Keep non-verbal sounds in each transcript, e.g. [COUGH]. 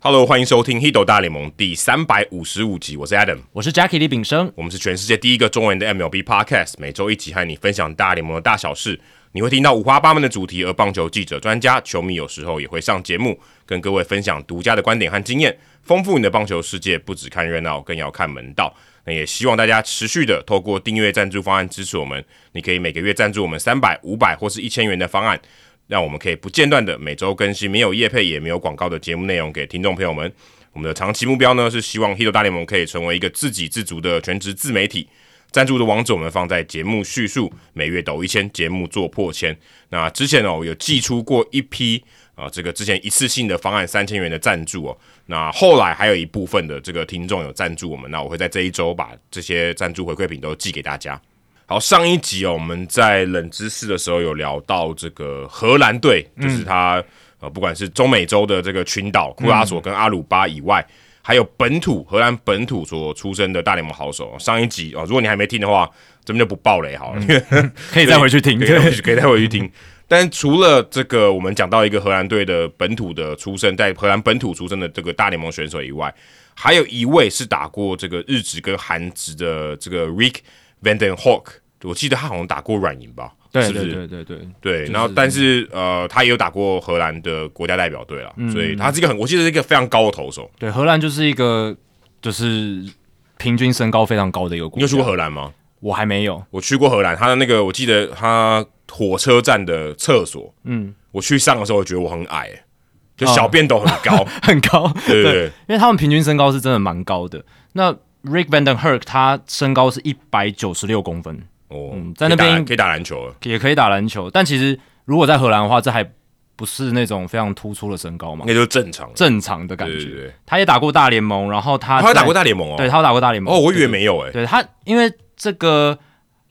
Hello，欢迎收听《h i d o 大联盟》第三百五十五集，我是 Adam，我是 Jackie 李炳生，我们是全世界第一个中文的 MLB Podcast，每周一集和你分享大联盟的大小事，你会听到五花八门的主题，而棒球记者、专家、球迷有时候也会上节目，跟各位分享独家的观点和经验，丰富你的棒球世界。不只看热闹，更要看门道。那也希望大家持续的透过订阅赞助方案支持我们，你可以每个月赞助我们三百、五百或是一千元的方案。让我们可以不间断的每周更新没有业配也没有广告的节目内容给听众朋友们。我们的长期目标呢是希望《h i t o 大联盟》可以成为一个自给自足的全职自媒体。赞助的网址我们放在节目叙述，每月抖一千，节目做破千。那之前哦有寄出过一批啊、这个之前一次性的方案三千元的赞助哦。那后来还有一部分的这个听众有赞助我们，那我会在这一周把这些赞助回馈品都寄给大家。好，上一集哦，我们在冷知识的时候有聊到这个荷兰队，嗯就是他、呃，不管是中美洲的这个群岛库拉索跟阿鲁巴以外，还有本土荷兰本土所出生的大联盟好手。上一集哦，如果你还没听的话，这边就不爆雷好了，因为嗯可以再回去 [LAUGHS] 听。可以再回去可以再回去听。但除了这个，我们讲到一个荷兰队的本土的出身，在荷兰本土出生的这个大联盟选手以外，还有一位是打过这个日职跟韩职的这个 Rick Van Den Hawk，我记得他好像打过软银吧？对是不是对对对对，对，是然后但是呃，他也有打过荷兰的国家代表队了，所以他是一个很，我记得是一个非常高的投手。对荷兰就是一个就是平均身高非常高的一个国家。你有去过荷兰吗？我还没有， [LAUGHS] 我去过荷兰，他的那个我记得他火车站的厕所，嗯，哦我去上的时候，我觉得我很矮、欸就小便斗很高，很高，对对对。因为他们平均身高是真的蛮高的。那 Rick Van Den Herk 他身高是一百九十六公分，哦，嗯在那边可以打可以打篮球了，也可以打篮球，但其实如果在荷兰的话，这还不是那种非常突出的身高嘛应，该就是正常了。正常的感对对觉。对，他也打过大联盟，然后他他还打过大，大联盟哦。对，他有打过大联盟。哦，我以对为没有哎。对他，因为这个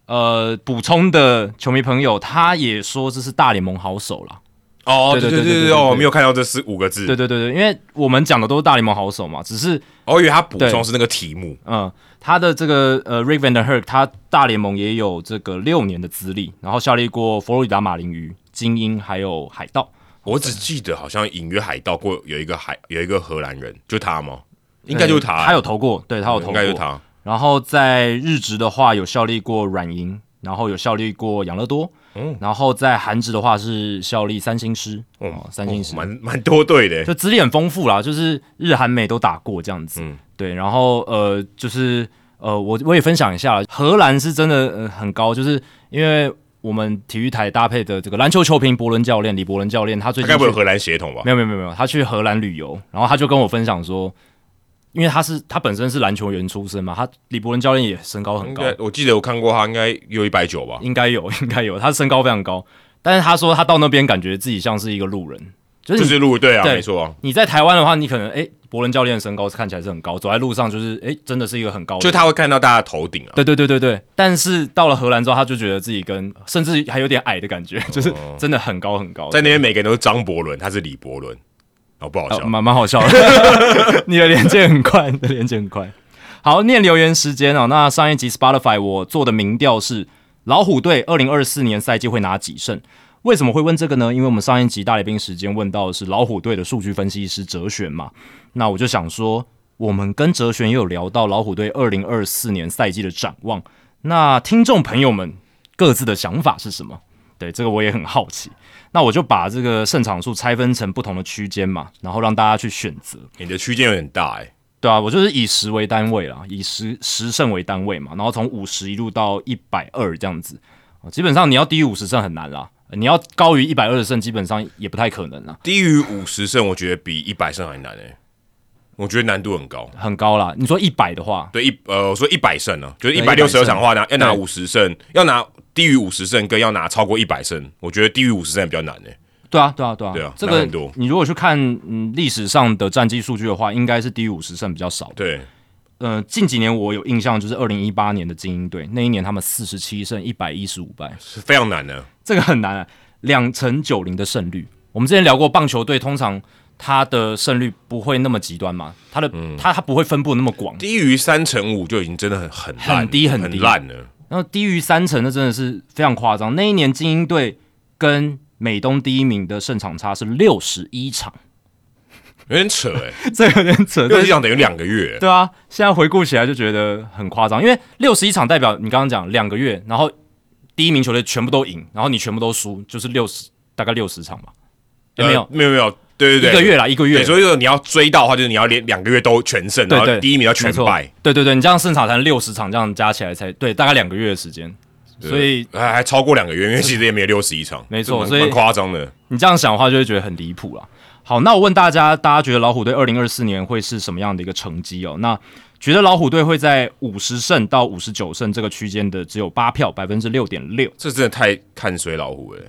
呃补充的球迷朋友，他也说这是大联盟好手啦。哦，对对对对对对对对，哦，对对我没有看到这四五个字对，对对对，因为我们讲的都是大联盟好手嘛，只是哦我以为他补充对是那个题目。嗯、呃他的这个呃 Rick Van Der Herk，他大联盟也有这个六年的资历，然后效力过佛罗里达马林鱼、精英还有海盗，我只记得好像隐约海盗过有一个海有一个荷兰人，就他吗？应该就是他呃欸，他有投过，对他有投应过，该就是他。然后在日职的话，有效力过软银，然后有效力过养乐多，嗯然后在韩职的话是效力三星师，嗯哦，三星哦师，蛮蛮多队的欸。就资历很丰富啦，就是日韩美都打过这样子，嗯对，然后呃，就是呃，我我也分享一下啦，荷兰是真的、呃、很高，就是因为我们体育台搭配的这个篮球球评伯伦教练李伯伦教练，他最他近该不去会有荷兰血统吧没？有没有没有没有，他去荷兰旅游，然后他就跟我分享说，因为他是他本身是篮球员出身嘛，他李伯伦教练也身高很应高，该我记得我看过他，应该有一百九吧。应该有 [LAUGHS] 应该有，他身高非常高，但是他说他到那边感觉自己像是一个路人，就是就你是路队啊，对没错啊，你在台湾的话，你可能哎，伯伦教练的身高看起来是很高，走在路上就是哎，真的是一个很高的。就他会看到大家头顶啊。对对对对对，但是到了荷兰之后，他就觉得自己跟甚至还有点矮的感觉， [LAUGHS] 就是真的很高很高，哦在那边每个人都是张伯伦，他是李伯伦，哦，不好哦笑。蛮蛮好笑的。你的 [LAUGHS] 连接很快，你的连接很快。好，念留言时间哦。那上一集 Spotify 我做的民调是老虎队二零二四年赛季会拿几胜？为什么会问这个呢？因为我们上一集大来宾时间问到的是老虎队的数据分析师哲璇嘛，那我就想说，我们跟哲璇也有聊到老虎队二零二四年赛季的展望，那听众朋友们各自的想法是什么？对，这个我也很好奇。那我就把这个胜场数拆分成不同的区间嘛，然后让大家去选择。你的区间有点大哎、对啊，我就是以十为单位啦，以十十胜为单位嘛，然后从五十一路到一百二这样子。哦基本上你要低于五十胜很难啦，呃你要高于一百二十胜基本上也不太可能啦，低于五十胜，我觉得比一百胜还难哎、我觉得难度很高。很高啦。你说一百的话，对一呃，我说一百胜呢、啊，就是一对百六十二100场的话呢，要拿对五十胜，要拿低于五十胜，跟要拿超过一百胜，我觉得低于五十胜比较难哎、对啊，对啊，对啊，对啊这难个很多你如果去看嗯历史上的战绩数据的话，应该是低于五十胜比较少的。对，呃，近几年我有印象就是二零一八年的精英队，那一年他们四十七胜一百一十五败，是非常难的、这个很难、啊，两成九零的胜率。我们之前聊过，棒球队通常它的胜率不会那么极端嘛，它的、嗯它它不会分布那么广。低于三成五就已经真的很很烂了很低很很低烂了。然后低于三成，那真的是非常夸张。那一年精英队跟美东第一名的胜场差是六十一场，有点扯哎、 [LAUGHS] 这有点扯。六但十一是场等于两个月、对啊，现在回顾起来就觉得很夸张，因为六十一场代表你刚刚讲两个月，然后第一名球队全部都赢，然后你全部都输，就是六十大概六十场吧，有呃没有？没有没有，对对对，一个月啦，一个月对，。所以说你要追到的话，就是你要连两个月都全胜，对然后对，第一名要全没错败，。对对对，你这样胜场才六十场，这样加起来才对，大概两个月的时间。所以还还超过两个月，因为其实也没有六十一场，没错这蛮所以蛮夸张的。你这样想的话，就会觉得很离谱啦。好，那我问大家，大家觉得老虎队二零二四年会是什么样的一个成绩哦？那觉得老虎队会在五十胜到五十九胜这个区间的只有八票，百分之六点六，这真的太看衰老虎了、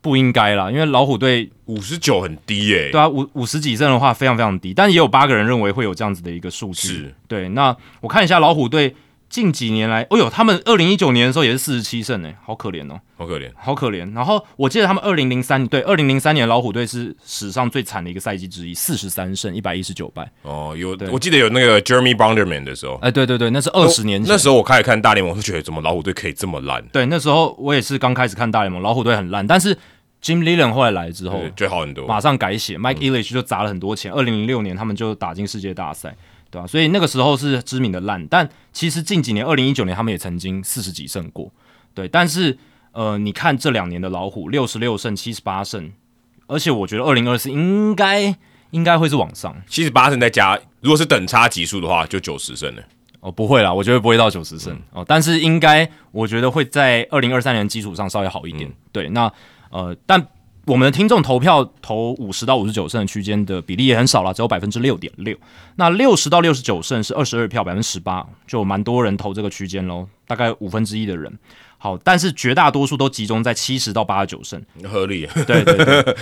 不应该啦，因为老虎队五十九很低耶、对啊五五十几胜的话非常非常低，但也有八个人认为会有这样子的一个数据是。对，那我看一下老虎队近几年来，哦呦，他们二零一九年的时候也是四十七胜诶、好可怜哦。好可怜。好可怜。然后我记得他们二零零三对二零零三年老虎队是史上最惨的一个赛季之一，四十三胜一百一十九败。哦，有对我记得有那个 Jeremy Bonderman 的时候，哎，对对对，那是二十年前。哦那时候我开始看大联盟，我是觉得怎么老虎队可以这么烂？对那时候我也是刚开始看大联盟，老虎队很烂，但是 Jim Leland 后来来之后对，，就好很多。哦马上改写，Mike Ilitch 就砸了很多钱。二零零六年他们就打进世界大赛，对吧、所以那个时候是知名的烂，但其实近几年，二零一九年他们也曾经四十几胜过，对。但是呃，你看这两年的老虎，六十六胜、七十八胜，而且我觉得二零二四应该应该会是往上七十八胜再加，如果是等差级数的话，就九十胜了。哦，不会啦，我觉得不会到九十胜、哦，但是应该我觉得会在二零二三年基础上稍微好一点。对，那呃，但我们的听众投票投五十到五十九胜的区间的比例也很少了，只有百分之六点六。那六十到六十九胜是二十二票，百分之十八，就蛮多人投这个区间喽，大概五分之一的人。好，但是绝大多数都集中在七十到八十九胜。合理。 [LAUGHS] 对对对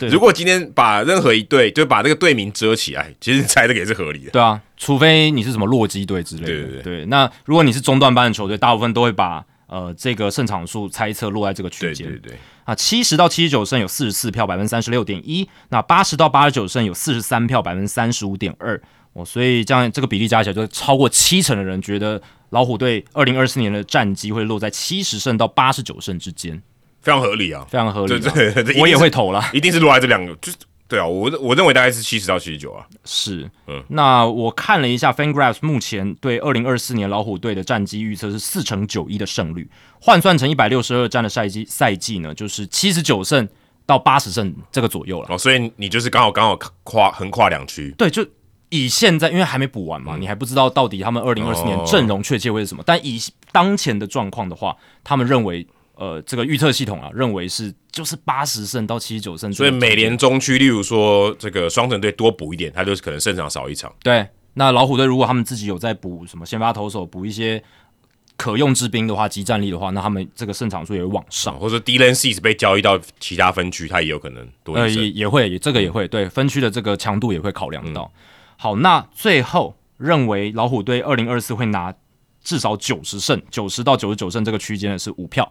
对如果今天把任何一队，就把这个队名遮起来，其实猜这个也是合理的。对啊，除非你是什么洛基队之类的。对对对那如果你是中段班的球队，大部分都会把呃这个胜场数猜测落在这个区对间。对对，啊，七十到七十九胜有四十四票，百分之三十六点一；那八十到八十九胜有四十三票，百分之三十五点二。哦，所以这样这个比例加起来，就超过七成的人觉得老虎队二零二四年的战绩会落在七十胜到八十九胜之间，非常合理啊。非常合理这啊、这这一定我也是会投啦。一定是落在这两个，就是对啊，我我认为大概是七十到七十九啊，是，嗯那我看了一下 FanGraphs 目前对二零二四年老虎队的战绩预测是四乘九一的胜率，换算成一百六十二战的赛季赛季呢，就是七十九胜到八十胜这个左右了。哦，所以你就是刚好刚好跨横跨两区，对，就以现在，因为还没补完嗯嘛，你还不知道到底他们二零二四年哦阵容确切会是什么。但以当前的状况的话，他们认为，呃，这个预测系统啊，认为是就是八十胜到七十九胜这所个以中间，美联中区，例如说这个双城队多补一点，他就是可能胜场少一场，对，那老虎队如果他们自己有在补什么先发投手，补一些可用之兵的话，集战力的话，那他们这个胜场数也会往上啊，。或者 Dylan Cease 被交易到其他分区，他也有可能多呃，一胜。也也会，也这个也会，对分区的这个强度也会考量到。好，那最后认为老虎队二零二四会拿至少九十胜，九十到九十九胜这个区间的是五票，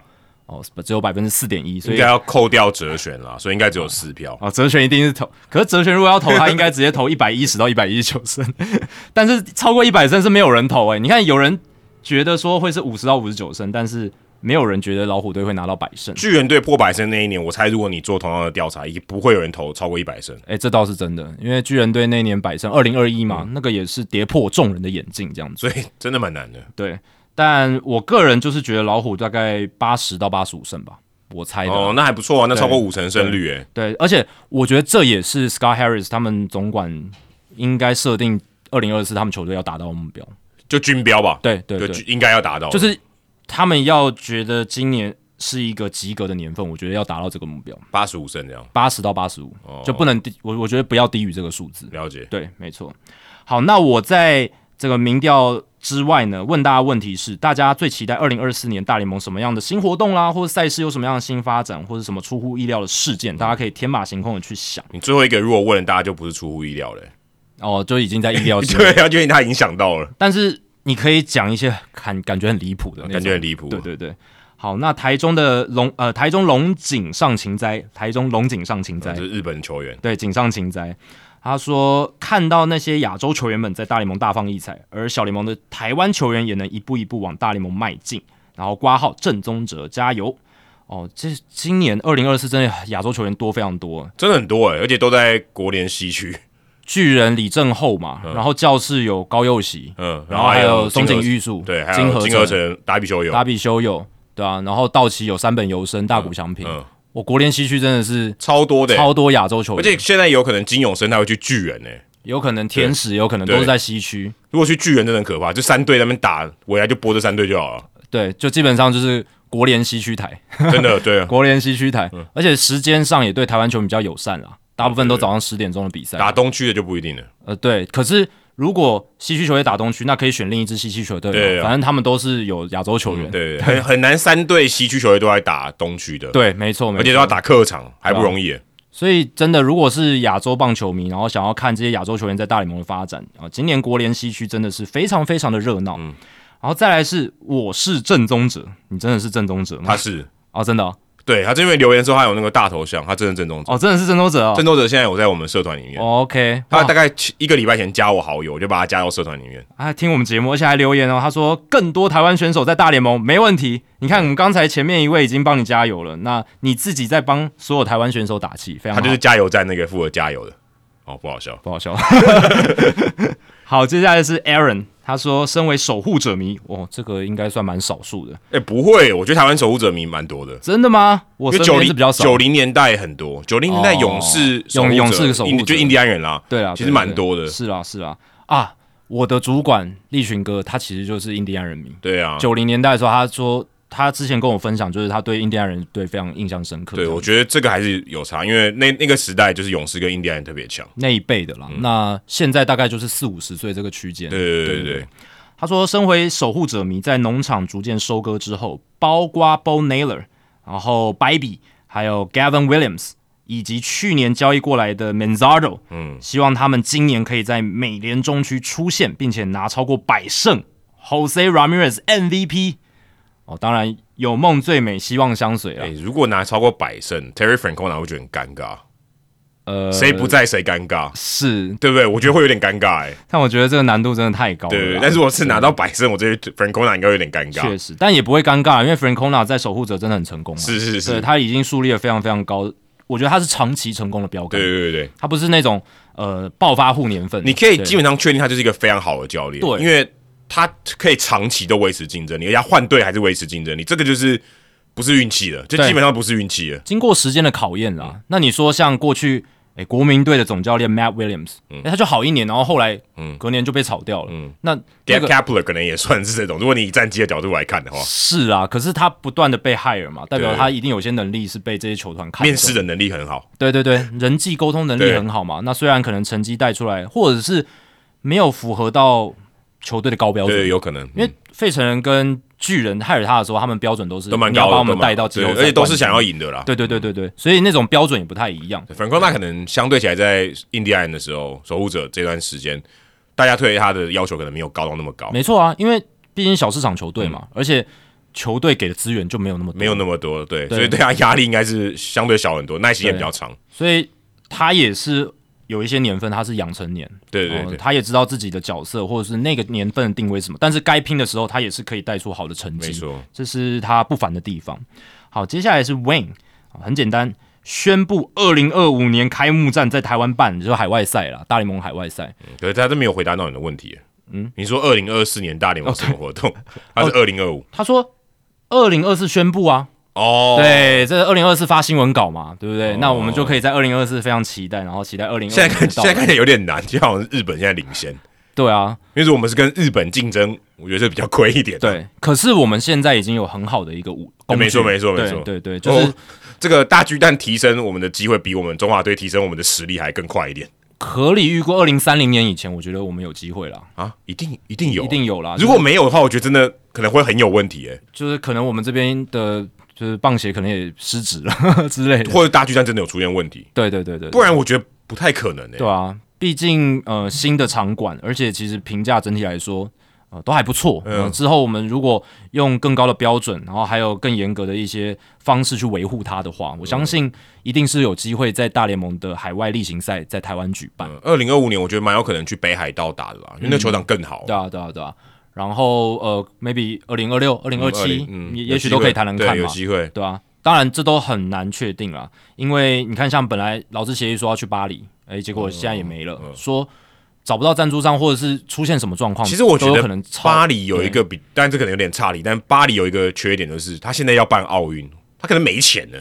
哦，只有百分之四点一，所应以该要扣掉哲选啦，所以应该只有四票。啊，哲璇一定是投，可是哲璇如果要投，他应该直接投一百一十到一百一十九胜， [LAUGHS] 但是超过一百胜是没有人投哎、你看有人觉得说会是五十到五十九胜，但是没有人觉得老虎队会拿到百胜，巨人队破百胜那一年，我猜如果你做同样的调查，也不会有人投超过一百胜。哎、这倒是真的，因为巨人队那一年百胜，二零二一嘛，那个也是跌破众人的眼镜这样子，所以真的蛮难的。对，但我个人就是觉得老虎大概八十到八十五胜吧，我猜的啊、哦，那还不错啊，那超过五成胜率哎诶、对，而且我觉得这也是 Scott Harris 他们总管应该设定二零二四他们球队要达到的目标，就均标吧，对对对就。应该要达到。就是他们要觉得今年是一个及格的年份，我觉得要达到这个目标，八十五胜这样，八十到八十五哦，就不能低，我我觉得不要低于这个数字。了解。对，没错。好，那我在这个民调之外呢，问大家问题是：大家最期待二零二四年大联盟什么样的新活动啦，或者赛事有什么样的新发展，或者什么出乎意料的事嗯件？大家可以天马行空的去想。你最后一个如果问了，大家就不是出乎意料了、哦，就已经在意料 [LAUGHS] 之对内，，啊，就因为他影响到了，但是你可以讲一些感感觉很离谱的那种，感觉很离谱。对对对，好，那台中的龙呃，台中龙井上勤哉，台中龙井上勤哉哦嗯这，是日本球员，对，井上勤哉，他说看到那些亚洲球员们在大联盟大放异彩，而小联盟的台湾球员也能一步一步往大联盟迈进，然后挂号郑宗哲加油。哦，这今年二零二四真的亚洲球员多非常多，欸真的很多诶、而且都在国联西区， [LAUGHS] 巨人李正厚嘛，然后教室有高佑喜，嗯，然后还有松井金玉树，对，还金有河金合成、达比修有，达比修有，对啊，然后道奇有三本游生、大谷翔平，嗯，我国联西区真的是超多的欸，超多亚洲球而员，且现在有可能金永生他会去巨人呢、欸有可能天使，有可能都是在西区，如果去巨人真的很可怕，就三队在那边打，未来就播这三队就好 [LAUGHS] 了，对，就基本上就是国联西区台，真的对啊，国联西区台，而且时间上也对台湾球迷比较友善啦，大部分都早上十点钟的比赛，打东区的就不一定了。呃，对，可是。如果西区球队打东区，那可以选另一支西区球队嘛，对啊反正他们都是有亚洲球员。对对，对很很难，三队西区球队都在打东区的，，对，没错，没错。而且都要打客场，还不容易欸。所以真的，如果是亚洲棒球迷，然后想要看这些亚洲球员在大联盟的发展啊，今年国联西区真的是非常非常的热闹。嗯然后再来是我是正宗者，你真的是正宗者吗他？是，哦，真的哦，对他这边留言的时候，他有那个大头像，他真的郑重者，哦真的是正宗者哦。郑重者现在有在我们社团里面，哦 OK，他哇大概七一个礼拜前加我好友，我就把他加到社团里面。还听我们节目，而且还留言哦。他说更多台湾选手在大联盟没问题。你看我们刚才前面一位已经帮你加油了，那你自己在帮所有台湾选手打气，非常他好。就是加油站那个负责加油的，哦，不好笑。不好笑。 [LAUGHS] 好，接下来是 Aaron，他说：“身为守护者迷，哦，这个应该算蛮少数的，哎、不会，我觉得台湾守护者迷蛮多的，真的吗？我因为哦身九边是零比较少。九零年代很多，九零年代勇士哦勇勇士守守护护者者印就印第安人啦，对啊，其实对蛮多的对是啊，是啊，啊，我的主管立群哥，他其实就是印第安人迷。对啊，九零年代的时候，他说他之前跟我分享，就是他对印第安人队非常印象深刻。对，这样我觉得这个还是有差，因为那那个时代就是勇士跟印第安人特别强，那一辈的啦，嗯那现在大概就是四五十岁这个区间。对对对嗯对对对他说，身为守护者迷，在农场逐渐收割之后，包括 Bo Naylor，然后 b y b y 还有 Gavin Williams，以及去年交易过来的 Manzardo，嗯，希望他们今年可以在美联中区出现，并且拿超过百胜。Jose Ramirez MVP，哦，当然有梦最美，希望相随哎、啊。如果拿超过百胜，Terry Francona 会觉得很尴尬，呃，谁不在谁尴尬，是？对不对？我觉得会有点尴尬、哎，但我觉得这个难度真的太高了啦。对对对，但是我是拿到百胜，我这 Francona 应该会有点尴尬确，实，但也不会尴尬，因为 Francona 在守护者真的很成功嘛。是是对是，他已经树立了非常非常高，我觉得他是长期成功的标杆对，对对对。他不是那种呃暴发户年份，你可以对基本上确定他就是一个非常好的教练，对因为他可以长期都维持竞争力，而且他换队还是维持竞争力，这个就是不是运气了，就对基本上不是运气了。经过时间的考验嗯啦。那你说像过去诶国民队的总教练 Matt Williams，、诶嗯他就好一年，然后后来隔年就被炒掉了，那 g a 那 b 个 Kepler 可能也算是这种，如果你以战绩的角度来看的话，是啊，可是他不断的被 hire 嘛，代表对他一定有些能力是被这些球团看中面试的能力很好，对对对，人际沟通能力对很好嘛。那虽然可能成绩带出来，或者是没有符合到球队的高标准，对，有可能，因为费城人跟巨人害了他的时候，他们标准都是都蛮你要高的，把我们都蛮带到季对后赛，而且都是想要冠军。赢的啦。对对对对对，所以那种标准也不太一样。反观他可能相对起来，在印第安人的时候，守护者这段时间，大家对他的要求可能没有高到那么高，没错啊，因为毕竟小市场球队嘛，而且球队给的资源就没有那么多嗯没有，那么多，对，对所以对他压力应该是相对小很多，耐心也比较长。所以他也是有一些年份他是养成年，对对哦对，他也知道自己的角色或者是那个年份的定位是什么，但是该拼的时候他也是可以带出好的成绩。没错。这是他不凡的地方。好，接下来是 Wayne，啊很简单，宣布二零二五年开幕战在台湾办，就是海外赛啦，大联盟海外赛。可是他都没有回答到你的问题。嗯，哦你说二零二四年大联盟什么活动？他是二零二五他说二零二四宣布啊，哦。，对，这二零二四发新闻稿嘛，对不对？哦那我们就可以在二零二四非常期待，然后期待二零现在看年现到在来。看起来有点难，就好像日本现在领先，因对啊，为如果我们是跟日本竞争，我觉得是比较亏一点。，啊对。可是我们现在已经有很好的一个武工具，没错没错没错对对对，就是哦这个大巨蛋提升我们的机会，比我们中华队提升我们的实力还更快一点合理预估二零三零年以前，我觉得我们有机会啦，啊！一定一定有，啊一定有啦。如果没有的话，我觉得真的可能会很有问题，哎，就是可能我们这边的，就是棒协可能也失职了 [LAUGHS] 之类的。或者大巨蛋真的有出现问题，对对对对，不然我觉得不太可能，哎对，啊，毕竟呃新的场馆，而且其实评价整体来说。呃，都还不错。嗯呃，之后我们如果用更高的标准，然后还有更严格的一些方式去维护它的话，我嗯相信一定是有机会在大联盟的海外例行赛在台湾举办。二零二五年我觉得蛮有可能去北海道打的啦，因为那球场更好，对啊，对啊，对啊。然后呃，maybe 二零二六、二零二七，嗯，也有也许机都可会以谈谈对看有嘛。机会，对啊，当然这都很难确定啦，因为你看，像本来劳资协议说要去巴黎，哎，结嗯果现在也没了，说找不到赞助商或者是出现什么状况，其实我觉都得有可能超嗯巴黎有一个比，但这可能有点差离，但巴黎有一个缺点就是，他现在要办奥运，他可能没钱了。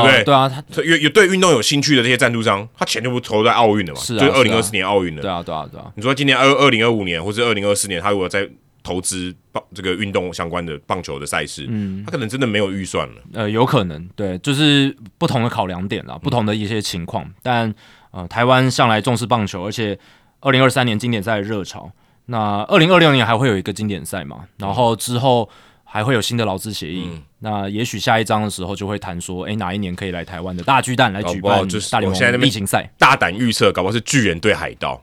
对不对对啊，他所以有有对运动有兴趣的这些赞助商，他钱就不投在奥运了嘛？是啊就是二是零啊二四年奥运了。对啊对啊对啊，你说今年二二零二五年或者二零二四年，他如果在投资棒这个运动相关的棒球的赛事，嗯他可能真的没有预算了。呃，有可能对，就是不同的考量点啦，嗯不同的一些情况，但呃，台湾向来重视棒球，而且二零二三年经典赛的热潮，那二零二六年还会有一个经典赛嘛，然后之后还会有新的劳资协议。嗯那也许下一章的时候就会谈说，诶，哪一年可以来台湾的大巨蛋来举搞不好办就是大联我现在那盟边例行赛？大胆预测，搞不好是巨人对海盗，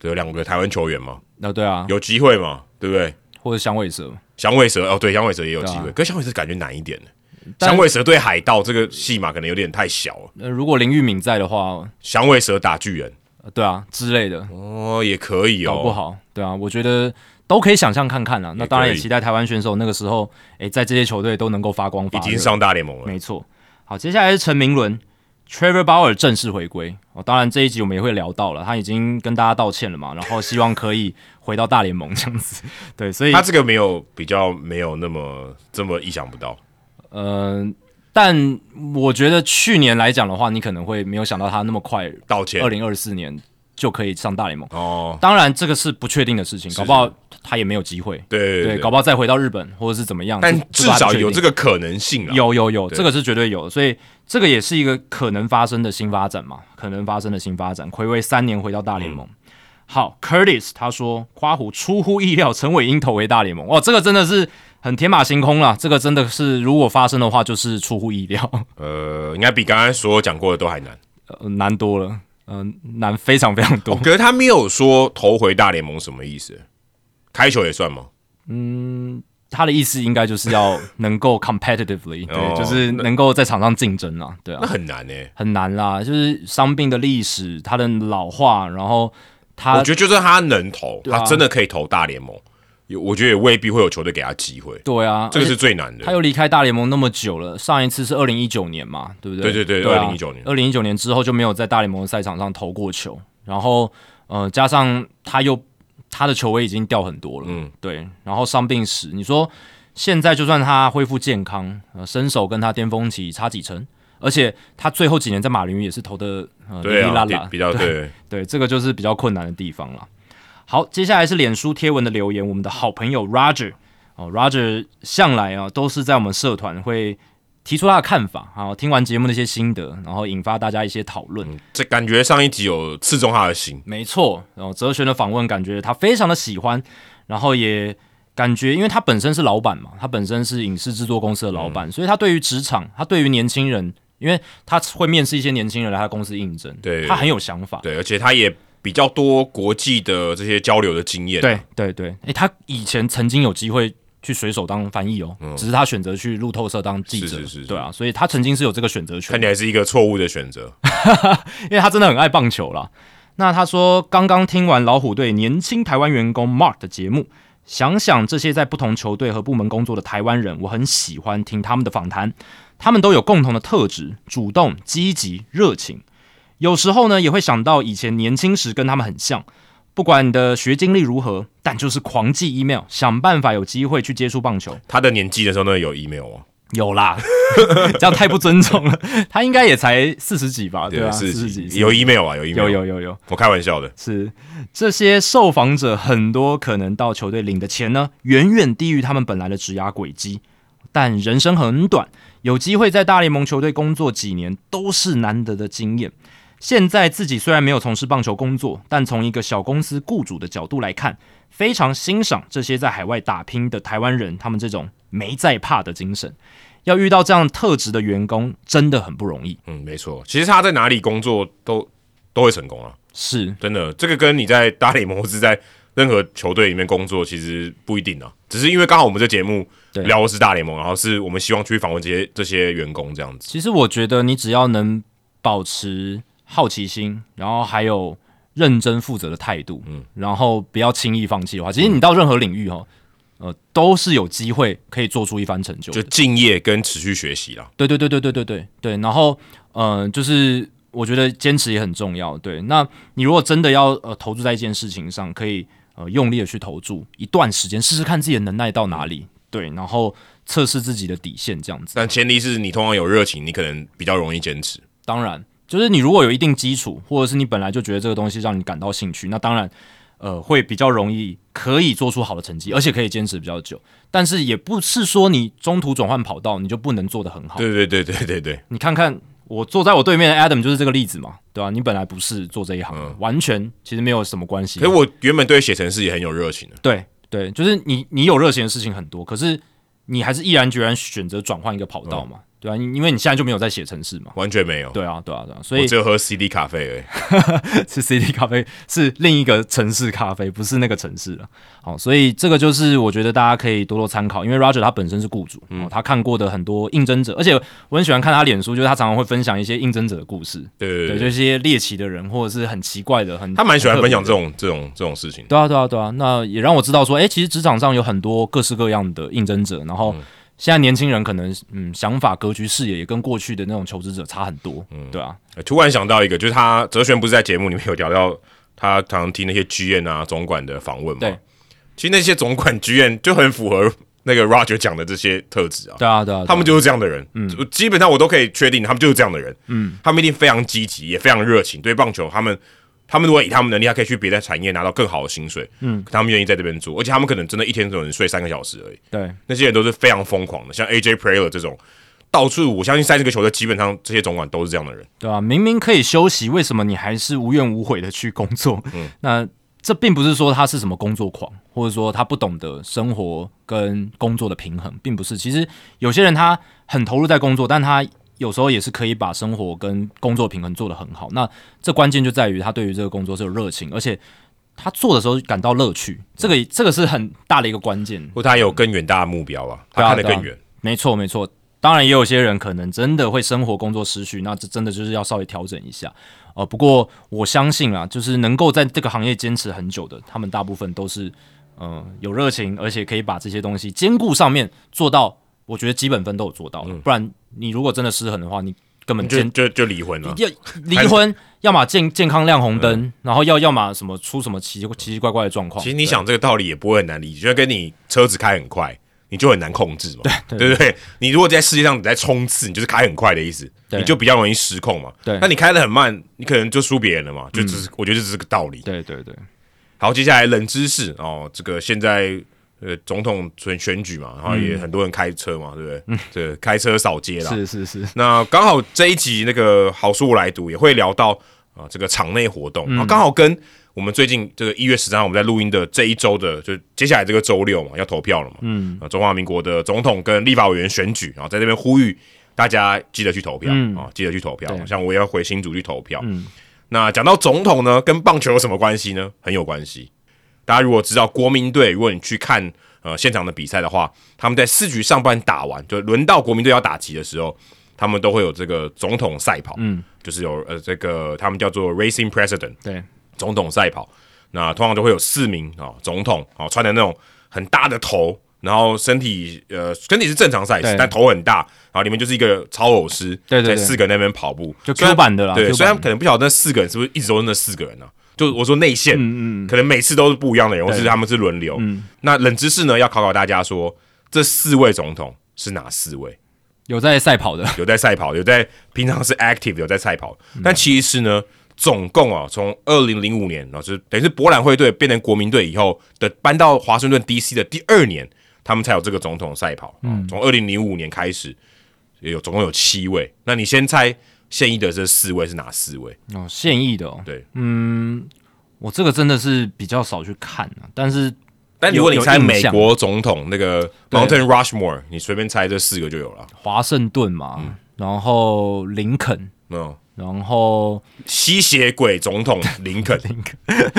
对，有两个台湾球员嘛，那、对啊，有机会嘛，对不对？或者响尾蛇，响尾蛇哦，对，响尾蛇也有机会，对啊可是响尾蛇感觉难一点呢。但响尾蛇对海盗这个戏码可能有点太小了，呃，如果林玉敏在的话，响尾蛇打巨人呃对啊之类的，哦，也可以哦，搞不好，对啊，我觉得都可以想象看看啦。那当然也也可以期待台湾选手那个时候，诶，在这些球队都能够发光发已热。经上大联盟了。没错。好，接下来是陈明伦，Trevor Bauer 正式回归。哦，当然这一集我们也会聊到了，他已经跟大家道歉了嘛，然后希望可以回到大联盟这样子。对，所以他这个没有比较没有那么这么意想不到，呃，但我觉得去年来讲的话，你可能会没有想到他那么快，道歉二零二四年就可以上大联盟。哦，当然，这个是不确定的事情，搞不好他也没有机会。对对对，搞不好再回到日本或者是怎么样，但至这少有这个可能性啊。有有有，对这个是绝对有的，所以这个也是一个可能发生的新发展嘛，可能发生的新发展。暌违三年回到大联盟。嗯好，Curtis 他说，夸虎出乎意料，陈伟英投回大联盟，哇，哦这个真的是很天马行空啦，这个真的是如果发生的话，就是出乎意料， [LAUGHS] 呃，应该比刚刚所有讲过的都还难。哦呃难多了，嗯、难非常非常 [LAUGHS] 多。可是他没有说投回大联盟什么意思？开球也算吗？他的意思应该就是要 [LAUGHS] 能够 competitively，对，哦就是能够在场上竞争啦，对啊那，很难呢、欸很难啦，就是伤病的历史，他的老化，然后他我觉得就算他能投，啊他真的可以投大联盟，也我觉得也未必会有球队给他机会，对啊，这个是而且最难的他。又离开大联盟那么久了，上一次是二零一九年嘛，对不对？对对对对啊， 2019年二零一九年之后就没有在大联盟的赛场上投过球，然后呃，加上他又他的球威已经掉很多了，嗯嗯，对，然后伤病史，你说现在就算他恢复健康，呃，身手跟他巅峰期差几成？而且他最后几年在马林鱼也是投的呃对哩哩啊，啦比啦，比较对，对，这个就是比较困难的地方了。好，接下来是脸书贴文的留言，我们的好朋友 Roger 哦，Roger 向来啊都是在我们社团会提出他的看法，然后听完节目的一些心得，然后引发大家一些讨论。嗯这感觉上一集有刺中他的心，没错，然后哲学的访问，感觉他非常的喜欢，然后也感觉，因为他本身是老板嘛，他本身是影视制作公司的老板，所以他对于职场，他对于年轻人，因为他会面试一些年轻人来他公司应征，对他很有想法。对，而且他也比较多国际的这些交流的经验，啊对对对，诶，他以前曾经有机会去水手当翻译哦，只是他选择去路透社当记者，嗯是是是是对啊，所以他曾经是有这个选择权看起，来是一个错误的选择。因为他真的很爱棒球啦。那他说，刚刚听完老虎队年轻台湾员工 Mark 的节目，想想这些在不同球队和部门工作的台湾人，我很喜欢听他们的访谈。他们都有共同的特质：主动、积极、热情。有时候呢，也会想到以前年轻时跟他们很像。不管你的学经历如何，但就是狂寄 email，想办法有机会去接触棒球。他的年纪的时候呢，有 email 哦，有啦， [LAUGHS] 这样太不尊重了。他应该也才四十几吧，对吧、啊？四是十几，有 email 啊，有 email，有有有有。我开玩笑的，是这些受访者很多可能到球队领的钱呢，远远低于他们本来的职涯轨迹。但人生很短，有机会在大联盟球队工作几年都是难得的经验。现在自己虽然没有从事棒球工作，但从一个小公司雇主的角度来看，非常欣赏这些在海外打拼的台湾人，他们这种没在怕的精神。要遇到这样特质的员工，真的很不容易。嗯，没错。其实他在哪里工作都都会成功啊，是，真的。这个跟你在大联盟或是在任何球队里面工作其实不一定啊，只是因为刚好我们这节目对聊的是大联盟，然后是我们希望去访问这些这些员工这样子。其实我觉得你只要能保持好奇心，然后还有认真负责的态度，嗯，然后不要轻易放弃的话，其实你到任何领域哦，呃，都是有机会可以做出一番成就的。就敬业跟持续学习啦，对对对对对对对对，然后呃，就是我觉得坚持也很重要。对，那你如果真的要呃投注在一件事情上，可以呃用力的去投注一段时间，试试看自己的能耐到哪里。对，然后测试自己的底线，这样子。但前提是你通常有热情，你可能比较容易坚持。当然，就是你如果有一定基础，或者是你本来就觉得这个东西让你感到兴趣，那当然，呃，会比较容易可以做出好的成绩，而且可以坚持比较久。但是也不是说你中途转换跑道你就不能做得很好。对对对对对对，你看看我坐在我对面的 Adam 就是这个例子嘛，对吧、你本来不是做这一行，嗯完全其实没有什么关系可是。我原本对写程式也很有热情的，对对，就是你你有热情的事情很多，可是你还是毅然决然选择转换一个跑道嗯嘛，对吧、啊？因因为你现在就没有在写程式嘛。完全没有。对啊，对啊，对啊，所嗯以我只有喝 CD 咖啡而已。是 CD 咖啡，是另一个城市咖啡，不是那个城市了。好，所以这个就是我觉得大家可以多多参考，因为 Roger 他本身是雇主，嗯哦、他看过的很多应征者，而且我很喜欢看他脸书，就是他常常会分享一些应征者的故事，对对对对，就是一些猎奇的人或者是很奇怪的，很他蛮喜欢分享很特别的这种这种这种事情。对啊，对啊，对啊，那也让我知道说，诶，其实职场上有很多各式各样的应征者，然后嗯现在年轻人可能嗯想法、格局、视野也跟过去的那种求职者差很多，对啊，呃突然想到一个，就是他哲璇不是在节目里面有聊到，他常常听那些剧院啊总管的访问嘛。对，其实那些总管剧院就很符合那个 Roger 讲的这些特质啊。对啊，对啊，对啊他们就是这样的人，嗯，基本上我都可以确定，他们就是这样的人，嗯，他们一定非常积极，也非常热情，对棒球，他们，他们如果以他们能力，还可以去别的产业拿到更好的薪水，嗯，他们愿意在这边做，而且他们可能真的一天只能睡三个小时而已，对那些人都是非常疯狂的，像 AJ Player 这种，到处我相信三十个球队，基本上这些总管都是这样的人，对啊，明明可以休息，为什么你还是无怨无悔的去工作？ [LAUGHS] 那这并不是说他是什么工作狂，或者说他不懂得生活跟工作的平衡，并不是。其实有些人他很投入在工作，但他有时候也是可以把生活跟工作平衡做得很好。那这关键就在于他对于这个工作是有热情，而且他做的时候感到乐趣，这个这个是很大的一个关键。或他有更远大的目标啊，他看得更远，没错，没错。当然，也有些人可能真的会生活、工作失序，那这真的就是要稍微调整一下。呃，不过我相信啊，就是能够在这个行业坚持很久的，他们大部分都是呃有热情，而且可以把这些东西兼顾上面做到，我觉得基本分都有做到了。不然，你如果真的失衡的话，嗯你根本就坚就就离婚了，要离婚，要么健健康亮红灯，然后要要么什么出什么奇奇奇怪怪的状况。其实你想这个道理也不会很难理解，就跟你车子开很快，你就很难控制嘛，对不对？你如果在世界上你在冲刺，你就是开很快的意思，对你就比较容易失控嘛。对那你开的很慢，你可能就输别人了嘛，就只是、我觉得这是个道理。对对对，好，接下来冷知识哦，这个现在呃总统选选举嘛，然后也很多人开车嘛，对不对？这个开车扫街啦，是是是，那刚好这一集那个好书我来读也会聊到啊、呃这个场内活动，然后刚好跟我们最近这个一月十三号我们在录音的这一周的，就接下来这个周六嘛要投票了嘛，嗯、中华民国的总统跟立法委员选举，然后在这边呼吁大家记得去投票啊、记得去投票，对像我也要回新竹去投票。那讲到总统呢，跟棒球有什么关系呢？很有关系。大家如果知道国民队，如果你去看呃现场的比赛的话，他们在四局上半打完，就轮到国民队要打击的时候，他们都会有这个总统赛跑，嗯，就是有呃这个他们叫做 Racing President 对总统赛跑，那通常都会有四名啊、哦总统啊、哦穿的那种很大的头，然后身体呃身体是正常 size，对但头很大，然后里面就是一个超偶师，对对对在四个人在那边跑步，就虽然 Q 版的啦对， Q 虽然版可能不晓得那四个人是不是一直都是那四个人呢、啊？就我说内线，嗯嗯，可能每次都是不一样的人，或是他们是轮流。那冷知识呢，要考考大家说，这四位总统是哪四位？有在赛跑的，有在赛跑，有在平常是 active 有在赛跑，但其实呢，总共啊，从二零零五年啊，就是等于是博览会队变成国民队以后的搬到华盛顿 DC 的第二年，他们才有这个总统赛跑。嗯，从二零零五年开始，也有总共有七位。那你先猜现役的这四位是哪四位？哦，现役的哦，嗯对，我这个真的是比较少去看啊，但是但如果你有猜印美象国总统那个对 Mountain Rushmore，你随便猜这四个就有了。哦华盛顿嘛，然后林肯，嗯，然后 [LAUGHS] 吸血鬼总统 [LAUGHS] 林肯，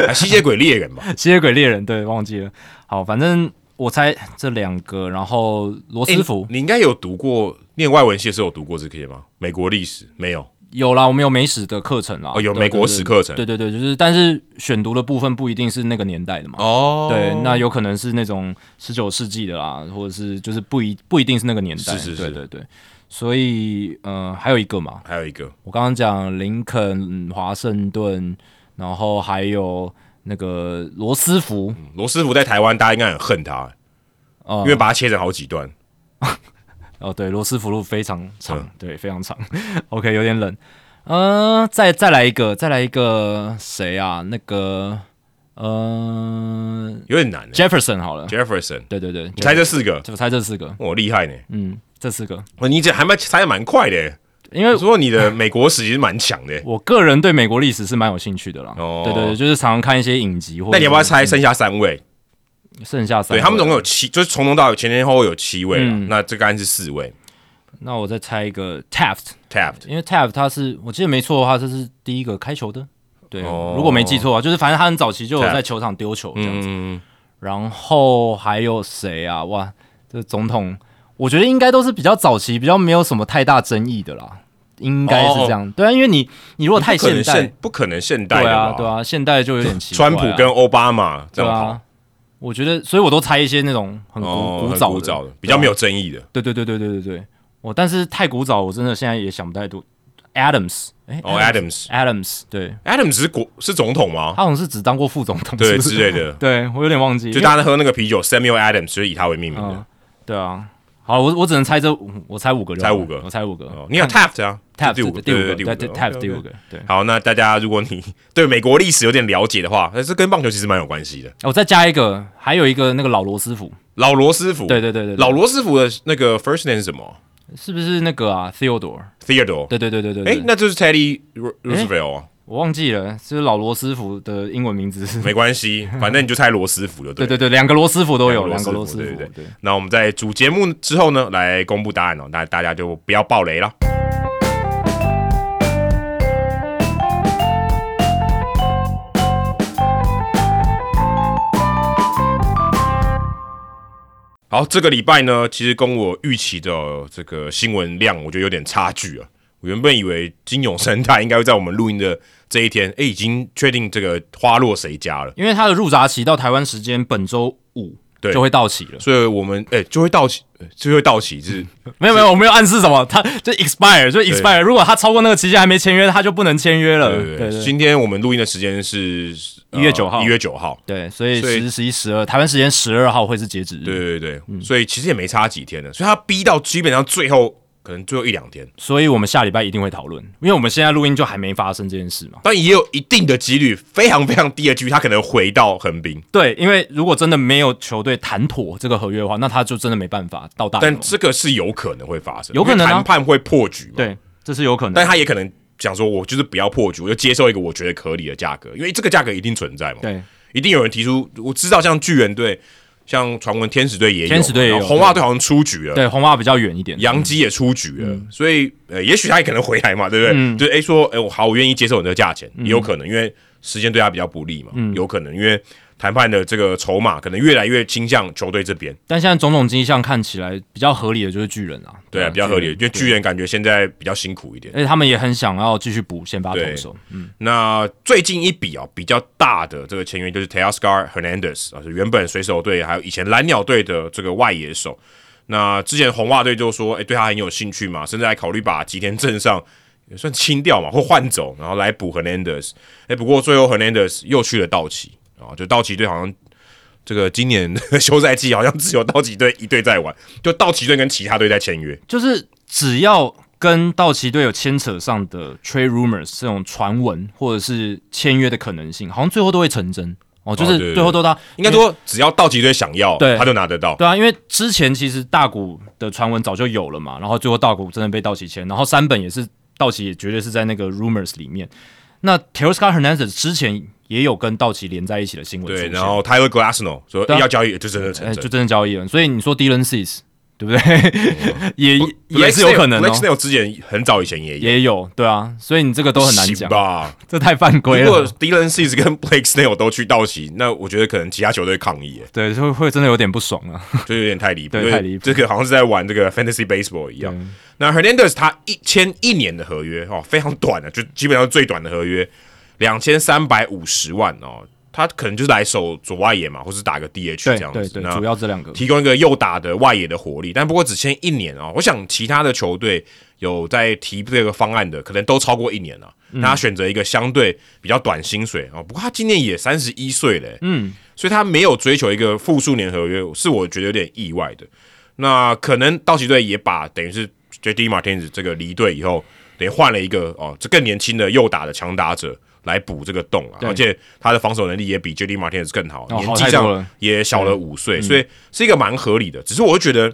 啊吸血鬼猎人吧？吸血鬼猎人，对，忘记了。好，反正我猜这两个，然后罗斯福、欸你应该有读过念外文系的时候有读过这些吗？美国历史没有，有啦，我们有美史的课程啦，哦有对美国史课程对对对，对就是但是选读的部分不一定是那个年代的嘛。哦对，那有可能是那种十九世纪的啦，或者是就是不一不一定是那个年代，是是是对对对，所以呃，还有一个嘛，还有一个我刚刚讲林肯、华盛顿，然后还有那个罗斯福，嗯罗斯福在台湾，大家应该很恨他，欸哦因为把他切成好几段。哦，对，罗斯福路非常长，嗯对，非常长。OK，有点冷。嗯，再再来一个，再来一个，谁啊？那个，呃有点难欸。 ，Jefferson 好了。 Jefferson，对对对，你你猜这四个，哦就猜这四个，我厉害呢。嗯，这四个，哇你这还蛮猜的蛮快的欸，因为我说你的美国史其实蛮强的欸。我个人对美国历史是蛮有兴趣的啦。哦对对对，就是常常看一些影集或者那你要不要猜剩下三位？剩下三对位？他们总共有七，就是从头到尾前前后后有七位啊嗯。那这个案是四位那我再猜一个 Taft， ，Tapped。因为 Taft 他是我记得没错的话，这是第一个开球的。对，哦如果没记错啊，就是反正他很早期就有 Taft 在球场丢球这样子。嗯，然后还有谁啊？哇，这总统，我觉得应该都是比较早期，比较没有什么太大争议的啦，应该是这样。对啊，因为你你如果太哦不可能现代现，不可能现代对的啊吧对啊，现代就有点奇怪、川啊。普跟奥巴马这对样跑啊，，我觉得，所以我都猜一些那种很古、哦，古很早的，啊古早的，比较没有争议的。对对对对对对对。我但是太古早，我真的现在也想不太多。Adams，哎、哦 Adams，Adams，对 Adam 只是国是总统吗？他好像是只当过副总统，对是不是之类的 [LAUGHS] 对我有点忘记，就因为大家喝那个啤酒，Samuel Adams 就是以他为命名嗯的。，对啊。好，我我只能猜这，我猜五个就好了，猜五个我猜五个。哦，你有 Tapped 啊 Tap 第五个，个，第五对对个，对对对，OK， ，Tap OK，第五 OK 个，对。好，那大家如果你对美国历史有点了解的话，那这跟棒球其实蛮有关系的。哦我再加一个，还有一个那个老罗斯福，老罗斯福，对对对对，对哦老罗斯福的那个 first name 是什么是不是那个啊？Theodore， ？Theodore。对对对对对，对哎，那就是 Teddy Ro- Roosevelt 啊，我忘记了，就是老罗斯福的英文名字是， [LAUGHS] 没关系，反正你就猜罗斯福就对了。对对对，两个罗斯福都有，两两个个罗罗斯福斯福，对对对。那我们在主节目之后呢，来公布答案哦，那大家就不要爆雷了。好，这个礼拜呢，其实跟我预期的这个新闻量，我觉得有点差距啊。我原本以为金永生态应该会在我们录音的这一天，哎，已经确定这个花落谁家了，因为它的入闸期到台湾时间本周五对就会到期了。所以我们哎就会到期，呃就会到期，就是没有没有，我没有暗示什么，它就 expire 就 expire。如果它超过那个期限还没签约，它就不能签约了。对对嗯对对，对今天我们录音的时间是呃1月9号一月九号。对，所以所以十、十一、十二，台湾时间十二号会是截止日。对对对，嗯对所以其实也没差几天的，所以他逼到基本上最后可能最后一两天，所以我们下礼拜一定会讨论，因为我们现在录音就还没发生这件事嘛。但也有一定的几率，非常非常低的几率，他可能回到横滨。对，因为如果真的没有球队谈妥这个合约的话，那他就真的没办法到大但联盟。这个是有可能会发生，有可能啊因为谈判会破局嘛。，对，这是有可能。但他也可能想说，我就是不要破局，我就接受一个我觉得合理的价格，因为这个价格一定存在嘛。，对一定有人提出，我知道像巨人队。像传闻天使队也有嘛，天使队也有然后红袜队好像出局了，对，嗯红袜比较远一点。杨基也出局了，所以呃，也许他也可能回来嘛，对不对？嗯就哎、诶说，哎、我好，我愿意接受你的价钱，也有可能，因为时间对他比较不利嘛，嗯有可能，因为谈判的这个筹码可能越来越倾向球队这边，但现在种种迹象看起来比较合理的就是巨人啊，对啊，比较合理，因巨人为巨人感觉现在比较辛苦一点。而且他们也很想要继续补先发投手，那最近一笔啊、比较大的这个签约就是 Teoscar Hernandez 啊，是原本水手队还有以前蓝鸟队的这个外野手。那之前红袜队就说，哎、对他很有兴趣嘛，甚至还考虑把吉田镇上也算清掉嘛，或换走，然后来补 Hernandez。哎、不过最后 Hernandez 又去了道奇啊，就道奇队好像这个今年的休赛季好像只有道奇队一队在玩，就道奇队跟其他队在签约。就是只要跟道奇队有牵扯上的 trade rumors 这种传闻或者是签约的可能性，好像最后都会成真哦，就哦对是最后都到、应该说，只要道奇队想要，对他就拿得到。对啊，因为之前其实大谷的传闻早就有了嘛，然后最后大谷真的被道奇签，然后三本也是道奇也绝对是在那个 rumors 里面。那 t e r s c a Hernandez 之前也有跟道奇连在一起的新闻出对，现，然后 Tyler Glasnow 说对啊要交易，就真的成哎、真。就真的交易了。所以你说 Dylan Cease 对不对？ [LAUGHS] 也也是有可哦能 Blake 哦， Snell 之前很早以前也有，也有对啊。所以你这个都很难行讲，啊吧？这太犯规如果了。 Dylan Cease 跟 Blake Snell 都去道奇，那我觉得可能其他球队抗 [LAUGHS] 议耶，对，就会真的有点不爽啊。就有点太离谱。对因为太离谱这个好像是在玩这个 Fantasy Baseball 一样。那 Hernandez 他一签一年的啊合约哦，非常短的，就基本上最短的合约，两千三百五十万哦。他可能就是来守左外野嘛，或是打个 DH 这 [LAUGHS] 对样子。对对，那主要这两个。提供一个右打的外野的火力，但不过只签一年哦。我想其他的球队有在提这个方案的，可能都超过一年了。那他选择一个相对比较短薪水哦，不过他今年也三十一岁了，嗯，所以他没有追求一个复数年合约，是我觉得有点意外的。那可能道奇队也把等于是 J.D. Martinez 这个离队以后，等于换了一个哦，这更年轻的右打的强打者来补这个洞啊，对而且他的防守能力也比 J.D. Martinez 更好，哦年好纪太多上了嗯也小了五岁，所以是一个蛮合理的。只是我会觉得，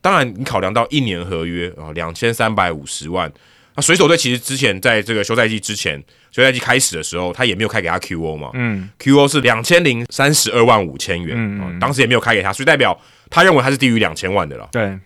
当然你考量到一年合约啊，两千三百五十万，那水手队其实之前在这个休赛季之前，休赛季开始的时候，他也没有开给他 QO 嘛，嗯，QO 是两千零三十二万五千元，嗯啊当时也没有开给他，所以代表他认为他是低于两千万的了。对，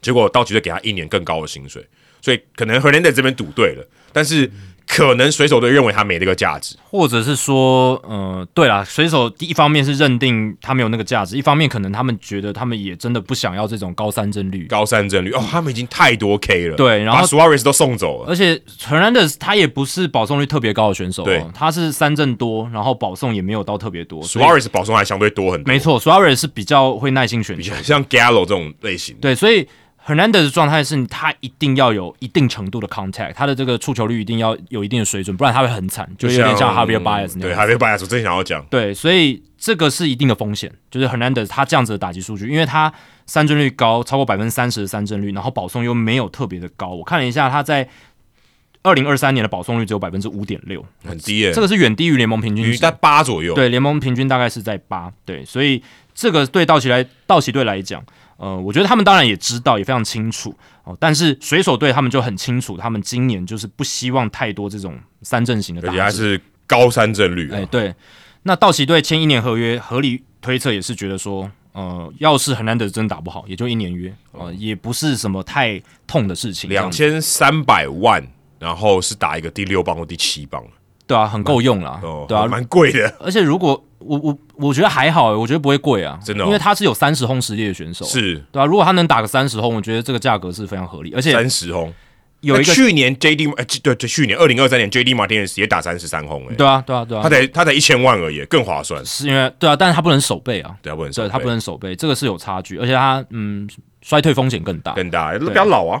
结果道奇队给他一年更高的薪水，所以可能 Hernandez 这边赌对了，但是嗯可能水手队认为他没这个价值。或者是说，呃，对啦，水手第一方面是认定他没有那个价值，一方面可能他们觉得他们也真的不想要这种高三帧率，高三帧率哦，他们已经太多 K 了，嗯对然后把 Suarez 都送走了，而且 Hernandez 他也不是保送率特别高的选手、对哦，他是三振多，然后保送也没有到特别多，所以 Suarez 保送还相对多很多，没错，Suarez 是比较会耐心选球，像 Gallo 这种类型，对，所以 Hernandez 的状态是他一定要有一定程度的 contact，他的这个触球率一定要有一定的水准，不然他会很惨，就有点像 Javier Baez 啊那对样。 Javier Baez，我真想要讲，对，所以这个是一定的风险，就是 Hernandez 他这样子的打击数据，因为他三振率高，超过百分之三十的三振率，然后保送又没有特别的高。我看了一下，他在二零二三年的保送率只有百分之五点六，很低耶、这个是远低于联盟平均于值。在八左右，对，联盟平均大概是在八，对，所以这个对道奇来道奇队来讲，呃，我觉得他们当然也知道，也非常清楚哦，但是水手队他们就很清楚，他们今年就是不希望太多这种三阵型的而且他打击，是高三帧率、啊哎，对，那道奇队签一年合约，合理推测也是觉得说。呃，要是 Hernandez 真打不好，也就一年约，呃，也不是什么太痛的事情。这样哦两子千三百万，然后是打一个第六棒或第七棒，对啊，很够用啦，哦，对啊，蛮贵的，而且如果我我我觉得还好、我觉得不会贵啊，真的哦因为他是有三十轰实力的选手，是对啊，如果他能打个三十轰，我觉得这个价格是非常合理，而且三十轰。有一那个去年 J.D. 呃，对对，去年二零二三年 J.D. Martinez 也打三十三轰，哎，对啊，对啊，对啊他，才他才一千万而已，更划算，是因为对啊，但是他不能手背啊，对啊，不能对他不能能手背，这个是有差距，而且他嗯衰退风险更大。更大，比较老啊，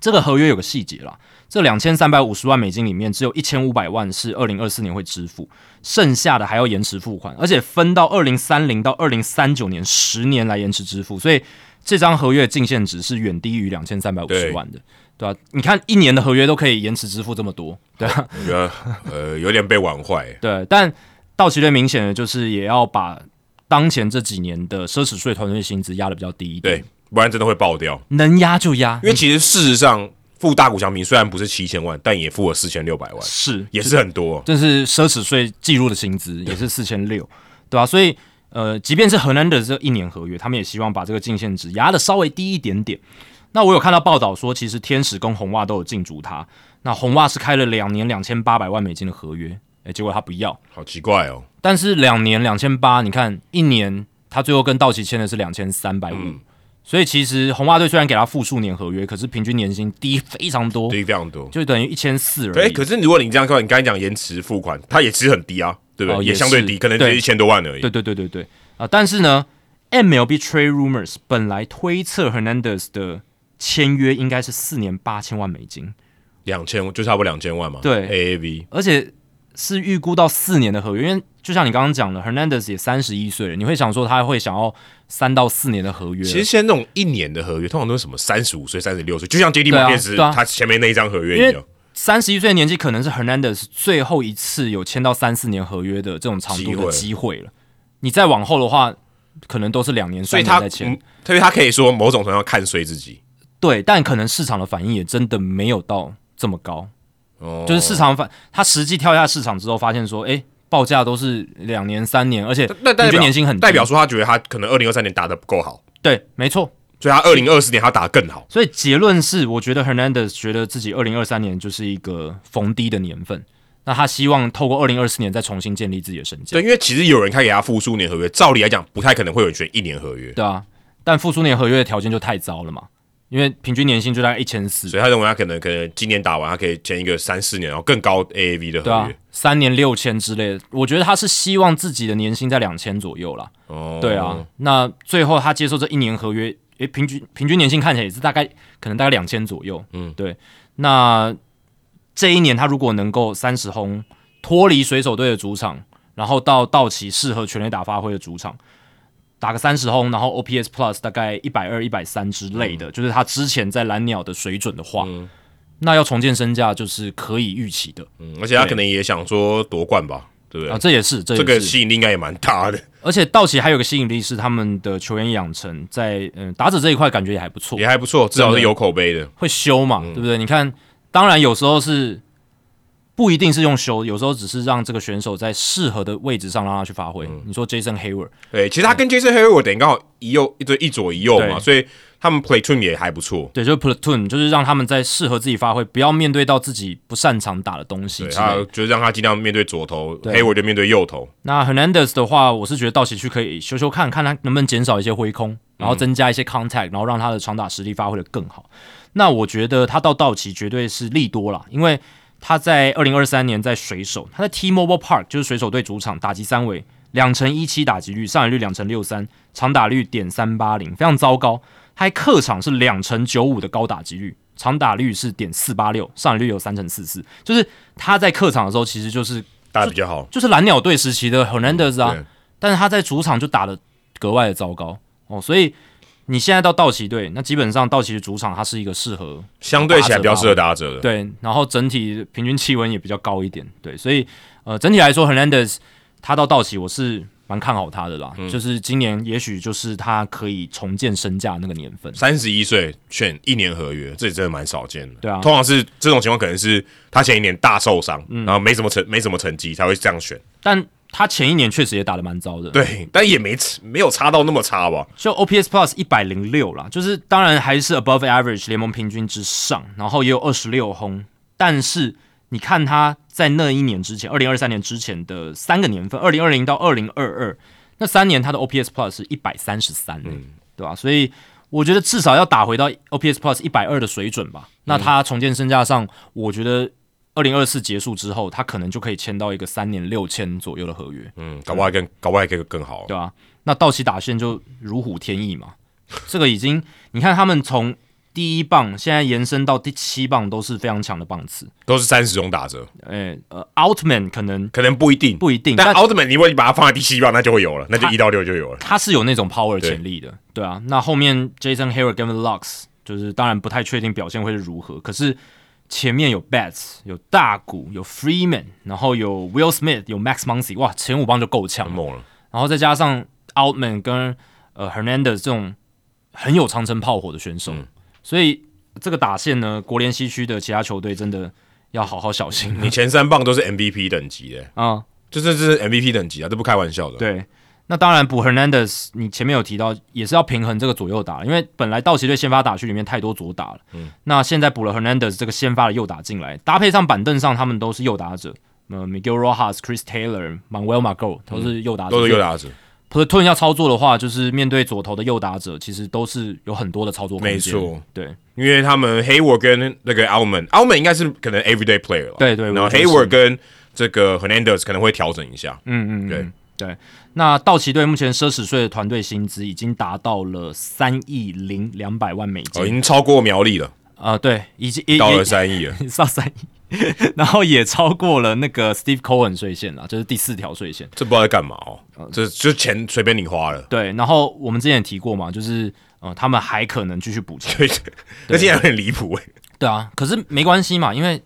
这个合约有个细节啦，这两千三百五十万美金里面只有一千五百万是二零二四年会支付，剩下的还要延迟付款，而且分到二零三零到二零三九年十年来延迟支付，所以这张合约的净现值是远低于两千三百五十万的，对啊，你看一年的合约都可以延迟支付这么多，对啊，我觉得呃有点被玩坏，对，但道奇队明显的就是也要把当前这几年的奢侈税团队薪资压的比较低一点，对，不然真的会爆掉。能压就压，因为其实事实上，付大谷翔平虽然不是七千万，但也付了四千六百万，是也是很多。这是奢侈税计入的薪资，也是四千六，对吧、啊所以呃，即便是荷兰的这一年合约，他们也希望把这个净现值压的稍微低一点点。那我有看到报道说，其实天使跟红袜都有进驻他。那红袜是开了两年两千八百万美金的合约，诶，结果他不要。好奇怪哦，但是两年两千八，你看一年他最后跟道奇签的是两千三百嗯五，所以其实红袜队虽然给他复数年合约，可是平均年薪低非常多，对，非常多。就等于一千四而哎，已。可是如果你这样看，你刚才讲延迟付款，它也其实很低啊，对不哦对？也也是相对低，可能只对一千多万而已。对对对对对啊、但是呢，MLB Trade Rumors 本来推测 Hernandez 的签约应该是四年八千万美金，两千就差不多两千万嘛。对，AAV 而且是预估到四年的合约，因为就像你刚刚讲的，Hernandez 也三十一岁了，你会想说他会想要三到四年的合约。其实现在那种一年的合约，通常都是什么三十五岁、三十六岁，就像 J.D. 对啊马天斯对啊他前面那一张合约因一为样，三十一岁的年纪，可能是 Hernandez 最后一次有签到三四年合约的这种长度的机机会了。你再往后的话，可能都是两年、所三以他年再签嗯。所以他可以说某种程度上看衰自己。对，但可能市场的反应也真的没有到这么高。哦就是市场反，他实际跳下市场之后，发现说，哎、报价都是两年、三年，而且那代平均表年薪很低代表说他觉得他可能二零二三年打的不够好，对，没错。所以他二零二四年他打得更好。所以结论是，我觉得 Hernandez 觉得自己二零二三年就是一个逢低的年份，那他希望透过二零二四年再重新建立自己的身价对，，因为其实有人开给他复数年合约，照理来讲不太可能会有人选一年合约。对啊。但复苏年合约的条件就太糟了嘛，因为平均年薪就大概一千四，啊所以他认为他可能可能今年打完，他可以签一个三四年，然后更高 AAV 的合对啊约。，三年六千之类的。我觉得他是希望自己的年薪在两千左右啦。哦，对啊，，那最后他接受这一年合约，诶，平均平均年薪看起来也是大概可能大概两千左右。嗯，对。那这一年他如果能够三十轰，脱离水手队的主场，然后到道奇适合全垒打发挥的主场。打个三十轰，然后 OPS Plus 大概一百二、一百三之类的，就是他之前在蓝鸟的水准的话，嗯那要重建身价就是可以预期的嗯，而且他对可能也想说夺冠吧，对不对？啊，这也是这也这是个吸引力应该也蛮大 [LAUGHS] 的，而且道奇还有个吸引力是他们的球员养成在嗯打者这一块感觉也还不错也，还嗯不错，至少是有口碑的。会修嘛，对不对？你看，当然有时候是不一定是用修，有时候只是让这个选手在适合的位置上让他去发挥。嗯你说 Jason Hayward 对，其实他跟 Jason Hayward 等于刚好一右一对一左一右嘛，对所以他们 play tune 也还不错。对，就是 platoon，就是让他们在适合自己发挥，不要面对到自己不擅长打的东西对之他类的。就是让他尽量面对左投对，Hayward 就面对右投。那 Hernandez 的话，我是觉得道奇区可以修修看看他能不能减少一些挥空，然后增加一些 contact，然后让他的长打实力发挥的更好。那我觉得他到道奇绝对是利多啦，因为他在二零二三年在水手，他在 T-Mobile Park 就是水手队主场打击三围，两成一七打击率，上垒率两成六三，长打率点三八零，非常糟糕。他还客场是两成九五的高打击率，长打率是点四八六，上垒率有三成四四，就是他在客场的时候其实就是打得比较好，就是蓝鸟队时期的 Hernandez 啊，嗯对但是他在主场就打得格外的糟糕哦，所以你现在到道奇队，那基本上道奇的主场它是一个适合相对起来比较适合打者的。对，然后整体平均气温也比较高一点，对，所以呃整体来说 Hernandez 他到道奇我是蛮看好他的啦，嗯就是今年也许就是他可以重建身价那个年份，三十一岁选一年合约，这真的蛮少见的。对啊通常是这种情况，可能是他前一年大受伤，嗯然后没什么成没什么成绩才会这样选。但他前一年确实也打得蛮糟的，对，但也没没有差到那么差吧？就 OPS Plus 一百零六啦，就是当然还是 above average 联盟平均之上，然后也有二十六轰，但是你看他在那一年之前，二零二三年之前的三个年份，二零二零到二零二二那三年，他的 OPS Plus 是一百三十三，欸对吧、所以我觉得至少要打回到 OPS Plus 一百二的水准吧。那他重建身价上，我觉得二零二四结束之后，他可能就可以签到一个三年六千左右的合约。嗯，搞不好还更搞不好还可以更好。对啊，那道奇打线就如虎添翼嘛。这个已经，你看他们从第一棒现在延伸到第七棒都是非常强的棒次。都是三十种打折，哎、呃，Outman 可能可能不一定。不一定，但但奥特曼，你如果你把它放在第七棒，那就会有了，那就他一到六就有了。他是有那种 power 潜力的，对啊。那后面 Jason Hayward 跟 Lux 就是当然不太确定表现会是如何，可是前面有 Bats，有大谷，有 Freeman，然后有 Will Smith，有 Max Muncy，哇，前五棒就够强很了。猛了，然后再加上 Outman 跟呃 Hernandez 这种很有长城炮火的选手，嗯所以这个打线呢，国联西区的其他球队真的要好好小心你前三棒都是 MVP 等级的，啊、这这这是 MVP 等级啊，这不开玩笑的。对，那当然补 Hernandez，你前面有提到也是要平衡这个左右打，因为本来道奇队先发打区里面太多左打了，嗯那现在补了 Hernandez 这个先发的右打进来，搭配上板凳上他们都是右打者。呃，Miguel Rojas、Chris Taylor、Manuel Margot 都啊是右打嗯者，都是右打者， Platoon 要操作的话，就是面对左投的右打者，其实都是有很多的操作空间。没，错。对因为他们 Hayward 跟那个 Alman Alman 应该是可能 everyday player 了，对对，然后我觉得是 Hayward 跟这个 Hernandez 可能会调整一下，嗯嗯，对嗯对。那道奇队目前奢侈税的团队薪资已经达到了三亿零两百万美哦，已金，经超过苗栗了，啊、对，已经已到了已三亿了。已上三亿， [LAUGHS] 然后也超过了那个 Steve Cohen 税线了，就是第四条税线。这不知道在干嘛哦，这就钱随便你花了， [LAUGHS] 对，然后我们之前也提过嘛，就是呃，他们还可能继续补强。对，那现在有点离谱哎。对啊，可是没关系嘛，因为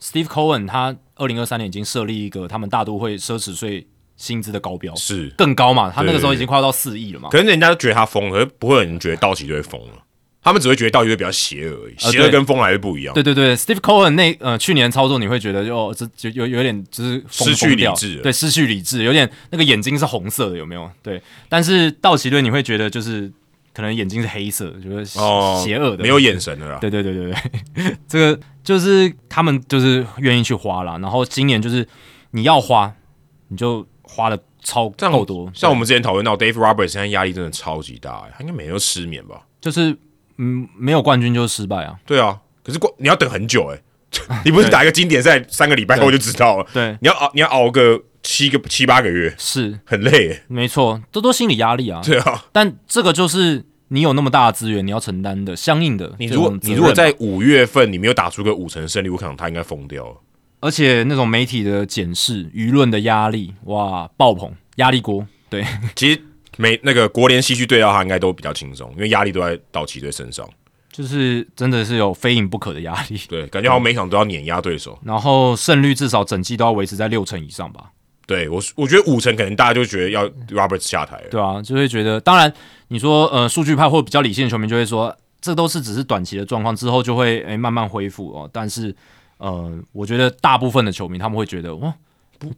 Steve Cohen 他二零二三年已经设立一个他们大都会奢侈税薪资的高标，是，更高嘛，他对那个对时候对已经快要到四亿了嘛。可能人家都觉得他疯了，可是不会有人觉得道奇队疯了，他们只会觉得道奇队比较邪恶而已，呃邪恶对跟疯来的不一样。对对对，Steve Cohen 那呃去年操作你会觉得就哦这就有有点就是疯失去疯掉理智了对，失去理智，有点那个眼睛是红色的，有没有？对，但是道奇队你会觉得就是可能眼睛是黑色的，就是邪哦，邪恶的，没有眼神了啦。对对对对对， [LAUGHS] 这个就是他们就是愿意去花啦。然后今年就是你要花，你就花的超这样够多，欸像我们之前讨论到 Dave Roberts，现在压力真的超级大，他应该每天都失眠吧？就是嗯，没有冠军就是失败啊。对啊，可是过你要等很久哎、 [LAUGHS] 你不是打一个经典赛三个礼拜后就知道了，对，你要熬你要熬个七个七八个月，是很累、欸。没错，这都心理压力啊。对啊，但这个就是你有那么大的资源，你要承担的相应的你这如果种责你任啊如果在五月份你没有打出个五成胜率，我想他应该疯掉了。而且那种媒体的检视、舆论的压力，哇，爆棚，压力锅，对，其实美那个国联西区对到他应该都比较轻松，因为压力都在道奇队身上。就是真的是有非赢不可的压力。对，感觉好像每场都要碾压对手。然后胜率至少整季都要维持在六成以上吧，对我我觉得五成可能大家就觉得要 Roberts 下台了。对啊，就会觉得，当然你说呃，数据派或比较理性的球迷就会说，这都是只是短期的状况，之后就会诶慢慢恢复哦。但是呃，我觉得大部分的球迷他们会觉得哇。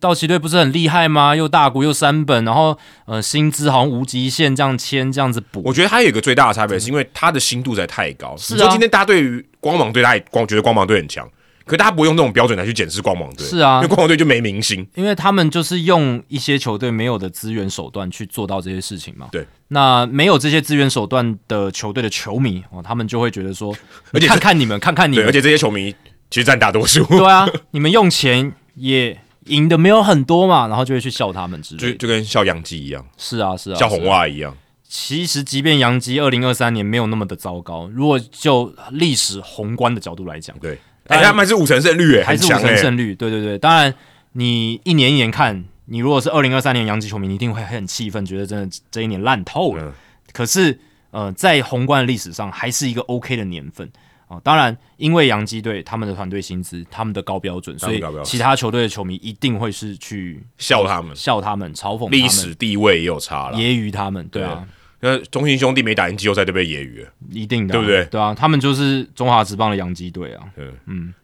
道奇队不是很厉害吗？又大股又三本，然后呃薪资好像无极限这样签这样子补，我觉得他有一个最大的差别，是因为他的心度实在太高。嗯是啊你说今天大家对于光芒队，大家也光觉得光芒队很强，可大家不会用这种标准来去检视光芒队。是啊因为光芒队就没明 [LAUGHS] 星。因为他们就是用一些球队没有的资源手段去做到这些事情嘛。对，那没有这些资源手段的球队的球迷哦，他们就会觉得说，而且看看你们，看看你对，而们，且这些球迷其实占大多数， [LAUGHS] 对啊，你们用钱也赢的没有很多嘛，然后就会去笑他们之就类的。就跟笑杨基一样，是啊，是啊，笑红是啊。袜一样。其实，即便杨基二零二三年没有那么的糟糕，如果就历史宏观的角度来讲，对，当哎，然他们还是五成胜率，哎，还是五很强成哎胜率。对对对，当然你一年一年看，你如果是二零二三年洋基球迷，你一定会很气愤，觉得真的这一年烂透了。嗯可是呃，在宏观的历史上，还是一个 OK 的年份。哦，当然，因为洋基队他们的团队薪资、他们的高标准，他所们以高标准其他球队的球迷一定会是去哎笑他们，笑他们、嘲讽他们、历史啊地位也有差了。揶揄他们，对啊，那中信兄弟没打进季后赛就被揶揄了。一定的啊、对不对对啊，他们就是中华职棒的洋基队啊，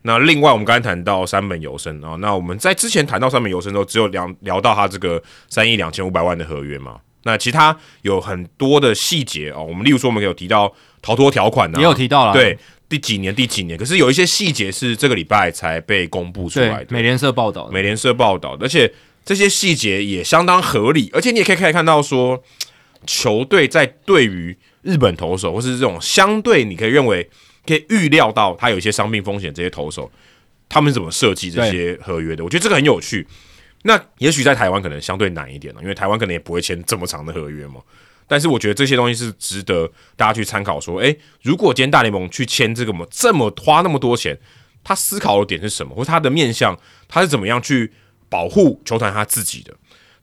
那另外，我们刚才谈到三本游生啊、那我们在之前谈到三本游生的时候，只有聊聊到他这个三亿两千五百万的合约嘛。那其他有很多的细节哦，我们例如说我们有提到逃脱条款呢、啊也有提到了，对第几年第几年，可是有一些细节是这个礼拜才被公布出来对，的，美联社报道的，美联社报道的，而且这些细节也相当合理，而且你也可以可以看到说，球队在对于日本投手或是这种相对你可以认为可以预料到他有一些伤病风险这些投手，他们是怎么设计这些合约的？我觉得这个很有趣。那也许在台湾可能相对难一点了，啊因为台湾可能也不会签这么长的合约嘛。但是我觉得这些东西是值得大家去参考，说，诶、如果今天大联盟去签这个么这么花那么多钱，他思考的点是什么，或是他的面向，他是怎么样去保护球团他自己的。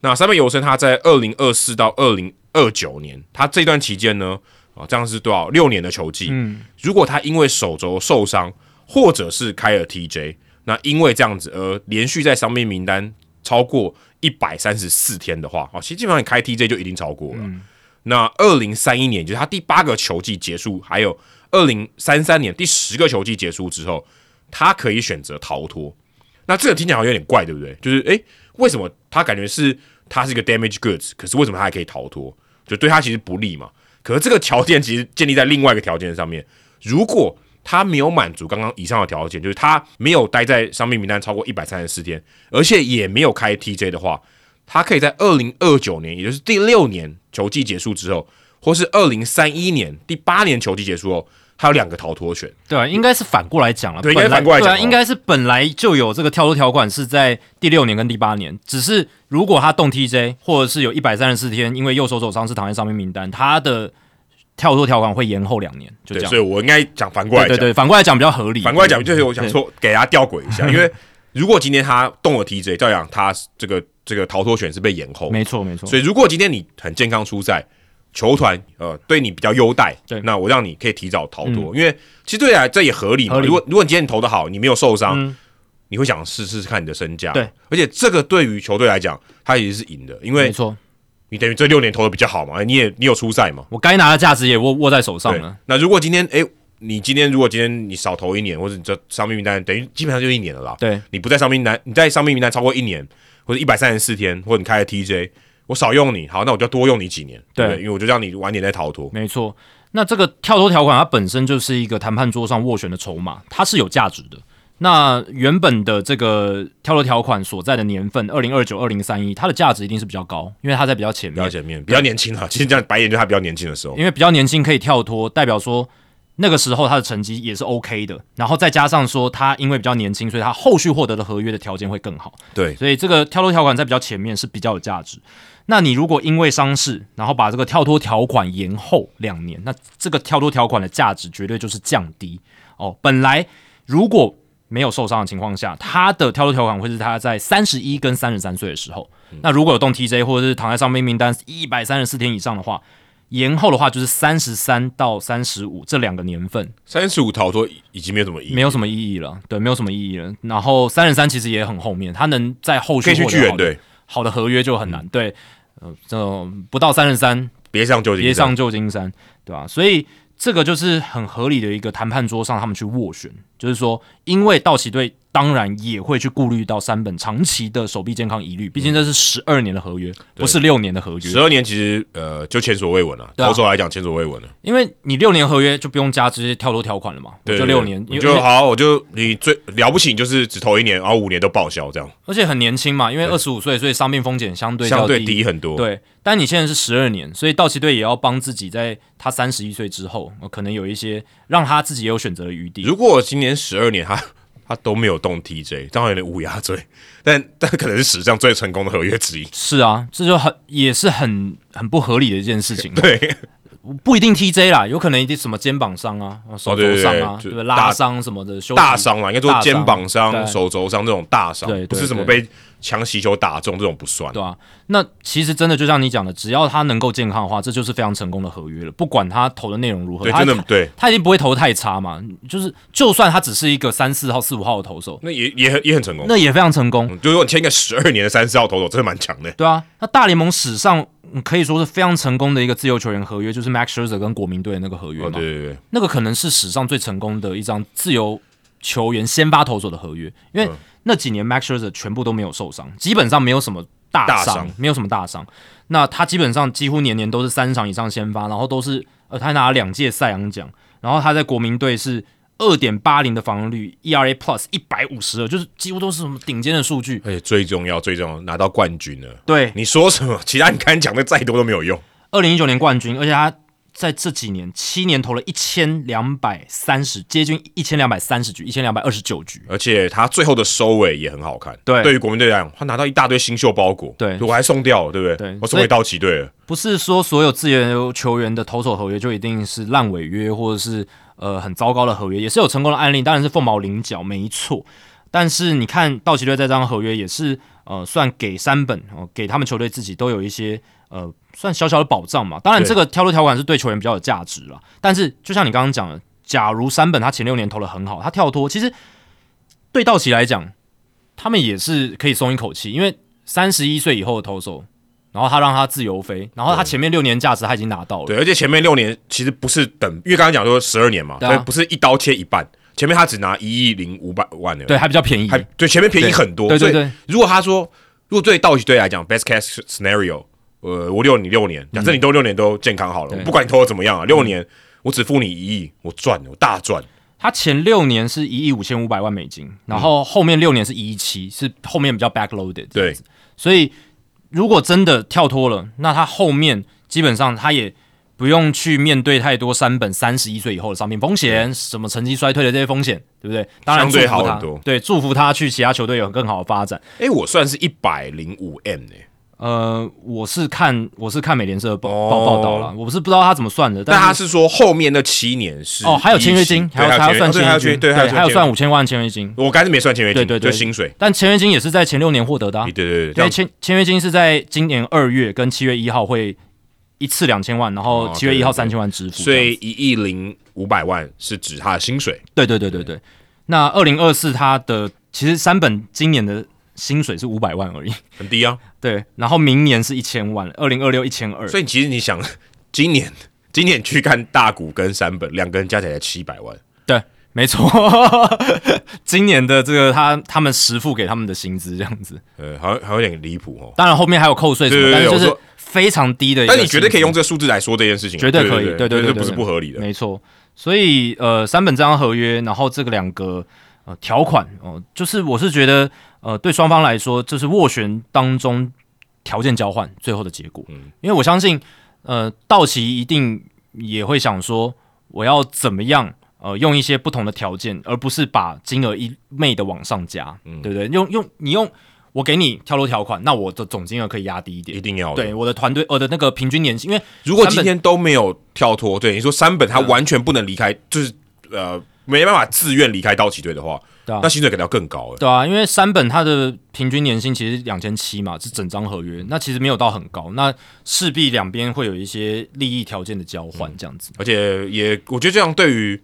那三本游生他在二零二四到二零二九年，他这段期间呢，啊，这样是多少六年的球季？嗯，如果他因为手肘受伤，或者是开了 TJ，那因为这样子而连续在伤病名单超过一百三十四天的话，哦，其实基本上你开 TJ 就一定超过了。那二零三一年，就是他第八个球季结束，还有二零三三年第十个球季结束之后，他可以选择逃脱。那这个听起来好像有点怪，对不对？就是诶，为什么他感觉是他是一个 damage goods，可是为什么他还可以逃脱？就对他其实不利嘛。可是这个条件其实建立在另外一个条件上面，如果他没有满足刚刚以上的条件，就是他没有待在伤病名单超过一百三十四天，而且也没有开 TJ 的话，他可以在二零二九年，也就是第六年球季结束之后，或是二零三一年第八年球季结束后，他有两个逃脱权。对啊，应该是反过来讲了。对本应该反过来讲对哦啊，应该是本来就有这个跳脱条款是在第六年跟第八年，只是如果他动 TJ，或者是有一百三十四天因为右手手伤是躺在上面名单，他的跳脱条款会延后两年，就对这，样所。以我应该讲反过来对讲对。对，反过来讲比较合理。嗯反过来讲，就是我想说给他吊诡一 [LAUGHS] 下，因为如果今天他动了 TJ，照样他这个这个逃脱权是被延后对，，没错没错，所以如果今天你很健康出赛，球团呃对你比较优待，对嗯那我让你可以提早逃脱，因为其实对啊，这也合理嘛。合理如果如果你今天你投的好，你没有受伤，嗯你会想试试看你的身价，对，而且这个对于球队来讲，他也是赢的，因没为错，你等于这六年投的比较好嘛，你也你有出赛嘛，我该拿的价值也握握在手上对了。。那如果今天诶，你今天如果今天你少投一年，或者你这伤病名单，等于基本上就一年了啦。对，你不在伤病名单，你在伤病名单超过一年，或者一百三十四天，或者你开了 TJ，我少用你，好，那我就多用你几年，对对不对，因为我就让你晚点再逃脱。没错，那这个跳脱条款它本身就是一个谈判桌上斡旋的筹码，它是有价值的。那原本的这个跳脱条款所在的年份，二零二九、二零三一，它的价值一定是比较高，因为它在比较前比较面，前面，比较年轻啊，其实这样白眼就是他比较年轻的时候，因为比较年轻可以跳脱，代表说那个时候他的成绩也是 OK 的，然后再加上说他因为比较年轻，所以他后续获得的合约的条件会更好，对，所以这个跳脱条款在比较前面是比较有价值。那你如果因为伤势，然后把这个跳脱条款延后两年，那这个跳脱条款的价值绝对就是降低哦。本来如果没有受伤的情况下，他的跳脱条款会是他在三十一跟三十三岁的时候。嗯那如果有动 TJ 或者是躺在伤病名单一百三十四天以上的话，延后的话就是三十三到三十五这两个年份，三十五逃脱已经没有什么意义，没有什么意义了。对，没有什么意义了。然后三十三其实也很后面，他能在后续可以去获巨得人好的队，好的合约就很难。对，呃，这种不到三十三，别上旧金别山。上旧金山，对吧、所以这个就是很合理的一个谈判桌上他们去斡旋，就是说，因为道奇队当然也会去顾虑到山本长期的手臂健康疑虑，毕竟这是十二年的合约，不是六年的合十约。二年其实呃就前所未闻了，对啊投手来讲前所未闻了。因为你六年合约就不用加这些跳脱条款了嘛，对，就对六对年，你因就为好，我就你最了不起就是只投一年，然后五年都报销这样，而且很年轻嘛，因为二十五岁，所以伤病风险相对较相对低很多。，对，但你现在是十二年，所以道奇队也要帮自己，在他三十一岁之后，呃可能有一些让他自己也有选择的余地。如果今年十二年他 [LAUGHS] 他都没有动 TJ，这样有点乌鸦嘴，但 [LAUGHS] 但可能是史上最成功的合约之一。是啊，这就很也是很很不合理的一件事 [LAUGHS] 情。对，不一定 TJ 啦，有可能一定什么肩膀伤啊、手哦对肘对伤对啊、就对吧大拉伤什么的，休息大伤啦，应该说大伤肩膀伤、对手肘伤这种大伤对，对不是什么被强袭球打中这种不算。对啊，那其实真的就像你讲的，只要他能够健康的话，这就是非常成功的合约了。不管他投的内容如何，对，他真的对，他一定不会投得太差嘛。就是就算他只是一个三四号、四五号的投手，那也也很也很成功。那也非常成功。嗯就如果你签一个十二年的三四号投手，真的蛮强的。对啊，那大联盟史上嗯可以说是非常成功的一个自由球员合约，就是 Max Scherzer 跟国民队的那个合约哦，嘛。对对对，那个可能是史上最成功的一张自由球员先发投手的合约，因嗯为那几年 Max Scherzer 全部都没有受伤，基本上没有什么大大伤，伤没有什么大伤。那他基本上几乎年年都是三场以上先发，然后都是呃，他拿了两届赛扬奖，然后他在国民队是。二点八零的防御率，ERA Plus 一百五十二，就是几乎都是什么顶尖的数据。而且最重要最重要拿到冠军了。对，你说什么？其他你刚才讲的再多都没有用。二零一九年冠军，而且他在这几年七年投了一千两百三十，接近一千两百三十局，一千两百二十九局。而且他最后的收尾也很好看。对对于国民队来讲，他拿到一大堆新秀包裹，对我还送掉了，对不对？对我送所给以道奇队了。不是说所有自由球员的投手合约就一定是烂违约，或者是呃很糟糕的合约，也是有成功的案例，当然是凤毛麟角，没错。但是你看道奇队这张合约也是呃算给山本哦、给他们球队自己都有一些呃算小小的保障嘛。当然对这个挑入条款是对球员比较有价值啦，但是就像你刚刚讲的，假如山本他前六年投的很好，他跳脱，其实对道奇来讲，他们也是可以松一口气，因为三十一岁以后的投手，然后他让他自由飞，然后他前面六年价值他已经拿到了，对，而且前面六年其实不是等，因为刚刚讲说十二年嘛，对啊所以不是一刀切一半。前面他只拿一亿零五百万的，对，，还比较便宜，还对前面便宜对很多。对对所以对如果他说，如果对道奇队来讲，best case scenario，呃，我六你六年，假设你都六年都健康好了，嗯对嗯我不管你投的怎么样啊，六年我只付你一亿，我赚，我大赚。他前六年是一亿五千五百万美金，嗯然后后面六年是一亿七，是后面比较 backloaded，这样对子，所以如果真的跳脱了，那他后面基本上他也不用去面对太多山本三十一岁以后的伤病风险，什么成绩衰退的这些风险，对不对？当然相对祝福好他很多对，祝福他去其他球队有更好的发展。哎，我算是一百零五 M 呢，呃，我是看我是看美联社的报、哦报报道了，我不是不知道他怎么算的，但但他是是说后面那七年是哦，还有签约金，还还有要算签约签约金，金，对，还有签约还有金算，五千万签约金。我刚才没算签约金，对对对就薪水，但签约金也是在前六年获得的、啊对，对对对，对，签签约金是在今年二月跟七月一号会一次两千万，然后哦七月一号对三对千万支付。所以一亿零五百万是指他的薪水，这样，对对对对对。那二零二四他的其实三本今年的薪水是五百万而已， [LAUGHS] 很低啊。对，然后明年是一千万，二零二六一千二，所以其实你想，今年今年去看大谷跟山本两个人加起来七百万，对，没错， [LAUGHS] 今年的这个他他们实付给他们的薪资这样子，呃，好像好像有点离谱哦。当然后面还有扣税什么，对对对但是就我是说非常低的一个薪资，但你绝对可以用这个数字来说这件事情啊，绝对对可以，对对对这对，不是不合理的。没错。所以呃，三本这张合约，然后这个两个呃条款哦、就是我是觉得呃，对双方来说，这是斡旋当中条件交换最后的结果。因为我相信呃，道奇一定也会想说，我要怎么样？呃，用一些不同的条件，而不是把金额一昧的往上加，对不对？用用你用我给你跳楼条款，那我的总金额可以压低一点一。定要的。对我的团队，我的那个平均年薪，因为如果三今本嗯天都没有跳脱，对你说三本他完全不能离开，就是呃没办法自愿离开道奇队的话，对啊那薪水可能要更高了。对啊，因为三本它的平均年薪其实两千七嘛，是整张合约，那其实没有到很高，那势必两边会有一些利益条件的交嗯换，这样子。而且也，我觉得这样对于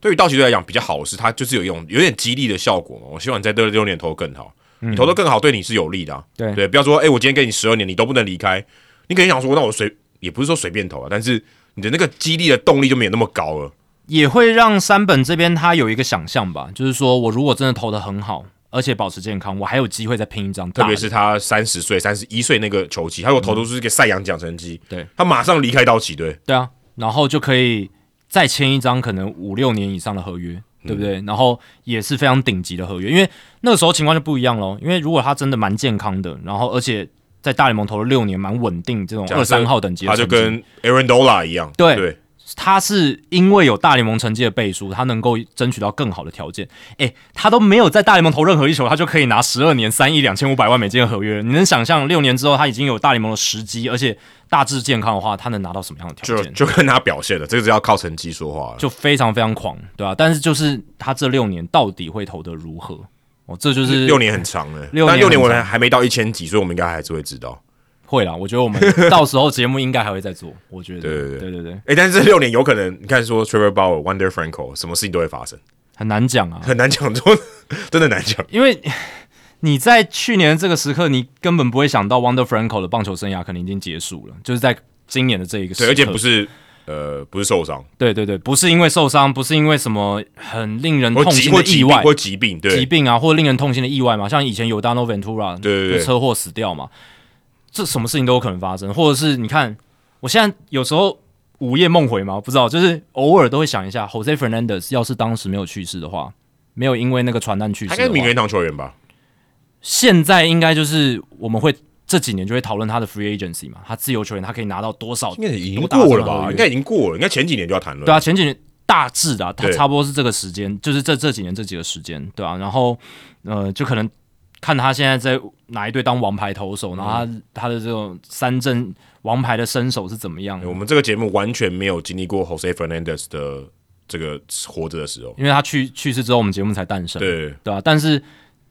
对于道奇队来讲比较好的是，它就是有一种有点激励的效果嘛。我希望你在这六年投得更好，你投得更好对你是有利的、啊。嗯对对，不要说哎、我今天给你十二年，你都不能离开，你可能想说，那我随也不是说随便投啊，但是你的那个激励的动力就没有那么高了。也会让山本这边他有一个想象吧，就是说我如果真的投的很好，而且保持健康，我还有机会再拼一张特大的。别是他三十岁、三十一岁那个球季，他如果投出是一个赛扬奖成绩，对他马上离开道奇队。对啊，然后就可以再签一张可能五六年以上的合约，嗯对不对？然后也是非常顶级的合约，因为那个时候情况就不一样喽。因为如果他真的蛮健康的，然后而且在大联盟投了六年，蛮稳定这种假设二三号等级的他成就绩，跟 Aaron Dola 一样，对对，他是因为有大联盟成绩的背书，他能够争取到更好的条件。诶，他都没有在大联盟投任何一球，他就可以拿十二年三亿两千五百万美金的合约。你能想象六年之后他已经有大联盟的时机，而且大致健康的话，他能拿到什么样的条就件？就跟他表现了，这个是要靠成绩说话了。就非常非常狂，对啊？但是就是他这六年到底会投的如何？哦，这就是六年很长了，六年但六年我很们长还没到一千几，所以我们应该还是会知道。会啦。我觉得我们到时候节目应该还会再做，我觉得。对对对对对对，哎，但是这六年有可能，你看说 Trevor Bauer、Wonder Franco，什么事情都会发生，很难讲啊，很难讲，真的 [LAUGHS] 真的难讲。因为 [LAUGHS] 你在去年这个时刻，你根本不会想到 Wonder Franco 的棒球生涯可能已经结束了，就是在今年的这一个时对，刻。而且不是呃不是受伤，对对对，不是因为受伤，不是因为什么很令人或痛疾心或的疾意病外。或疾病，疾对，病啊，或令人痛心的意外嘛，像以前有 d a n o Ventura 对对对就车祸死掉嘛，这什么事情都有可能发生，或者是你看，我现在有时候午夜梦回嘛，不知道，就是偶尔都会想一下，Jose Fernandez 要是当时没有去世的话，没有因为那个传染去他世应该的是名话，人堂球员吧？现在应该就是我们会这几年就会讨论他的 free agency 嘛，他自由球员他可以拿到多少应该已经多大的过了合吧？约应该已经过了，应该前几年就要谈论。对啊，前几年大致的、啊，它对差不多是这个时间，就是这这几年这几个时间，对啊，然后呃，就可能看他现在在哪一队当王牌投手，然后他、嗯他的这种三振王牌的身手是怎么样欸，我们这个节目完全没有经历过 Jose Fernandez 的这个活着的时候。因为他去去世之后，我们节目才诞生，对，对啊，但是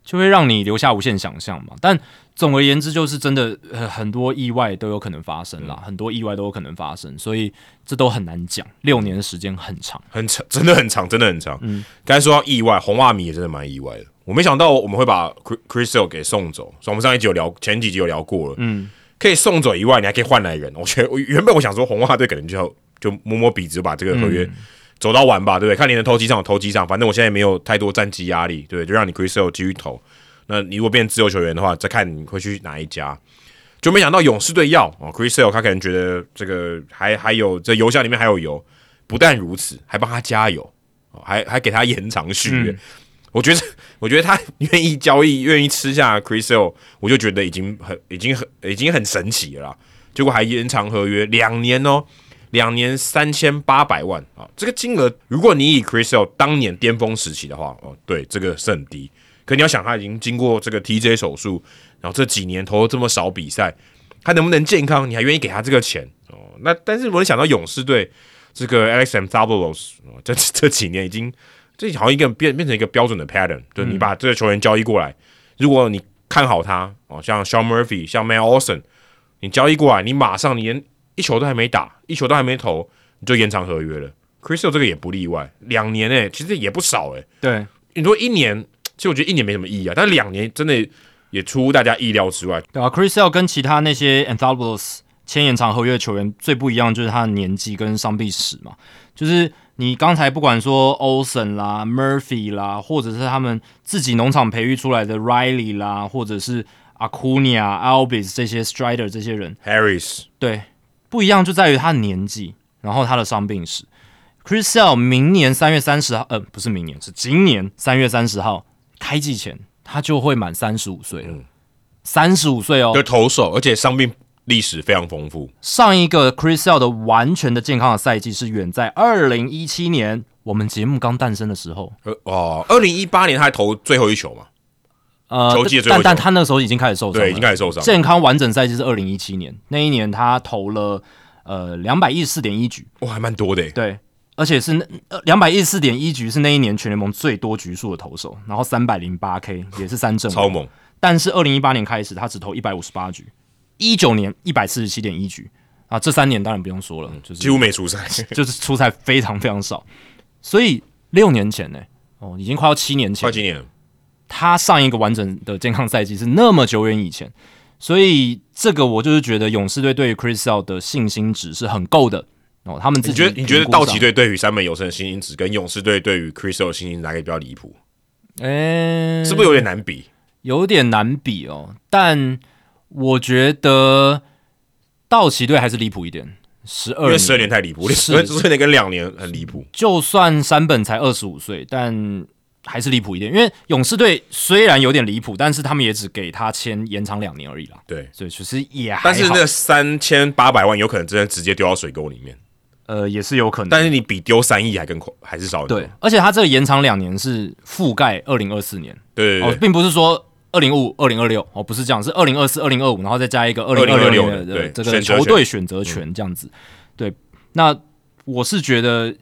就会让你留下无限想象嘛。但总而言之，就是真的、呃、很多意外都有可能发生啦，嗯很多意外都有可能发生，所以这都很难讲。六年的时间很长。很长，真的很长，真的很长。嗯，刚才说到意外，红袜迷也真的蛮意外的。我没想到我们会把 Chris- Chris Sale 给送走，所以我们上一集有聊，前几集有聊过了。嗯，可以送走以外，你还可以换来人。我觉得我原本我想说红袜队可能就要就摸摸鼻子就把这个合约走到完吧，对不对？看你能投几场投几场，反正我现在也没有太多战绩压力，对不对？就让你 Chris Sale 继续投。那你如果变自由球员的话，再看你会去哪一家。就没想到勇士队要哦，Chris Sale 他可能觉得这个还还有这油箱里面还有油，不但如此，还帮他加油，哦还还给他延长续约。我觉得，我觉得他愿意交易，愿意吃下 Chris Sale，我就觉得已经很、已经很、已经很神奇了啦。结果还延长合约两年哦，两年三千八百万啊、这个金额，如果你以 Chris Sale 当年巅峰时期的话，哦，对，这个是很低。可你要想，他已经经过这个 TJ 手术，然后这几年投了这么少比赛，他能不能健康，你还愿意给他这个钱哦？那但是我能想到勇士队这个 Alex and d o u b l o s 这这几年已经这好像一个变变成一个标准的 pattern，就是你把这个球员交易过来，如果你看好他哦，像 Sean Murphy、像 Matt Olson，你交易过来，你马上你连一球都还没打，一球都还没投，你就延长合约了。Crystal 这个也不例外，两年诶、其实也不少诶、对，你说一年，其实我觉得一年没什么意义啊，但两年真的也出乎大家意料之外。对啊，Chris Sale 跟其他那些 Anthopoulos 签延长合约的球员最不一样，就是他的年纪跟伤病史嘛。就是你刚才不管说 Olsen 啦、Murphy 啦，或者是他们自己农场培育出来的 Riley 啦，或者是 Acuna、Albis 这些 Strider 这些人， Harris 对，不一样就在于他的年纪，然后他的伤病史。Chris Sale 明年三月三十号，呃，不是明年，是今年三月三十号开季前，他就会满三十五岁了。三十五岁哦，的投手，而且伤病历史非常丰富，上一个 Chris Sale 的完全的健康的赛季是远在二零一七年我们节目刚诞生的时候，呃哦，二零一八年他还投最后一球嘛，呃球季的，最后但一但球他那个时候已经开始受伤了，对，已经开始受伤了，健康完整赛季是二零一七年，那一年他投了呃两百一十四点一局，哇，还蛮多的耶，欸对，而且是呃两百一十四点一局是那一年全联盟最多局数的投手，然后三百零八 K 也是三振王，超猛，但是二零一八年开始他只投一百五十八局，一九年一百四十七点一局啊，这三年当然不用说了，就是几乎没出赛，就是出赛非常非常少，所以六年前呢、哦，已经快要七年前快，今年了他上一个完整的健康赛季是那么久远以前，所以这个我就是觉得勇士队对于 Chris Sale 的信心值是很够的哦。他们自你己觉得你觉得评估上道奇？队对于山本有生的信心值跟勇士队对于 Chris Paul 的信心值哪个比较离谱？诶，是不是有点难比？有点难比哦？但我觉得道奇队还是离谱一点，十因二为十二年太离谱，嗯是嗯十二年跟两年很离谱。就算山本才二十五岁，但还是离谱一点。因为勇士队虽然有点离谱，但是他们也只给他签延长两年而已啦，对，所以其实也还但是好那三千八百万有可能真的直接丢到水沟里面，呃也是有可能。但是你比丢三亿还更快，还是少很多。对，而且它这个延长两年是覆盖二零二四年对对哦对，并不是说二零五、二零二六哦，不是这样，是二零二四、二零二五，然后再加一个二零二2026六的年的对这个选择权球队选择权这样子。对，那我是觉得，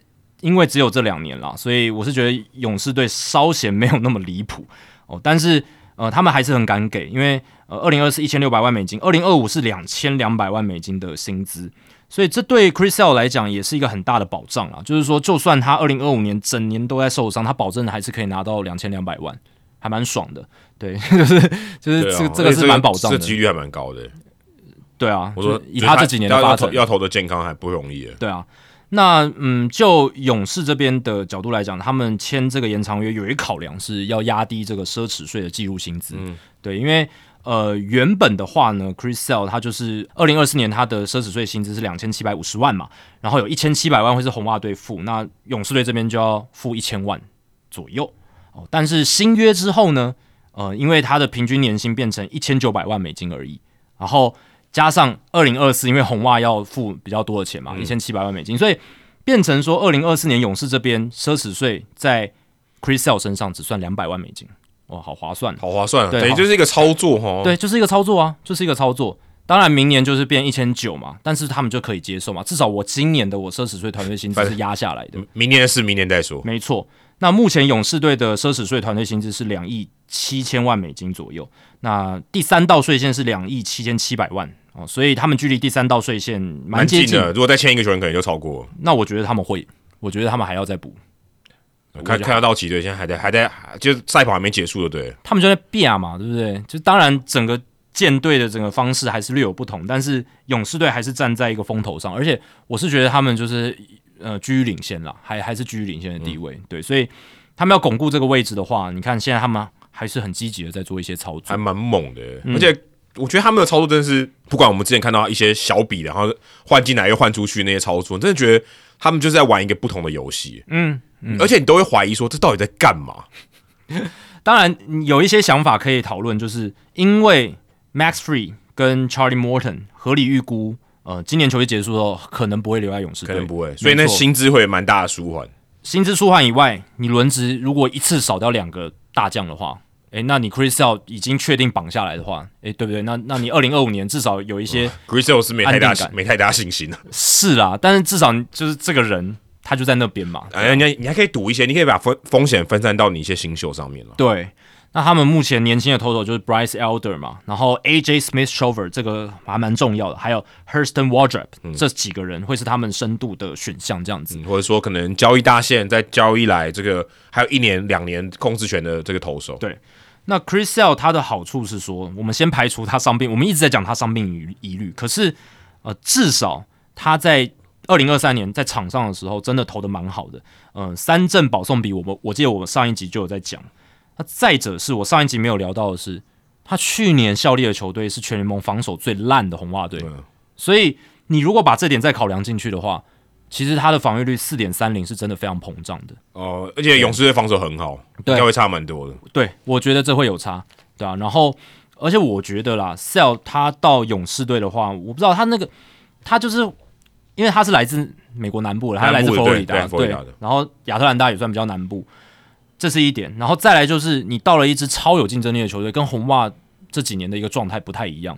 因为只有这两年啦，所以我是觉得勇士队稍显没有那么离谱哦，但是呃，他们还是很敢给，因为呃，二零二四一千六百万美金，二零二五是两千两百万美金的薪资。所以这对 Chris Sale 来讲也是一个很大的保障啦。就是说，就算他二零二五年整年都在受伤，他保证还是可以拿到两千两百万，还蛮爽的。对， [LAUGHS] 就是就是对啊这个、这而个且是蛮保障这的。个几率还蛮高的。对啊，我说就，以就是他这几年的要发要展投，要投的健康还不容易耶。对啊。那嗯，就勇士这边的角度来讲，他们签这个延长约有一考量是要压低这个奢侈税的计入薪资。对，因为呃原本的话呢，Chris Sale 他就是二零二四年他的奢侈税薪资是两千七百五十万嘛，然后有一千七百万会是红袜队付，那勇士队这边就要付一千万左右哦。但是新约之后呢，呃，因为他的平均年薪变成一千九百万美金而已，然后加上二零二四，因为红袜要付比较多的钱嘛，一千七百万美金，所以变成说二零二四年勇士这边奢侈税在 Chris Sale 身上只算两百万美金，哇，好划算哦。好划算啊，对等于好就是一个操作哦哈。对，就是一个操作啊，就是一个操作。当然，明年就是变一千九嘛，但是他们就可以接受嘛。至少我今年的我奢侈税团队薪资是压下来的，明年的事明年再说。没错。那目前勇士队的奢侈税团队薪资是两亿七千万美金左右，那第三道税线是两亿七千七百万哦，所以他们距离第三道税线蛮接近近。的，如果再签一个球员，可能就超过了。那我觉得他们会，我觉得他们还要再补，看看到道奇队现在还在还在，就是赛跑还没结束的，对了。他们就在变啊嘛，对不对？就当然整个舰队的整个方式还是略有不同，但是勇士队还是站在一个风头上，而且我是觉得他们就是呃居于领先啦，还还是居于领先的地位，对，所以他们要巩固这个位置的话，你看现在他们还是很积极的在做一些操还作，蛮猛的、嗯而且我觉得他们的操作真的是，不管我们之前看到一些小笔，然后换进来又换出去那些操作，真的觉得他们就是在玩一个不同的游戏、嗯。而且你都会怀疑说这到底在干嘛？当然嗯有一些想法可以讨论，就是因为 Max Free 跟 Charlie Morton 合理预估，呃，今年球季结束后可能不会留在勇士可队，能不会，没所以那错薪资会有蛮大的舒缓。薪资舒缓以外，你轮值如果一次少掉两个大将的话，诶，那你 Chris Sale 已经确定绑下来的话，诶，对不对？那那你二零二五年至少有一些 Grizzle 是没太大安定感没太大信心的、是啦，但是至少就是这个人他就在那边嘛，哎，你还你还可以赌一些，你可以把风风险分散到你一些新秀上面了。对，那他们目前年轻的投手就是 Bryce Elder 嘛，然后 AJ Smith Shover 这个还蛮重要的，还有 Hurston Wardrop、这几个人会是他们深度的选项这样子。嗯或者说，可能交易大线再交易来这个，还有一年两年控制权的这个投手，对那 Chris Sale 他的好处是说，我们先排除他伤病，我们一直在讲他伤病疑疑虑，可是呃，至少他在二零二三年在场上的时候真的投的蛮好的，嗯、三振保送比我们我记得我上一集就有在讲。那再者是我上一集没有聊到的是，他去年效力的球队是全联盟防守最烂的红袜队，嗯所以你如果把这点再考量进去的话，其实他的防御率四点三零是真的非常膨胀的。哦、而且勇士队防守很好，应对该会差蛮多的。对，我觉得这会有差，对啊。然后而且我觉得啦，Sell 他到勇士队的话，我不知道他那个他就是因为他是来自美国南部的，他是来自南佛部罗的里达，对对佛罗里达的然后亚特兰大也算比较南部，这是一点。然后再来就是你到了一支超有竞争力的球队，跟红袜这几年的一个状态不太一样，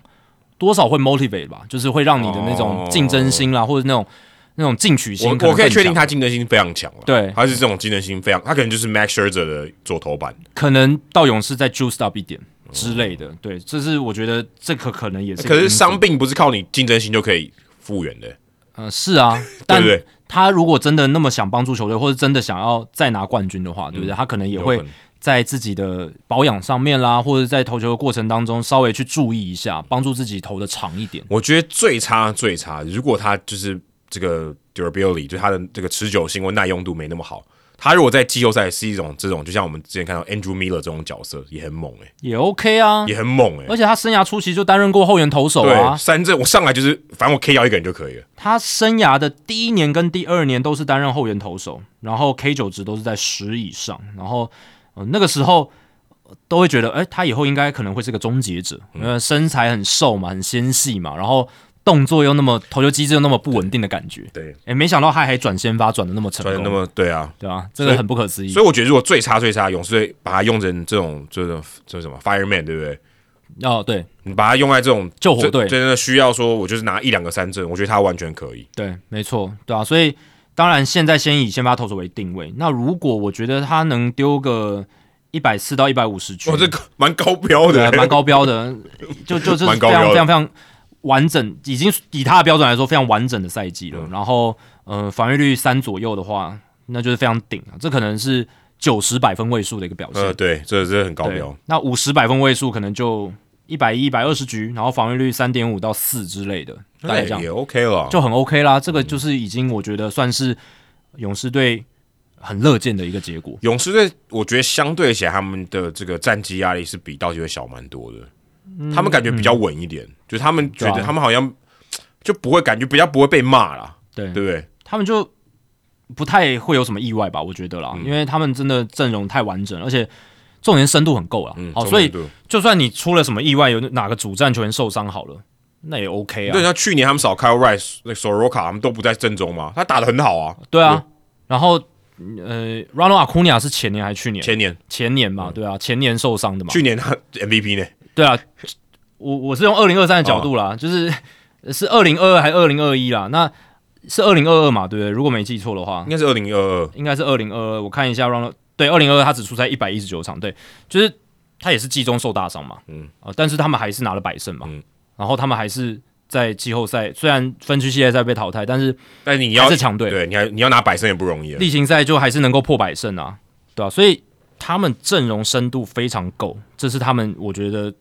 多少会 motivate 吧，就是会让你的那种哦竞争心啦，或者那种那种进取心我能我可以更确定强他竞争性非常强了，对他是这种竞争性非常，他可能就是 Max Scherzer 的左投版，可能到勇士再 juice up 一点之类的，对，这是我觉得这可可能也是一哦个嗯可是因素伤病不是靠你竞争性就可以复原的，呃，是啊，但对不对他如果真的那么想帮助球队，或者真的想要再拿冠军的话，对不对？他可能也嗯有会可能在自己的保养上面啦，或者在投球的过程当中稍微去注意一嗯下，帮助自己投的长一点。我觉得最差最差，如果他就是这个 durability，就他的这个持久性或耐用度没那么好，他如果在季后赛是一种这种，就像我们之前看到 Andrew Miller 这种角色也很猛哎、也 OK 啊，也很猛哎、而且他生涯初期就担任过后援投手啊对，，三振我上来就是，反正我 K 掉一个人就可以了。他生涯的第一年跟第二年都是担任后援投手，然后 K 九值都是在十以上，然后、呃、那个时候呃都会觉得，哎、他以后应该可能会是个终结者，嗯因为身材很瘦嘛，很纤细嘛，然后动作又那么投球机制又那么不稳定的感觉，对，哎、没想到他还转先发转的那么成所以功，那么对啊，对啊，这个所以很不可思议所，以我觉得如果最差最差，勇士队把它用成这种这种这种什么 fireman，对不对？哦，对你把它用在这种救火队真的需要说，我就是拿一两个三振，我觉得他完全可以。对，没错，对啊，所以当然现在先以先发投手为定位，那如果我觉得他能丢个一百四到一百五十局，哇，哦这个蛮高标的、嗯对，啊蛮高标的，就就就是蛮非高标常的非常非常完整，已经以他的标准来说非常完整的赛季嗯了。然后，呃，防御率三左右的话，那就是非常顶啊，这可能是九十百分位数的一个表现。 [LAUGHS] 呃，对，这这很高对标。，那五十百分位数可能就一百一、一百二十局，然后防御率三点五到四之类的，大概那这样哎也嗯 OK 了，就很 OK 啦。这个就是已经我觉得算是勇士队很乐见的一个结果。勇士队，我觉得相对起来，他们的这个战绩压力是比道奇队小蛮多的。他们感觉比较稳一点，就是他们觉嗯对得啊他们好像就不会感觉比较不会被骂啦，对对不对？他们就不太会有什么意外吧，我觉得啦，嗯因为他们真的阵容太完整，而且重点深度很够了。啊嗯，好，中所以程度就算你出了什么意外，有哪个主战球员受伤好了，那也 OK 啊对，。像去年他们少 Kyle Rice、那 Soroka，他们都不在正中嘛，他打的很好啊，对啊，然后呃，Ronald Acuna 是前年还是去年？前年、前年嘛，对啊，前年受伤的嘛。去年他 MVP 呢，对啊，我我是用二零二三的角度哦啦，就是是二零二二还是二零二一啦？那是二零二二嘛，对不对？如果没记错的话应，该是二零二二，应该是二零二二，我看一下 r o n 对二零二二他只出赛一百一十九场，对，就是他也是季中受大伤嘛，嗯嗯啊、但是他们还是拿了百胜嘛，嗯然后他们还是在季后赛虽然分区系列赛被淘汰，但是但你还要是强队，对，你还你要拿百胜也不容易啊，例行赛就还是能够破百胜啊，对吧、所以他们阵容深度非常够，这是他们我觉得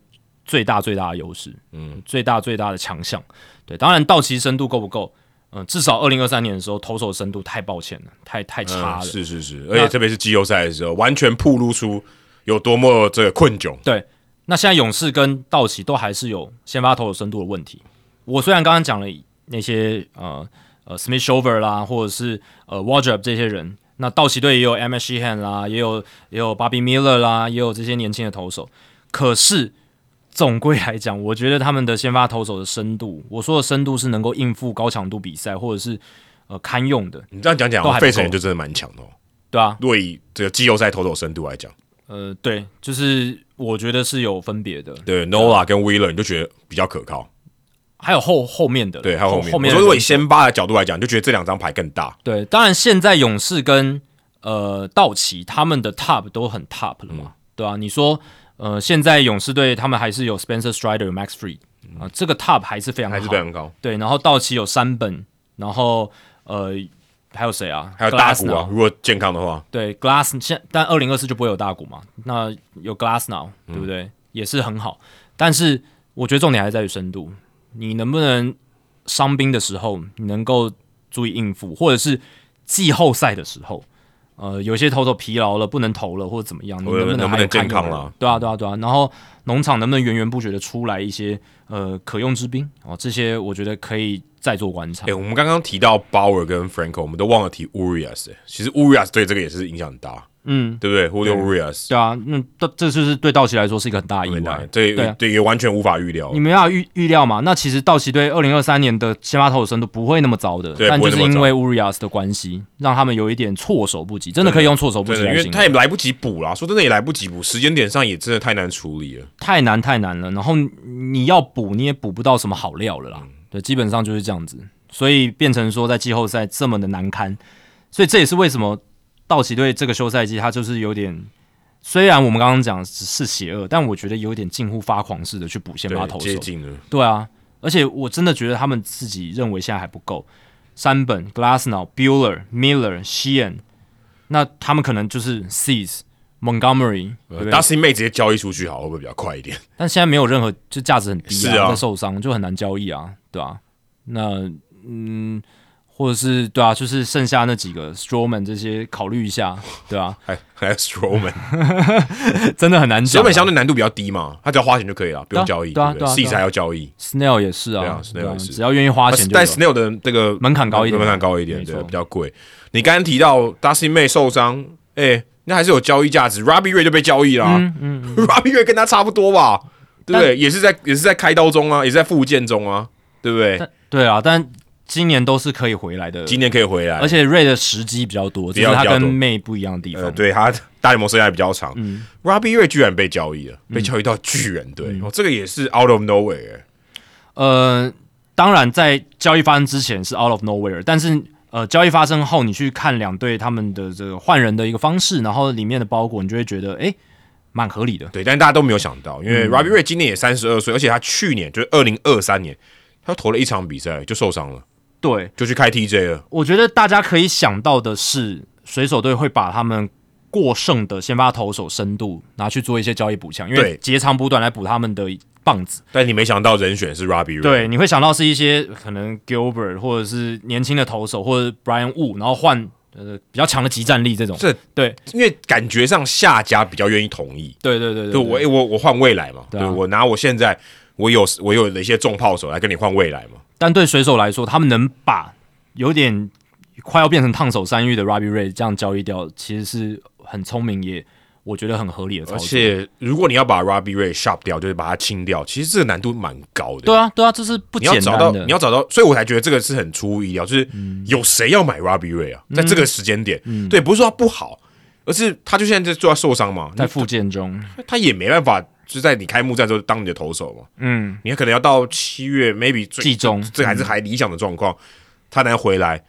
最大最大的优势，嗯嗯，最大最大的强项。对，当然道奇深度够不够？嗯，至少二零二三年的时候，投手深度太抱歉了，太太差嗯，了。是是是，而且特别是季后赛的时候，完全暴露出有多么这个困窘。对，那现在勇士跟道奇都还是有先发投手深度的问题。我虽然刚刚讲了那些呃呃 Smith Shover 啦，或者是呃 Wardrop 这些人，那道奇队也有 M. S. Sheehan 啦，也有也有 Bobby Miller 啦，也有这些年轻的投手。可是总归来讲，我觉得他们的先发投手的深度，我说的深度是能够应付高强度比赛，或者是呃堪用的，你这样讲都还讲，不够费城人就真的蛮强的、哦。对啊，若以这个季后赛投手深度来讲，呃，对，就是我觉得是有分别的。对 Nola 跟 Wheeler 你就觉得比较可靠。还有后后面的，对，还有后后面，后面我的说如果以人先发的角度来讲，你就觉得这两张牌更大。对，当然现在勇士跟呃道奇他们的 top 都很 top 了嗯嘛，对啊，你说呃现在勇士队他们还是有 Spencer Strider、有 Max Free 啊、这个 top 还是非常嗯好还是非常高，对，然后道奇有山本，然后呃还有谁啊？还有大谷 Glasnow 啊，如果健康的话，对 Glass，现但二零二四就不会有大股嘛，那有 Glass now，对嗯不对？也是很好，但是我觉得重点还是在于深度，你能不能伤兵的时候你能够注意应付，或者是季后赛的时候，呃，有些投手疲劳了不能投了或者怎么样，你或者能不哦能不还有能健看用康人啦？对啊，对啊，对啊。然后农场能不能源源不绝的出来一些呃可用之兵哦，这些我觉得可以再做观察哎、。我们刚刚提到 Bauer 跟 Franco，我们都忘了提 Urias、欸。其实 Urias 对这个也是影响很大，嗯，对不对？Julio Urias，对啊，那这这就是对道奇来说是一个很大的意对外吧。这对啊对也完全无法预料你。没办法预预料嘛？那其实道奇队二零二三年的先发投手深度不会那么糟的，对但不就会是那么因糟为 Urias 的关系，让他们有一点措手不及，真的可以用措手不真及的，因来为形他容，也来不及补啦，说真的也来不及补，时间点上也真的太难处理了。太难太难了。然后你要补，你也补不到什么好料了啦。嗯对，基本上就是这样子，所以变成说在季后赛这么的难堪，所以这也是为什么道奇队这个休赛季他就是有点。虽然我们刚刚讲是邪恶，但我觉得有点近乎发狂似的去补先发对，投接手，近了。对啊，而且我真的觉得他们自己认为现在还不够。山本、Glassnow、Bueller、Miller、Sheehan，那他们可能就是 Seas、Montgomery，对不对？ Dustin May 直接交易出去好，会不会比较快 [LAUGHS] 一点？但现在没有任何就价值很低是啊，啊在受伤就很难交易啊，对啊。那嗯，或者是对啊，就是剩下那几个 Strawman 这些考虑一下，对 [LAUGHS] 啊，还还有 [LAUGHS] Stroman，真的很难讲 Stroman 啊。相对难度比较低嘛，他只要花钱就可以了，不用交易，对啊不对啊对啊 C 才要交易。 Snell 也是对啊，啊对啊，Snell 也是只要愿意花钱就有但 Snail 的这个门槛高一点啊门槛高一点，没错对，比较贵。你刚刚提到 Dustin May 受伤，哎，那还是有交易价值。Robbie Ray 就被交易啦，Robbie 嗯 [LAUGHS] Ray 跟他差不多吧，对不对？也是在也是在开刀中啊，也是在复健中啊，对不对？但对啊，但今年都是可以回来的。今年可以回来而，且瑞的时机比较多，比这是较他比较跟多妹不一样的地方。呃，对他大联盟生涯比较长。Robbie 嗯 Ray 居然被交易了，被交易到巨人队，哦，这个也是 out of nowhere，哎呃，当然在交易发生之前是 out of nowhere，但是呃，交易发生后，你去看两队他们的这个换人的一个方式，然后里面的包裹，你就会觉得诶，蛮合理的。对，但大家都没有想到，因嗯为 Robbie Ray 今年也三十二岁，而且他去年就是二零二三年，他投了一场比赛就受伤了。对，就去开 TJ 了。我觉得大家可以想到的是，水手队会把他们过剩的先发投手深度拿去做一些交易补强，因为对截长补短来补他们的棒子。但你没想到人选是 Robbie Ray，对，你会想到是一些可能 Gilbert 或者是年轻的投手，或者 Brian Wu，然后换呃比较强的集战力这种。这对因为感觉上下家比较愿意同意。对对对对对我诶我我换未来嘛，对对,、啊我拿我现在我有我有一些重炮手来跟你换未来嘛。但对水手来说，他们能把有点快要变成烫手山芋的 Robbie Ray 这样交易掉，其实是很聪明也我觉得很合理的操而作。且如果你要把 Robbie Ray shop 掉，就是把它清掉，其实这个难度蛮高的。对啊，对啊，这是不你要简找单到，的。嗯你要找到，所以我才觉得这个是很出乎意料，就是有谁要买 Robbie Ray 啊？在这个时间点，对，不是说他不好，而是他就现在就要受伤嘛，在那复健中，他也没办法，就在你开幕战之后当你的投手嘛。嗯，你可能要到七月，maybe 最季嗯中这这还是还理想的状况，他能回来。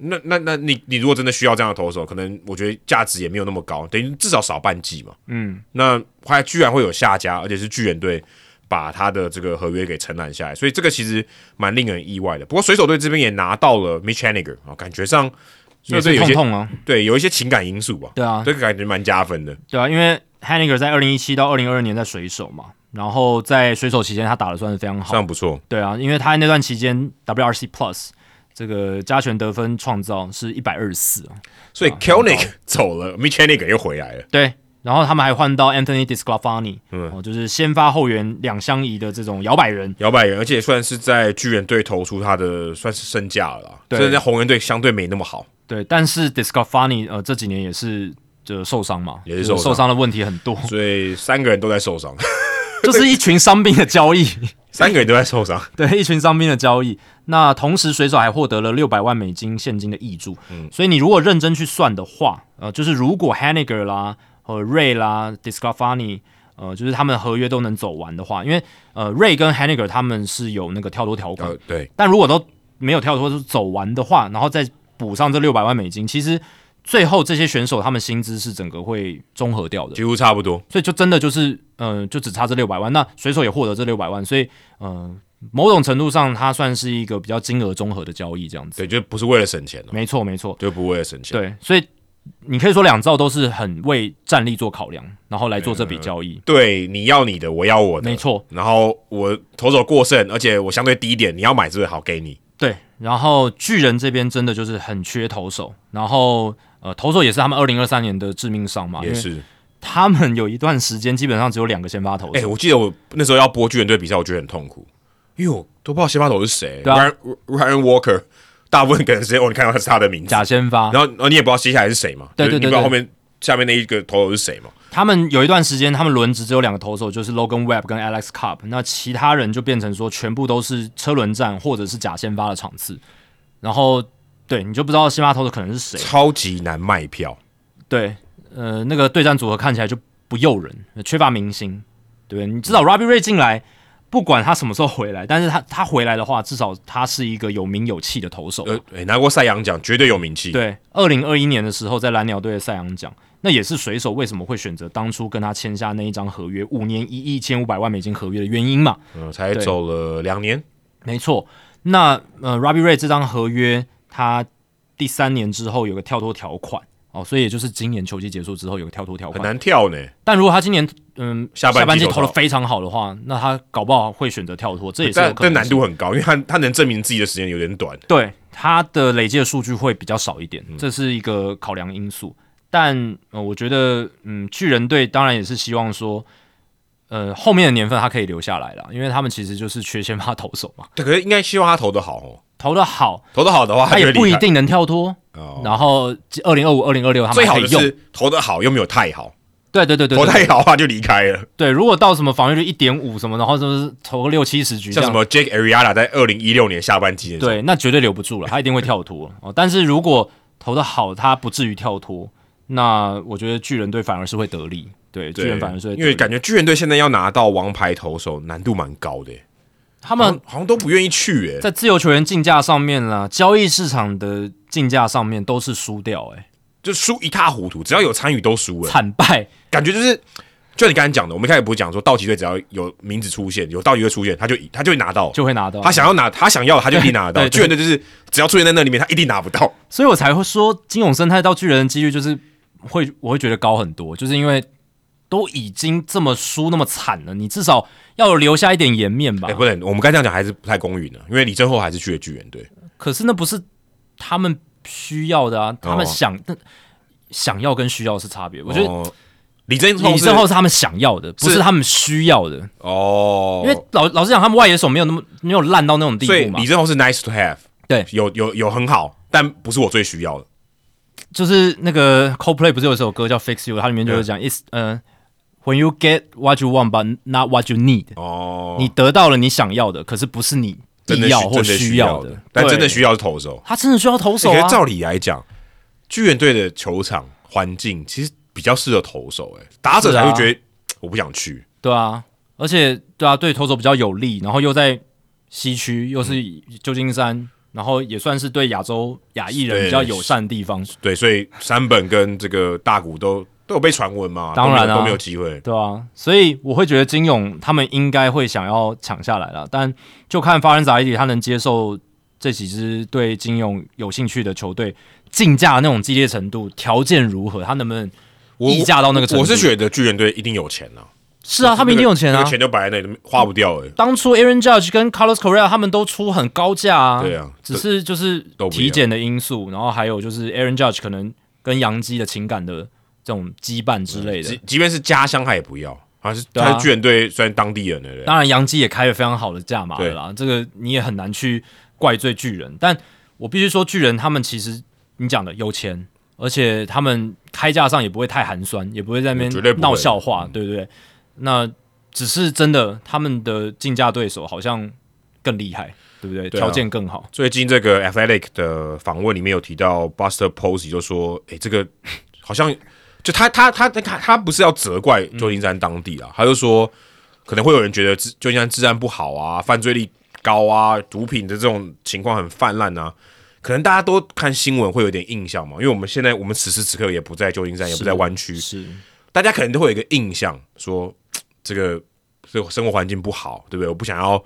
那那那你你如果真的需要这样的投手，可能我觉得价值也没有那么高，等于至少少半季嘛。嗯，那还居然会有下家，而且是巨人队把他的这个合约给承揽下来，所以这个其实蛮令人意外的。不过水手队这边也拿到了 Mitch Haniger 啊，感觉上水手也是队有痛些痛啊，对有一些情感因素吧，对啊，这个感觉蛮加分的。对啊，因为 Haniger 在二零一七到二零二二年在水手嘛，然后在水手期间他打的算是非常这好，样不错，对啊，因为他那段期间 WRC Plus 这个加权得分创造是一百二十四，啊所以 Kelnick 走了，Mitch Haniger 又回来了。对，然后他们还换到 Anthony Disclafani，嗯、哦，就是先发后援两相宜的这种摇摆人，摇摆人，而且也算是在巨人队投出他的算是身价了啦。对虽然在红人队相对没那么 [LAUGHS] 好，对，但是 Disclafani 呃这几年也是。就受伤嘛，也是就受伤受伤的问题很 [LAUGHS] 多，所以三个人都在受伤，就是一群伤兵的交易。三个人都在受 [LAUGHS] 伤。对，一群伤兵的交易。那同时，水手还获得了六百万美金现金的益助。所以你如果认真去算的话，呃，就是如果 Haniger 啦、和 Ray 啦、Disclafani，呃，就是他们合约都能走完的话，因为呃，Ray 跟 Haniger 他们是有那个跳脱条款呃，，对，但如果都没有跳脱就是走完的话，然后再补上这六百万美金，其实最后这些选手他们薪资是整个会综合掉的。几乎差不多。所以就真的就是，呃，就只差这六百万。那水手也获得这六百万，所以，呃，某种程度上，它算是一个比较金额综合的交易，这样子。对，就不是为了省钱了，哦没错，没错，就不为了省钱。对。所以你可以说两造都是很为战力做考量，然后来做这笔交易。对，你要你的，我要我的，没。错，然后我投手过剩，而且我相对低一点，你要买这个好给你。对。然后巨人这边真的就是很缺投手，然后呃，投手也是他们二零二三年的致命伤嘛，也，是，他们有一段时间基本上只有两个先发投哎、手。我记得我那时候要播巨人队比赛，我觉得很痛苦，因为我都不知道先发手是谁、对啊 Ryan Ryan Walker，大部分可能直接哦，你看到他是他的名字，假先发，然后然后你也不知道接下来是谁嘛，对就是啊对对你不知道对后面下面那一个投手是谁嘛？他们有一段时间，他们轮值只有两个投手，就是 Logan Webb 跟 Alex Cobb，那其他人就变成说全部都是车轮战或者是假先发的场次，然后对你就不知道先发投手可能是谁。超级难卖票，对，呃，那个对战组合看起来就不诱人，缺乏明星，对不对？你至少 Robbie Ray 进来，不管他什么时候回来，但是他他回来的话，至少他是一个有名有气的投手。呃，诶拿过赛扬奖，绝对有名气。对，二零二一年的时候，在蓝鸟队的赛扬奖，那也是水手为什么会选择当初跟他签下那一张合约，五年一亿千五百万美金合约的原因嘛？嗯，才对走了两年，没错。那呃，Robbie Ray 这张合约，他第三年之后有个跳脱条款哦，所以也就是今年球季结束之后有个跳脱条很款。难跳呢。但如果他今年嗯下半季季投投的好非常好的话，那他搞不好会选择跳脱，这也是有但可能但难性度很高，因为他他能证明自己的时间有点短。对它的累积的数据会比较少一点，嗯这是一个考量因素。但呃，我觉得，嗯，巨人队当然也是希望说，呃，后面的年份他可以留下来了，因为他们其实就是缺先发投手嘛， [LAUGHS] 对，可是应该希望他投的好哦，投的好，投的好的话，他就也会不离一开定能跳脱。哦。然后二零二五、二零二六他们最还好可的以用，是投的好又没有太好，对对对对投对太好的话就离开了。对，如果到什么防御率一点五什么，然后就是投个六七十局这像样什，么 Jake Arrieta 在二零一六年下半季的时候，对，那绝对留不 [LAUGHS] 住了，他一定会跳脱哦。但是如果投的好，他不至于跳脱，那我觉得巨人队反而是会得利。对，对巨人反而是会得因为利感觉巨人队现在要拿到王牌投手难度蛮高的耶，他他们们好像都不愿意去诶。在自由球员竞价上面啦，交易市场的竞价上面都是输掉、欸，就输一塌糊涂，只要有参与都输了，惨败。感觉就是。就你刚才讲的，我们一开始不是讲说，道奇队只要有名字出现，有道奇队出现，他就他就会拿到，就会拿到他。想要拿，他想要他就一定拿得到。对对巨人队就是只要出现在那里面，他一定拿不到。所以我才会说金永生态到巨人的几率就是会，我会觉得高很多，就是因为都已经这么输那么惨了，你至少要留下一点颜面吧。哎、不能，我们刚才这样讲还是不太公允的，因为李正厚还是去了巨人队。可是那不是他们需要的啊，哦他们想、那想要跟需要是差别。我觉得哦李正厚李是正浩是他们想要的，不是他们需要的。哦，因为老老实讲，他们外野手没有那么没有烂到那种地所以步嘛李，正厚是 nice to have，对有有有很好，但不是我最需要的。就是那个 Coldplay 不是有一首歌叫 Fix You，它里面就是讲 It's 嗯、When you get what you want but not what you need，、哦，你得到了你想要的，可是不是你真必的需要或真的需要的，但真的对需要是投手。他真的需要投手欸可啊是。照理来讲，巨人队的球场环境其实比较适合投手、欸，哎，打者是啊才会觉得、我不想去。对啊，而且对啊，对投手比较有利，然后又在西区，又是旧金山，然后也算是对亚洲亚裔人对比较友善的地方，对，所以山本跟这个大谷都都有被传闻嘛，当都然啊没有都没有机会。对啊，所以我会觉得金勇他们应该会想要抢下来了，但就看发人杂志他能接受这几支对金勇有兴趣的球队竞价的那种激烈程度，条件如何，他能不能我溢价到那个程度？我是觉得巨人队一定有钱啊，是啊，他们一定有钱那啊个。钱就摆在那里花不掉哎、欸当初 Aaron Judge 跟 Carlos Correa 他们都出很高价啊，对啊只是就是都不一样体检的因素，然后还有就是 Aaron Judge 可能跟杨基的情感的这种羁绊之类的。即即便是家乡他也不要，他是、对啊他是巨人队虽然当地人的人，当然，杨基也开了非常好的价码了啦，这个你也很难去怪罪巨人。但我必须说，巨人他们其实你讲的有钱，而且他们开价上也不会太寒酸，也不会在那嗯绝对边不会闹笑话，对不对？那只是真的，他们的竞价对手好像更厉害，对不对？对啊条件更好。最近这个 Athletic 的访问里面有提到 Buster Posey 就说，诶、这个好像就他他他他他不是要责怪嗯旧金山当地啊，他就说可能会有人觉得自旧金山治安不好啊，犯罪率高啊，毒品的这种情况很泛滥啊。可能大家都看新闻会有点印象嘛，因为我们现在我们此时此刻也不在旧金山，也不在湾区，是，大家可能都会有一个印象，说这个这个生活环境不好，对不对？我不想要，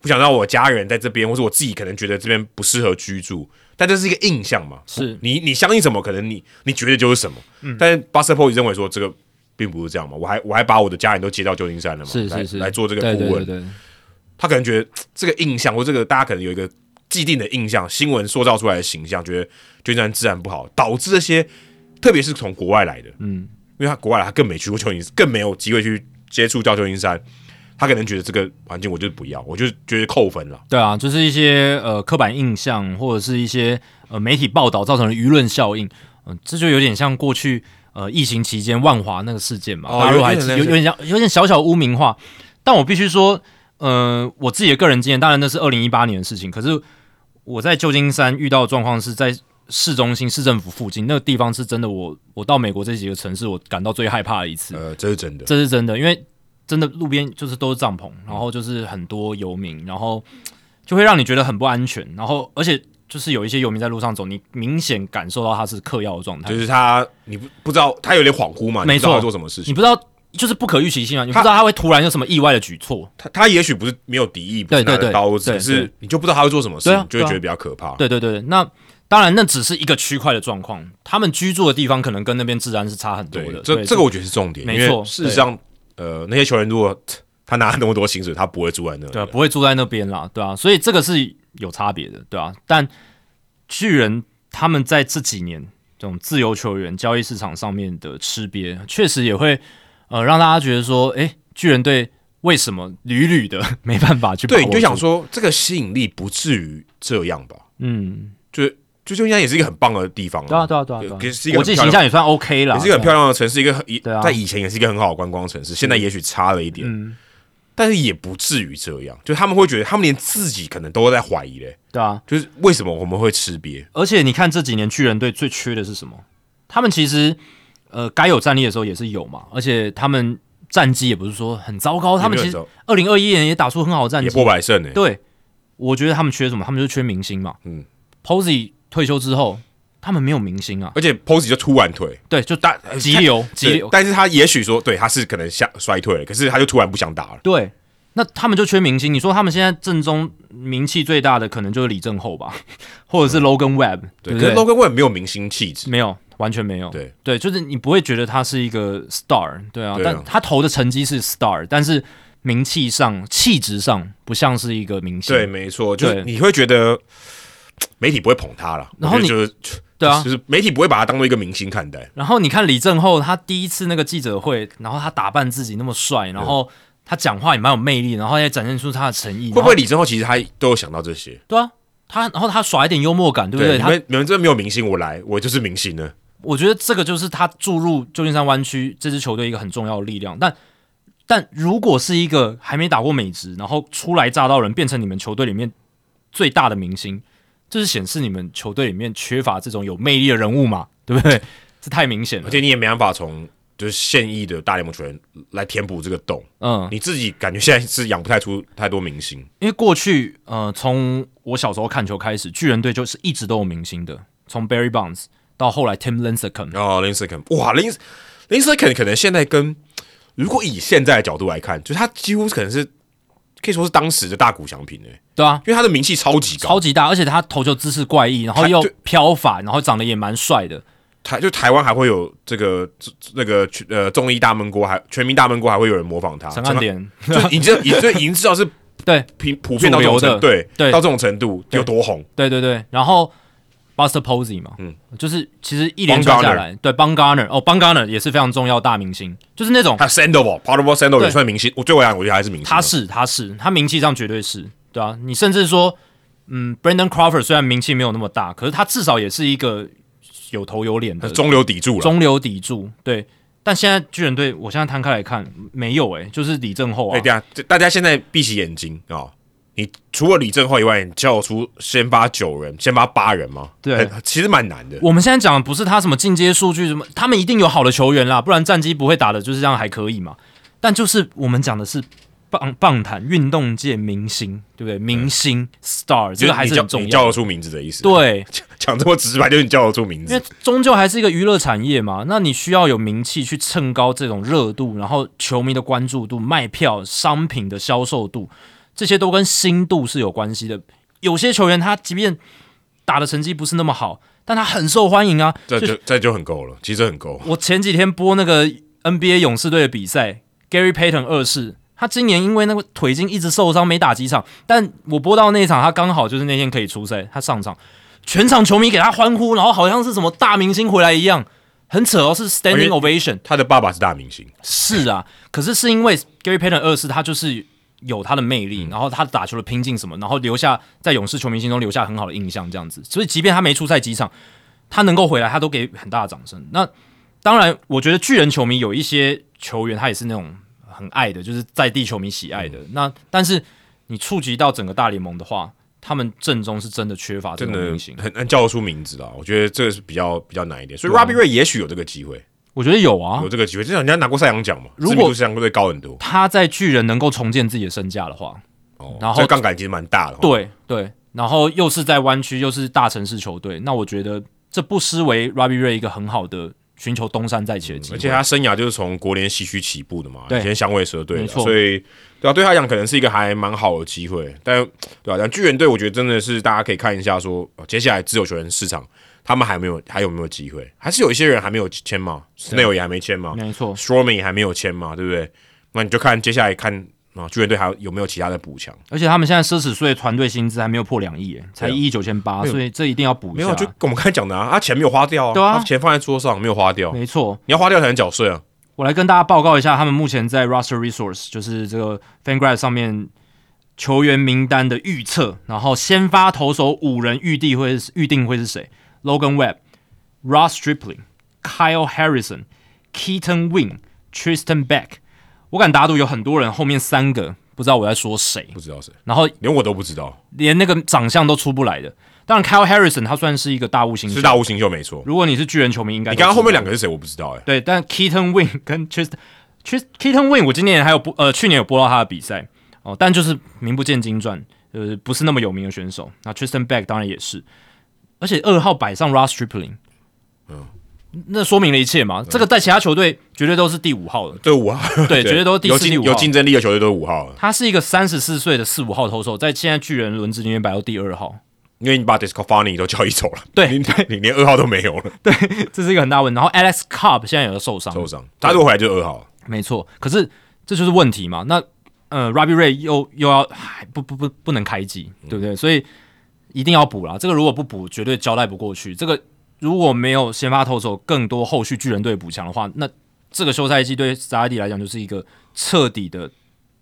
不想让我家人在这边，或是我自己可能觉得这边不适合居住，但这是一个印象嘛。是嗯你你相信什么，可能你你觉得就是什么。但是巴塞 p o 认为说这个并不是这样嘛，我还我还把我的家人都接到旧金山了嘛，是来是是，来做这个顾对问。对对对，他可能觉得这个印象或这个大家可能有一个既定的印象，新闻塑造出来的形象，觉得旧金山治安不好，导致这些，特别是从国外来的，嗯，因为他国外来，他更没去过旧金山，更没有机会去接触到旧金山，他可能觉得这个环境我就是不要，我就觉得扣分了。对啊，就是一些呃刻板印呃象，或者是一些呃媒体报道造成的舆论效应，嗯、这就有点像过去呃疫情期间万华那个事件嘛，哦大家如果还有记有有有点像有点小小污名化，但我必须说，呃，我自己的个人经验，当然那是二零一八年的事情，可是我在旧金山遇到的状况是在。市中心、市政府附近那个地方是真的我，我到美国这几个城市，我感到最害怕的一次。呃，这是真的。嗯这是真的，因为真的路边就是都是帐篷，然后就是很多游民，然后就会让你觉得很不安全，然后而且就是有一些游民在路上走，你明显感受到他是嗑药的状态，就是他，你不不知道，他有点恍惚嘛，你没不知道错他做什么事你情。不知道就是不可预期性啊，你不他知道他会突然有什么意外的举措，他他也许不是没有敌意，不是对对拿着对刀，对只是对你就不知道他会做什么事，对啊你就会对啊觉得比较可怕。对对对，那。当然，那只是一个区块的状况，他们居住的地方可能跟那边治安是差很多对的。这对这个我觉得是重点，因没为错事实上，呃，那些球员如果他拿那么多薪水，他不会住在那里对啊，不会住在那边啦，对啊，所以这个是有差别的，对啊。但巨人他们在这几年这种自由球员交易市场上面的吃瘪，确实也会呃让大家觉得说，诶，巨人队为什么屡屡的没办法去把握对，你就想住，说这个吸引力不至于这样吧？嗯，就是就就应该也是一个很棒的地方对啊，对啊，对啊，对对啊可是一个很国际漂形亮象也算 OK 啦，也是一个很漂亮的城市，一个很一啊对啊在以前也是一个很好的观光城市，现在也许差了一点，嗯但是也不至于这样。就他们会觉得，他们连自己可能都在怀疑嘞，对啊，就是为什么我们会吃瘪？而且你看这几年巨人队最缺的是什么？他们其实呃该有战力的时候也是有嘛，而且他们战绩也不是说很糟糕，哦他们其也没有实很二零二一年也打出很好的战也绩破。百胜呢。对，我觉得他们缺什么？他们就是缺明星嘛。嗯嗯，Posey 退休之后，他们没有明星啊。而且 Posey 就突然退，对，就但急流急哦对流。但是他也许说，对，他是可能下衰退了，可是他就突然不想打了。对，那他们就缺明星。你说他们现在正中名气最大的可能就是李正厚吧， [LAUGHS] 或者是 Logan Webb，对嗯对，嗯不可是对？ Logan Webb 没有明星气质，没有，完全没有。对对，就是你不会觉得他是一个 star，对啊，对啊但他投的成绩是 star，但是名气上、气质上不像是一个明星。对，没错，就是对你会觉得嘖媒体不会捧他了，然后我觉你得就是 [LAUGHS] 对啊就是媒体不会把他当做一个明星看待。然后你看李正厚，他第一次那个记者会，然后他打扮自己那么帅，然后他讲话也蛮有魅力，然后也展现出他的诚意。会不会然后？李正浩其实他都有想到这些？对啊，他然后他耍一点幽默感，对不你他嗯们你们真的没有明星，我来，我就是明星呢。我觉得这个就是他注入旧金山湾区这支球队一个很重要的力量。但但如果是一个还没打过美职，然后初来乍到的人变成你们球队里面最大的明星，这是显示你们球队里面缺乏这种有魅力的人物嘛？对不对？这太明显了而。且你也没办法从就是现役的大联盟球员来填补这个洞，嗯，你自己感觉现在是养不太出太多明星。因为过去呃，从我小时候看球开始，巨人队就是一直都有明星的，从 Barry Bonds 到后来 Tim l i n s a c o m 然后林斯肯，哇，林林斯肯可能现在跟如果以现在的角度来看，就是他几乎可能是可以说是当时的大股翔平诶、欸对啊，因为他的名气超级高，超级大，而且他投球姿势怪异，然后他又对飘法，然后长得也蛮帅的。台就台湾还会有这个这那个呃综艺大闷锅，还全民大闷锅还会有人模仿他，陈汉典，就已经已就已经知道是对 [LAUGHS] 平普遍到这种程度，主流对的对到这种程度有多红，对对对，然后 Buster Posey 嘛，嗯嗯，就是其实一连串 Bumgarner 下来，对 b a n g a r n e r 哦 b a n g a r n e r 也是非常重要的大明星，就是那种还有 Sandoval、Portable Sandoval 对也算明星，我对我来讲，我觉得还是明星。他是他是他名气上绝对是对啊，你甚至说，嗯，Brandon Crawford 虽然名气没有那么大，可是他至少也是一个有头有脸的中啊流砥柱了，中流砥柱，啊对。但现在巨人队，我现在摊开来看，没有诶、就是李正厚啊哎，，对啊，这大家现在闭起眼睛啊、哦你除了李正浩以外，你叫出先发九人，先发八人吗？对很，其实蛮难的。我们现在讲的不是他什么进阶数据什么，他们一定有好的球员啦，不然战绩不会打的就是这样还可以嘛。但就是我们讲的是棒棒坛运动界明星，对不对？明星 star 这就是个还你是叫很重你要叫的。得出名字的意思。，对，讲这么直白，就是你叫得出名因字为。终究还是一个娱乐产业嘛，那你需要有名气去蹭高这种热度，然后球迷的关注度、卖票、商品的销售度，这些都跟心度是有关系的。有些球员他即便打的成绩不是那么好，但他很受欢迎啊，这就就这就很够了，其实很够。我前几天播那个 NBA 勇士队的比赛，Gary Payton 二世，他今年因为那个腿筋一直受伤，没打几场。但我播到那一场，他刚好就是那天可以出赛，他上场，全场球迷给他欢呼，然后好像是什么大明星回来一样，很扯哦，是 standing 因为 ovation。他的爸爸是大明星，是啊，可是是因为 Gary Payton 二世他就是有他的魅嗯力，然后他打球的拼劲什么，然后留下在勇士球迷心中留下很好的印象，这样子。所以即便他没出赛几场，他能够回来，他都给很大的掌声。那当然，我觉得巨人球迷有一些球员他也是那种很爱的，就是在地球迷喜爱嗯的。那但是你触及到整个大联盟的话，他们阵中是真的缺乏这真种的明星。很难叫得出名字啦。啊我觉得这个是比较比较难一点，所以 Robbie Ray 也许有这个机会，我觉得有啊有，这个机会，至少人家拿过赛扬奖嘛，如果知名度相对高很多。他在巨人能够重建自己的身价的话，哦，然后这杠杆其实蛮大的。，对对，然后又是在湾区，又是大城市球队，那我觉得这不失为 Robbie Ray 一个很好的寻求东山再起的机嗯会。而且他生涯就是从国联西区起步的嘛，对以前响尾蛇队的，没错所以对啊，对他来讲可能是一个还蛮好的机会。但对啊，但巨人队我觉得真的是大家可以看一下说，哦接下来自由球员市场他们还没有还有没有机会？还是有一些人还没有签嘛 s n a i l 也还没签嘛没错， s t r o m y 哦还没有签嘛，对不对？那你就看接下来看啊，巨人队还有有没有其他的补强？而且他们现在奢侈税团队薪资还没有破两亿耶，才对啊一亿九千八，没有所以这一定要补一没下。有，就跟我们刚才讲的啊，他钱没有花掉啊，对啊他钱放在桌上没有花掉，没错，你要花掉才能缴税啊。我来跟大家报告一下，他们目前在 roster resource，就是这个 FanGraph 上面球员名单的预测，然后先发投手五人预定会是预定会是谁？Logan Webb、Ross Stripling、Kyle Harrison、Keaton Wing、Tristan Beck。我敢打赌有很多人后面三个不知道我在说谁，不知道谁，然后连我都不知道，连那个长相都出不来的。当然，Kyle Harrison 他算是一个大物新秀是，大物新秀没错。如果你是巨人球迷，应该你刚刚后面两两。个是谁？我不知道哎、对，但 Keaton Win 跟 Tristan Trist Keaton Win，我今年还有播呃去年有播到他的比赛哦，但就是名不见经传，呃，不是那么有名的选手。那 Tristan Beck 当然也是，而且二号摆上 Ross Stripling，嗯，那说明了一切嘛。这个在其他球队绝对都是第五号的，这五 [LAUGHS] 号，对，绝对都是第有四、第竞五有号。竞争力的球队都是五号了，他是一个三十四岁的四五号投手，在现在巨人轮值里面摆到第二号，因为你把 Disco Funny 都交易走了，对你你连二号都没有了，这是一个很大问题。然后 Alex Cobb 现在也受伤，受伤，他如果回来就是二号，没错，可是这就是问题嘛。那呃，Robbie Ray 又又要唉不不不不能开机，对不对？所以一定要补啦。这个如果不补，绝对交代不过去。这个如果没有先发投手更多后续巨人队补强的话，那这个休赛季对萨迪来讲就是一个彻底的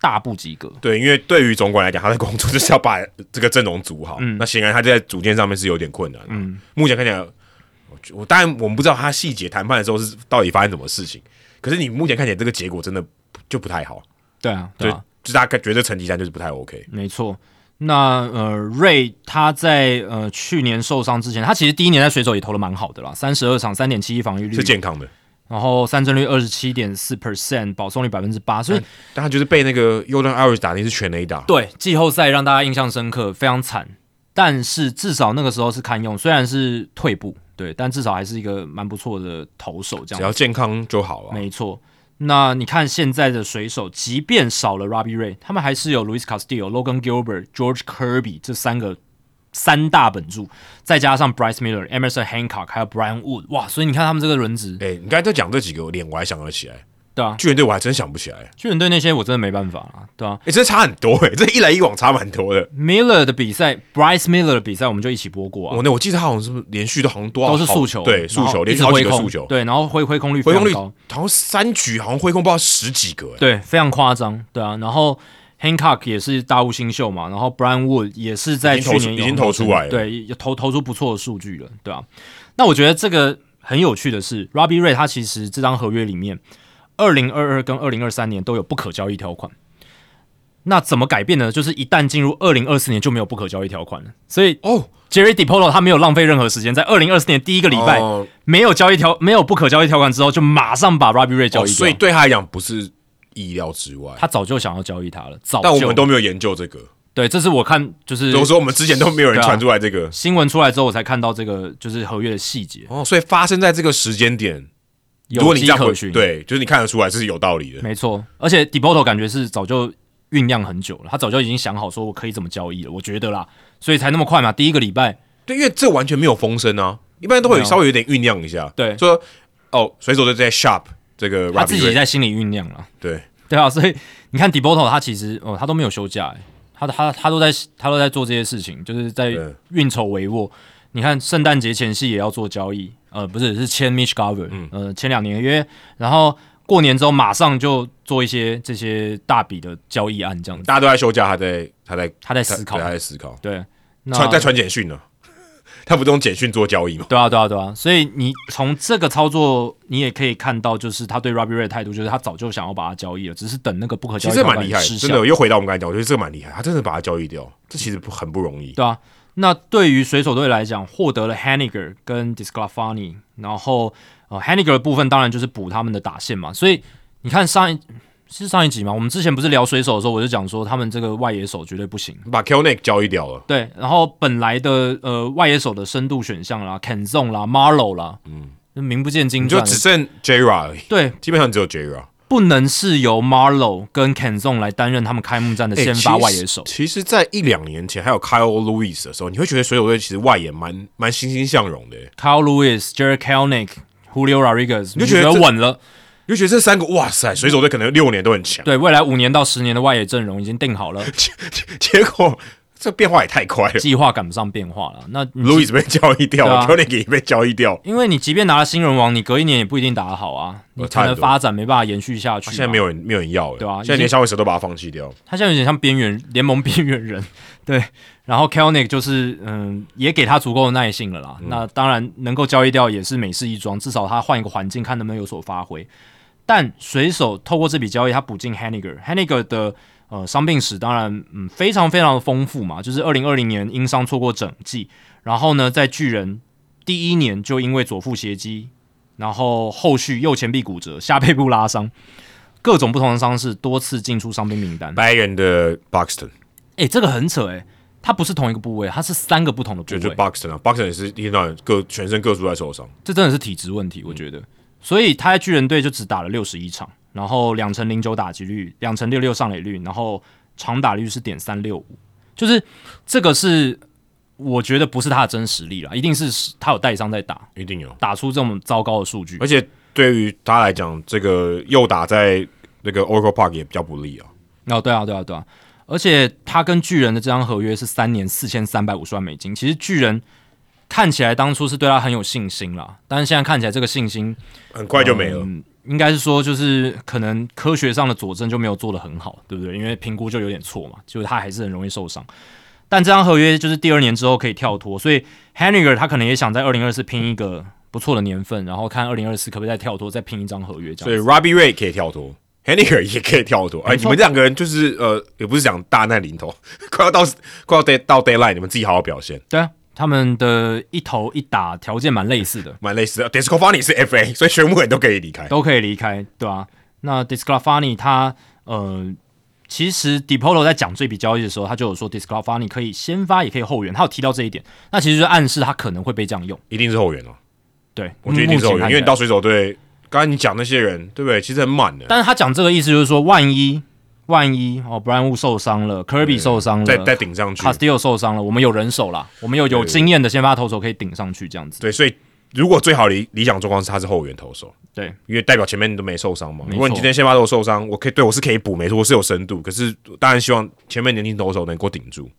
大不及格。对，因为对于总管来讲，他的工作就是要把这个阵容组好，嗯那显然他在组建上面是有点困难，嗯，目前看起来，我觉我当然我们不知道他细节谈判的时候是到底发生什么事情，可是你目前看起来这个结果真的就不太好，对啊，对，就大家觉得成绩单就是不太 OK，没错。那呃，瑞他在呃去年受伤之前，他其实第一年在水手也投的蛮好的啦，三十二场三点七一防御率是，健康的，然后三振率二十七点四 percent，保送率百分之八，所以但他就是被那个 u d a n Irish 打进是全垒打，对季后赛让大家印象深刻，非常惨。但是至少那个时候是堪用，虽然是退步，对，但至少还是一个蛮不错的投手只这样。要健康就好啊，没错。那你看现在的水手，即便少了 Robbie Ray，他们还是有 Luis Castillo、Logan Gilbert、George Kirby 这三个三大本柱，再加上 Bryce Miller、Emerson Hancock 还有 Brian Wood，哇！所以你看他们这个轮值，哎、你刚才在讲这几个脸，我还想得起来。对啊，巨人队我还真想不起来，哎、巨人队那些我真的没办法啊，对啊。真的差很多哎、这一来一往差蛮多的。 Miller 的比赛，Bryce Miller 的比赛我们就一起播过啊我、，那我记得他好像是不是连续都好像多少都是速球，对速然球后连续一直好几挥个空，速球，对，然后挥挥空率回非空常率高，好像三局好像挥空不知道十几个哎、对，非常夸张，对啊。然后 Hancock 也是大物新秀嘛，然后 Brian Wood 也是在已去经投出年有已经投出来了对，也投投出不错的数据了，对啊。那我觉得这个很有趣的是，Robbie Ray 他其实这张合约里面，二零二二跟二零二三年都有不可交易条款。那怎么改变呢？就是一旦进入二零二四年就没有不可交易条款了，所以哦， Jerry DiPolo 他没有浪费任何时间，在二零二四年第一个礼拜、哦没有交易条没有不可交易条款之后，就马上把 Robbie Ray 交易掉。哦所以对他来讲不是意料之外，他早就想要交易他了，早就。但我们都没有研究这个，对，这是我看就是所以我说我们之前都没有人对啊传出来这个、新闻出来之后，我才看到这个就是合约的细节，哦，所以发生在这个时间点，如有果你这迹样可回循。，对，就是你看得出来这是有道理的。没错。而且 Depoto 感觉是早就酝酿很久了，他早就已经想好说我可以怎么交易了，我觉得啦，所以才那么快嘛，第一个礼拜。对，因为这完全没有风声啊，一般都会没有有稍微有点酝酿一下。对说哦，水手队在 sharp 这个 r 他 a b 自 i 己 Ray，在心里酝酿了，对， [LAUGHS] 对啊，所以你看 Depoto 他其实哦，他都没有休假、欸，他他他都在他都在做这些事情，就是在对运筹帷幄。你看圣诞节前夕也要做交易，呃，不是是签 Mitch Garver，嗯，呃，签两年约，然后过年之后马上就做一些这些大笔的交易案，这样子。大家都在休假，他在他在他在思考对，他在思考，对，那传在传简讯呢， [LAUGHS] 他不是用简讯做交易吗？对啊，对啊，对啊，所以你从这个操作，你也可以看到，就是他对 Robbie Ray 的态度，就是他早就想要把他交易了，只是等那个不可其交易实条蛮款厉害，失真效的。又回到我们刚才讲，我觉得这个蛮厉害，他真的把它交易掉，这其实不很不容易。对啊，那对于水手队来讲，获得了 Haniger 跟 Disclafani，然后呃 Haniger 的部分当然就是补他们的打线嘛。所以你看上一是上一集嘛，我们之前不是聊水手的时候，我就讲说他们这个外野手绝对不行。把 Kelnick 交易掉了，对，然后本来的呃外野手的深度选项啦，Can Zone 啦，Marlow 啦，嗯，名不见经你就传了。只剩 Jera 而已，对，基本上只有 Jera 不能是由 Marlow 跟 Can Zone 来担任他们开幕战的先发外野手。哎其实，在一两年前还有 Kyle Lewis 的时候，你会觉得水手队其实外野蛮蛮欣欣向荣的，欸 Kyle Lewis、Jared Kelnick、Julio Rodriguez，你就觉得这稳了。你会觉得这三个哇塞，水手队可能六年都很强，对未来五年到十年的外野阵容已经定好 [LAUGHS] 了，结果这变化也太快 [LAUGHS] 了。计划赶不上变化了。那你 Louis 被交易掉了、对啊 Kelnick 也被交易掉，因为你即便拿了新人王，你隔一年也不一定打得好啊，你呃差才能很多啊发展，没办法延续下去、现在没有，有人没有人要了，对啊现在已经连消费者都把它放弃掉。他现在有点像边缘联盟边缘人，对。然后 Kelnick 就是嗯，也给他足够的耐性了啦。那当然能够交易掉也是美事一桩，至少他换一个环境看能不能有所发挥。但水手透过这笔交易，他补进 Haniger，Haniger 的呃伤病史当然嗯非常非常的丰富嘛，就是二零二零年因伤错过整季，然后呢在巨人第一年就因为左腹斜肌，然后后续右前臂骨折、下背部拉伤，各种不同的伤势多次进出伤兵名单。白人的 Buxton 哎、这个很扯哎、它不是同一个部位，它是三个不同的部就就位， Buxton 啊，Buxton 也是一天到晚各全身各处在受伤，这真的是体质问嗯题，我觉得。所以他在巨人队就只打了六十一场，然后两成零九打击率，两成六六上垒率，然后长打率是点三六五，就是这个是我觉得不是他的真实力啦，一定是他有带伤在打，一定有。打出这么糟糕的数据而。且对于他来讲，这个右打在那个 Oracle Park 也比较不利啊。哦，对啊，对啊，对啊。而且他跟巨人的这张合约是三年四千三百五十万美金，其实巨人看起来当初是对他很有信心啦，但是现在看起来这个信心很快就没了。嗯应该是说，就是可能科学上的佐证就没有做得很好，对不对？因为评估就有点错嘛，就是他还是很容易受伤。但这张合约就是第二年之后可以跳脱，所以 Henriger 他可能也想在二零二四拼一个不错的年份，然后看二零二四可不可以再跳脱，再拼一张合约这所以样子。 Robbie Ray 可以跳脱 h e n n i g e r 也可以跳脱。哎，你们两个人就是呃，也不是讲大难临头， [LAUGHS] 快要到快要 day 到 deadline，你们自己好好表现。对啊，他们的一投一打条件蛮类似的，蛮类似的 d i s c o f u n y 是 FA，所以全部人都可以离开。都可以离开，对吧、那 Disclafani 他呃，其实 Dipolo 在讲这笔交易的时候，他就有说 Disclafani 可以先发也可以后援，他有提到这一点，那其实就是暗示他可能会被这样用。一定是后援哦，对，我觉得一定是后目前援，看因起来为你到水手队，刚才你讲那些人，对不对？其实很满的，但是他讲这个意思就是说，万一万一哦，布兰 d 受伤了，Kirby 啊受伤了，再再顶上去。 Castillo 受伤了，我们有人手啦，我们有有对经验的先发投手可以顶上去，这样子。对，所以如果最好理理想状况是他是后援投手，对，因为代表前面都没受伤嘛。错如果你今天先发投手受伤，我可以对我是可以补，没错，我是有深度。可是当然希望前面年轻投手能够顶住。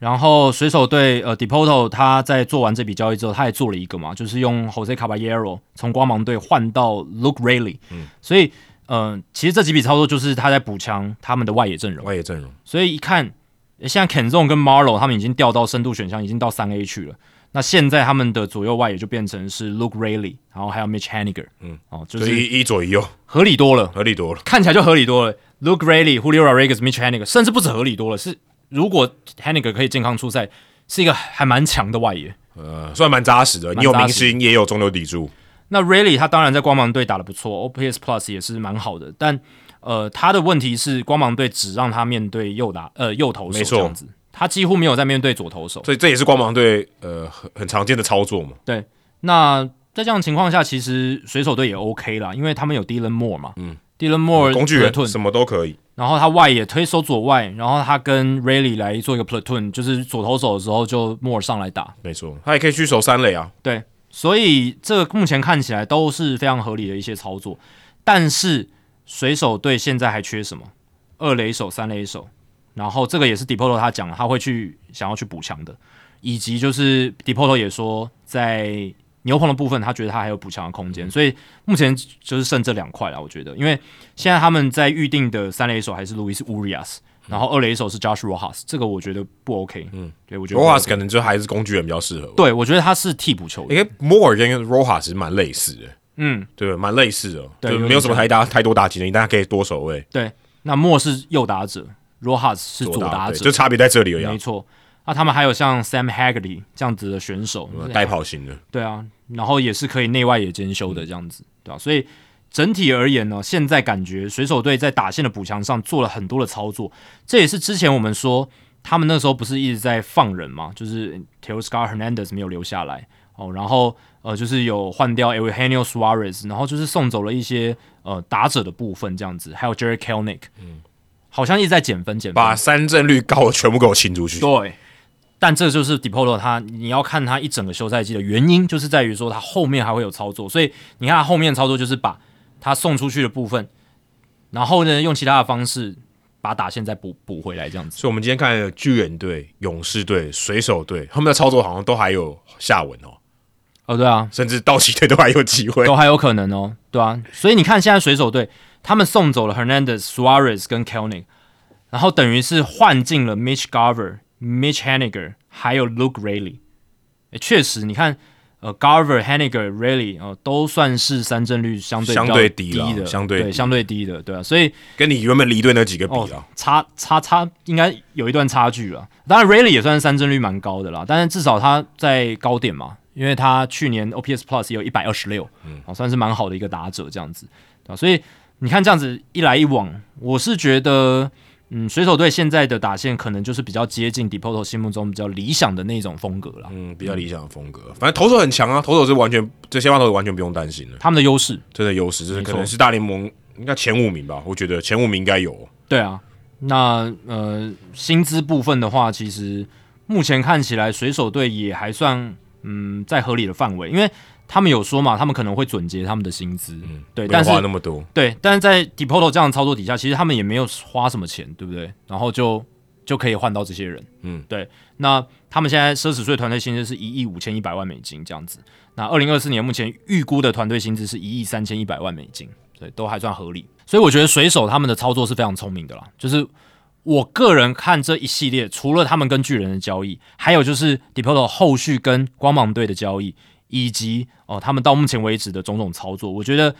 然后水手队呃 Depoto 他在做完这笔交易之后，他也做了一个嘛，就是用 Jose Caballero 从光芒队换到 Luke Riley，、所嗯以呃，其实这几笔操作就是他在补强他们的外野阵容，外野阵容，所以一看呃现在 Ken Zone 跟 Marlow 他们已经调到深度选项，已经到三 A 去了。那现在他们的左右外野就变成是 Luke Riley，然后还有 Mitch Haniger，嗯，哦，就所是以一一左一右合理多了，合理多了。看起来就合理多了。Luke Riley、Julio Rodriguez、Mitch Haniger，甚至不止合理多了，是如果 Haniger 可以健康出赛，是一个还蛮强的外野。呃，算蛮扎实的，蛮你有扎明实星，也有中流砥柱。那 Riley 他当然在光芒队打得不错，OPS Plus 也是蛮好的，但呃，他的问题是光芒队只让他面对右打呃右投手没错这样子，他几乎没有在面对左投手。所以这也是光芒队呃很很常见的操作嘛。对，那在这样的情况下，其实水手队也 OK 啦，因为他们有 Dylan Moore 嘛，嗯，Dylan Moore 工具人 platoon 什么都可以，然后他外野推手左外，然后他跟 Rayleigh 来做一个 platoon，就是左投手的时候就莫尔上来打，没错，他也可以去守三垒啊。对，所以这目前看起来都是非常合理的一些操作。但是水手队现在还缺什么？二垒手、三垒手，然后这个也是 Depolo 他讲了，他会去想要去补强的，以及就是 Depolo 也说在牛棚的部分，他觉得他还有补强的空间，所以目前就是剩这两块了。我觉得，因为现在他们在预定的三垒手还是路易斯乌 r 亚斯，然后二垒手是 Josh Rojas，这个我觉得不 OK。嗯，对我觉得不 Rojas OK 可能就还是工具人比较适合。对我觉得他是替补球员。因为 Moore 跟 Rojas 其实蛮类似的，嗯，对，蛮类似的，哦对就有没有点什么像太大太多打击能力，但他可以多守卫、对。那莫是右打者，Rojas 是左打对者，就差别在这里而已没啊。错。那、他们还有像 Sam Haggerty 这样子的选手，呃带跑型的，对啊，然后也是可以内外也兼修的这样子，对啊吧、所以整体而言呢，现在感觉水手队在打线的补强上做了很多的操作，这也是之前我们说他们那时候不是一直在放人嘛，就是 t e o s c a r Hernandez 没有留下来哦，然后呃就是有换掉 Eugenio Suarez，然后就是送走了一些呃打者的部分这样子，还有 Jerry Kelnick，嗯，好像一直在减分减分，把三振率高的全部给我清出去。对，啊但这就是 Depolo 他你要看他一整个休赛季的原因，就是在于说他后面还会有操作，所以你看他后面操作就是把他送出去的部分，然后呢用其他的方式把打线再补补回来，这样子。所以，我们今天看了巨人队、勇士队、水手队，他们的操作好像都还有下文哦，哦，对啊，甚至道奇队都还有机会。都还有可能哦，对啊。所以你看现在水手队他们送走了 Hernandez、Suarez 跟 Kelnick，然后等于是换进了 Mitch Garver、Mitch Haniger 还有 Luke Riley。诶确实，你看，呃，Garver、Haniger、Riley 哦、都算是三振率相对比较相对低低啦的，相对低对相对低的，对啊。所以跟你原本离队那几个比哦啊，，差差差应该有一段差距了。当然，Riley 也算是三振率蛮高的啦，但是至少他在高点嘛，因为他去年 OPS Plus 也有一百二十六，嗯哦，算是蛮好的一个打者这样子，对吧、所以你看这样子一来一往，我是觉得，嗯，水手队现在的打线可能就是比较接近 Depoto 心目中比较理想的那种风格啦。嗯，比较理想的风格。反正投手很强啊，投手是完全这些棒投手完全不用担心的，他们的优势，真的优势，就是没错可能是大联盟应该前五名吧，我觉得前五名应该有。对啊，那呃，薪资部分的话，其实目前看起来水手队也还算嗯在合理的范围，因为他们有说嘛，他们可能会准结他们的薪资，嗯没对，有但是花那么多，对，但是在 Depoto 这样的操作底下，其实他们也没有花什么钱，对不对？然后就就可以换到这些人，嗯，对。那他们现在奢侈税团队薪资是一亿五千一百万美金这样子，那二零二四年目前预估的团队薪资是一亿三千一百万美金，对，都还算合理。所以我觉得水手他们的操作是非常聪明的啦，就是。我个人看这一系列，除了他们跟巨人的交易，还有就是 Depoto 后续跟光芒队的交易，以及哦、他们到目前为止的种种操作，我觉得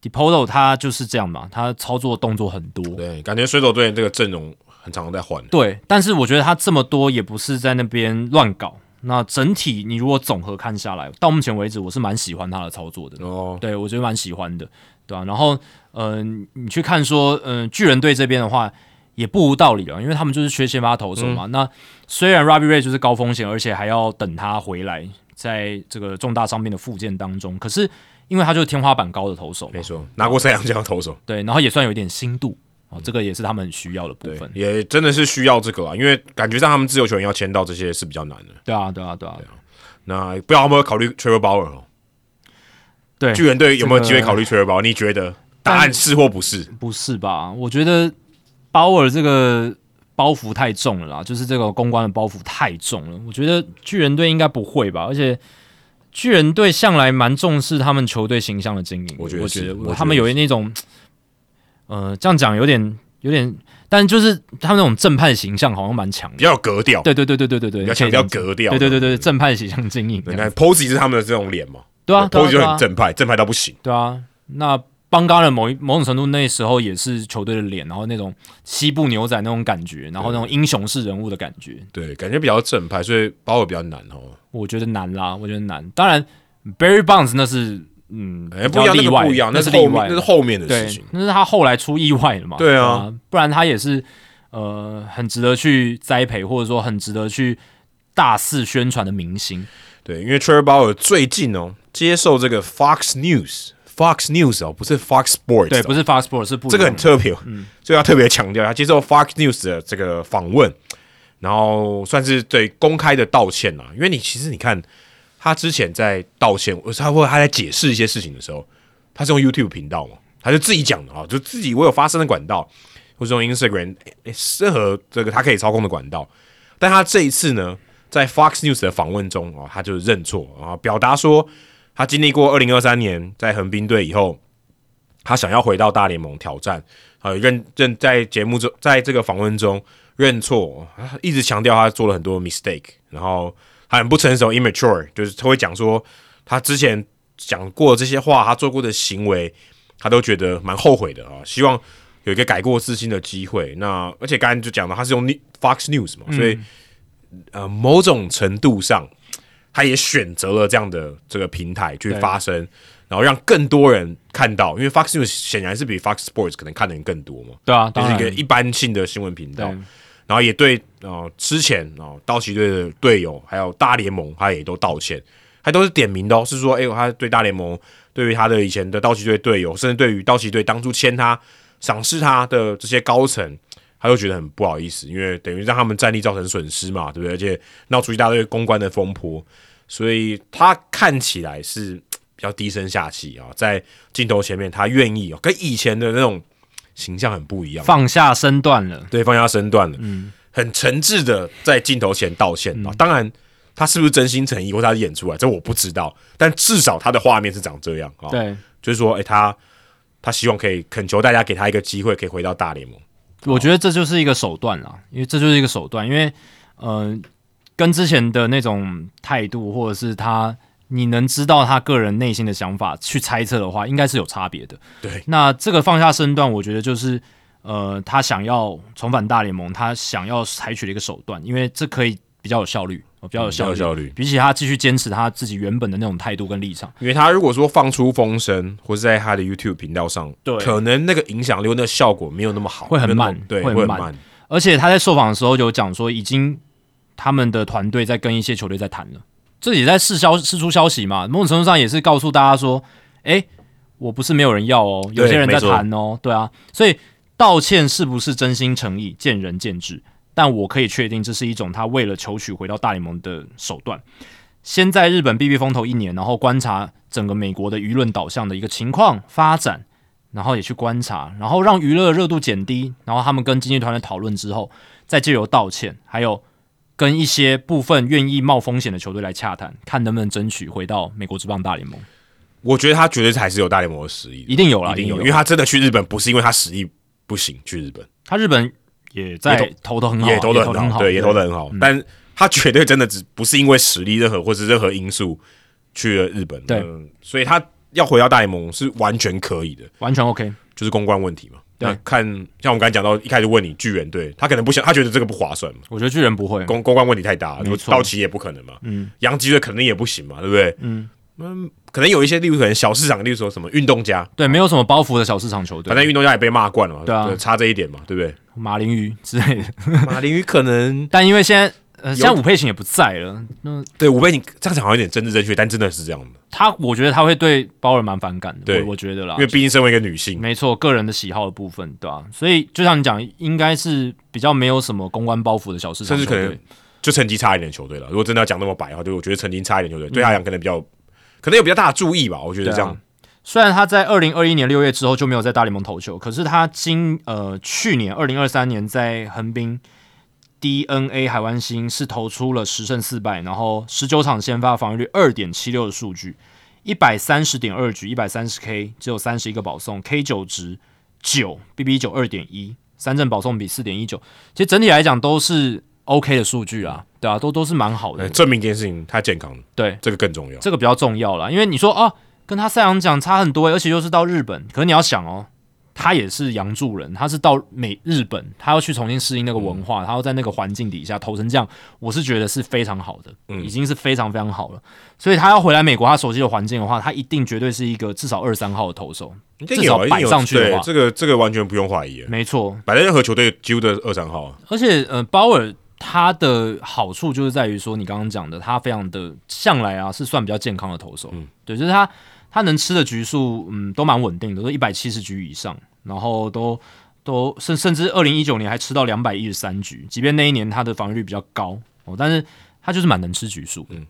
Depolo 他就是这样嘛，他操作动作很多，对，感觉水手队这个阵容很常在换。对，但是我觉得他这么多也不是在那边乱搞。那整体你如果总和看下来，到目前为止我是蛮喜欢他的操作的，哦，对我觉得蛮喜欢的，对啊？然后，呃，你去看说，嗯、巨人队这边的话也不无道理啊，因为他们就是缺先发投手嘛。那虽然 Robbie Ray 就是高风险，而且还要等他回来，在这个重大伤病的复健当中，可是因为他就是天花板高的投手嘛，没错，拿过三洋这样投手，对，然后也算有一点心度哦，这个也是他们很需要的部对分，。也真的是需要这个啊，因为感觉上他们自由球员要签到这些是比较难的。对啊，对啊，对啊，那不知道他们有考虑 Trevor Bauer 哦，对，巨人队有没有这机个会考虑 Trevor Bauer？你嗯啊觉得答案是或不是？不是吧？我觉得鲍尔这个包袱太重了啦，就是这个公关的包袱太重了。我觉得巨人队应该不会吧？而且巨人队向来蛮重视他们球队形象的经营的，我我觉得是觉我觉得他们有那种，呃，这样讲有点有点，但就是他们那种正派形象好像蛮强比的。较有格调，对对啊对对对对对，比较强调可以这样格调。讲对对对对，正派形象经营。你看 Posey 是他们的这种脸嘛，啊对啊，对啊 Posey 对就啊很正派，正派到不行。对啊，那邦嘎的某一某种程度那时候也是球队的脸，然后那种西部牛仔那种感觉，然后那种英雄式人物的感觉，对，感觉比较正派，所以包尔比较难哦。我觉得难啦，我觉得难。当然，Barry Bonds 那是嗯，哎、比不较一样，那例个外，不一样，那那是后例面外，那是后面的事对情，。那是他后来出意外的嘛。对啊，不然他也是呃很值得去栽培，或者说很值得去大肆宣传的明星。对，因为 Trevor Bauer 最近哦接受这个 Fox News。Fox News 哦，不是 Fox Sports，、哦、对，不是 Fox Sports 是不一这个样很的特别， [LAUGHS] 所以要特别强调，他接受 Fox News 的这个访问，然后算是对公开的道歉啊啦、因为你其实你看他之前在道歉，呃他或者他在解释一些事情的时候，他是用 YouTube 频道嘛，他就自己讲的啊，就自己我有发声的管道，或是用 Instagram 诶诶任何这个他可以操控的管道。但他这一次呢，在 Fox News 的访问中啊，他就认错啊，表达说他经历过二零二三年在横滨队以后，他想要回到大联盟挑战，呃，认认在节目中，在这个访问中认错，他一直强调他做了很多 mistake，然后他很不成熟 immature，就是他会讲说他之前讲过这些话，他做过的行为，他都觉得蛮后悔的啊，希望有一个改过自新的机会。那而且刚才就讲到他是用 Ni- Fox News 嘛，所以、呃某种程度上，他也选择了这样的这个平台去发声，然后让更多人看到，因为 Fox News 显然是比 Fox Sports 可能看的人更多嘛，对啊，就当是一然个一般性的新闻频道对。然后也对呃之前哦、道奇队的队友还有大联盟，他也都道歉，他都是点名的哦，是说哎、他对大联盟，对于他的以前的道奇队队友，甚至对于道奇队当初签他、赏识他的这些高层，他都觉得很不好意思，因为等于让他们战力造成损失嘛，对不对？而且闹出一大堆公关的风波，所以他看起来是比较低声下气啊、在镜头前面他愿意、哦，跟以前的那种形象很不一样。放下身段了。对放下身段了，很诚挚的在镜头前道歉嗯啊。当然，他是不是真心诚意或他演出来，这我不知道，但至少他的画面是长这样啊。，对，就是说，哎、他他希望可以恳求大家给他一个机会，可以回到大联盟。我哦觉得这就是一个手段啦，因为这就是一个手段，因为呃，跟之前的那种态度，或者是他，你能知道他个人内心的想法去猜测的话，应该是有差别的。对，那这个放下身段，我觉得就是呃，他想要重返大联盟，他想要采取的一个手段，因为这可以比较有效率，哦比较有效率，比较有效率比起他继续坚持他自己原本的那种态度跟立场，因为他如果说放出风声，或是在他的 YouTube 频道上，对可能那个影响力、那个效果没有那么好，会很没有那么慢对，会很很慢。而且他在受访的时候有讲说，已经他们的团队在跟一些球队在谈了，这也在试消试出消息嘛。某种程度上也是告诉大家说，诶，我不是没有人要哦，有些人在谈哦，对啊。所以道歉是不是真心诚意，见仁见智。但我可以确定，这是一种他为了求取回到大联盟的手段。先在日本避避风头一年，然后观察整个美国的舆论导向的一个情况发展，然后也去观察，然后让娱乐热度减低，然后他们跟经纪团队讨论之后，再借由道歉，还有跟一些部分愿意冒风险的球队来洽谈，看能不能争取回到美国职棒大联盟，我觉得他绝对还是有大联盟的实力的，一定有啦，一定有，因为有。他真的去日本不是因为他实力不行去日本。他日本也在投的很好啊，也投的得很很好，好，嗯对，也投的很好。但他绝对真的只不是因为实力任何或是任何因素去了日本，对嗯所以他要回到大联盟是完全可以的，完全 OK。就是公关问题嘛。对那看像我们刚才讲到一开始问你巨人队，他可能不想，他觉得这个不划算嘛，我觉得巨人不会，公公关问题太大了，没错道奇也不可能嘛，嗯，洋基队肯定也不行嘛，对不对？嗯可能有一些，例如可能小市场，例如说什么运动家，对，没有什么包袱的小市场球队，反正运动家也被骂惯了嘛，对啊差这一点嘛，对不对？马林鱼之类的。马林鱼可能但因为现在呃，现在吴佩琴也不在了，那 [LAUGHS] 对五倍，你这样讲好像有点政治正确，但真的是这样的。他我觉得他会对包人蛮反感的，对我我觉得啦因，为毕竟身为一个女性，啊没错，个人的喜好的部分，对吧、啊所以就像你讲，应该是比较没有什么公关包袱的小市场甚至球可队，能就成绩差一点的球队了。如果真的要讲那么白的话，就我觉得成绩差一点的球队、对他来讲可能比较，可能有比较大的注意吧。我觉得嗯对啊这样，虽然他在二零二一年六月之后就没有在大联盟投球，可是他今呃去年二零二三年在横滨 DNA 海湾星是投出了十胜四败，然后十九场先发防御率二点七六的数据，一百三十点二局，一百三十 K，只有三十一个保送，K 九值九，BB 九二点一，三振保送比四点一九，其实整体来讲都是 OK 的数据啊，对啊，都都是蛮好呃的，证明一件事情，他健康，对。这个更重要。这个比较重要啦，因为你说啊，跟他赛扬奖差很多欸、而且又是到日本，可是你要想哦，他也是洋助人，他是到美日本，他要去重新适应那个文化，他要在那个环境底下投成这样，我是觉得是非常好的，已经是非常非常好了。所以他要回来美国，他熟悉的环境的话，他一定绝对是一个至少二三号的投手，一至少啊一摆上去的对话，这个这个完全不用怀疑，啊没错。摆在任何球队几乎都是二三号啊。而且呃，鲍尔他的好处就是在于说，你刚刚讲的，他非常的向来啊是算比较健康的投手，对，就是他他能吃的局数，嗯，都蛮稳定的，都一百七十局以上，然后都都甚甚至二零一九年还吃到两百一十三局，即便那一年他的防御率比较高哦，但是他就是蛮能吃局数，嗯，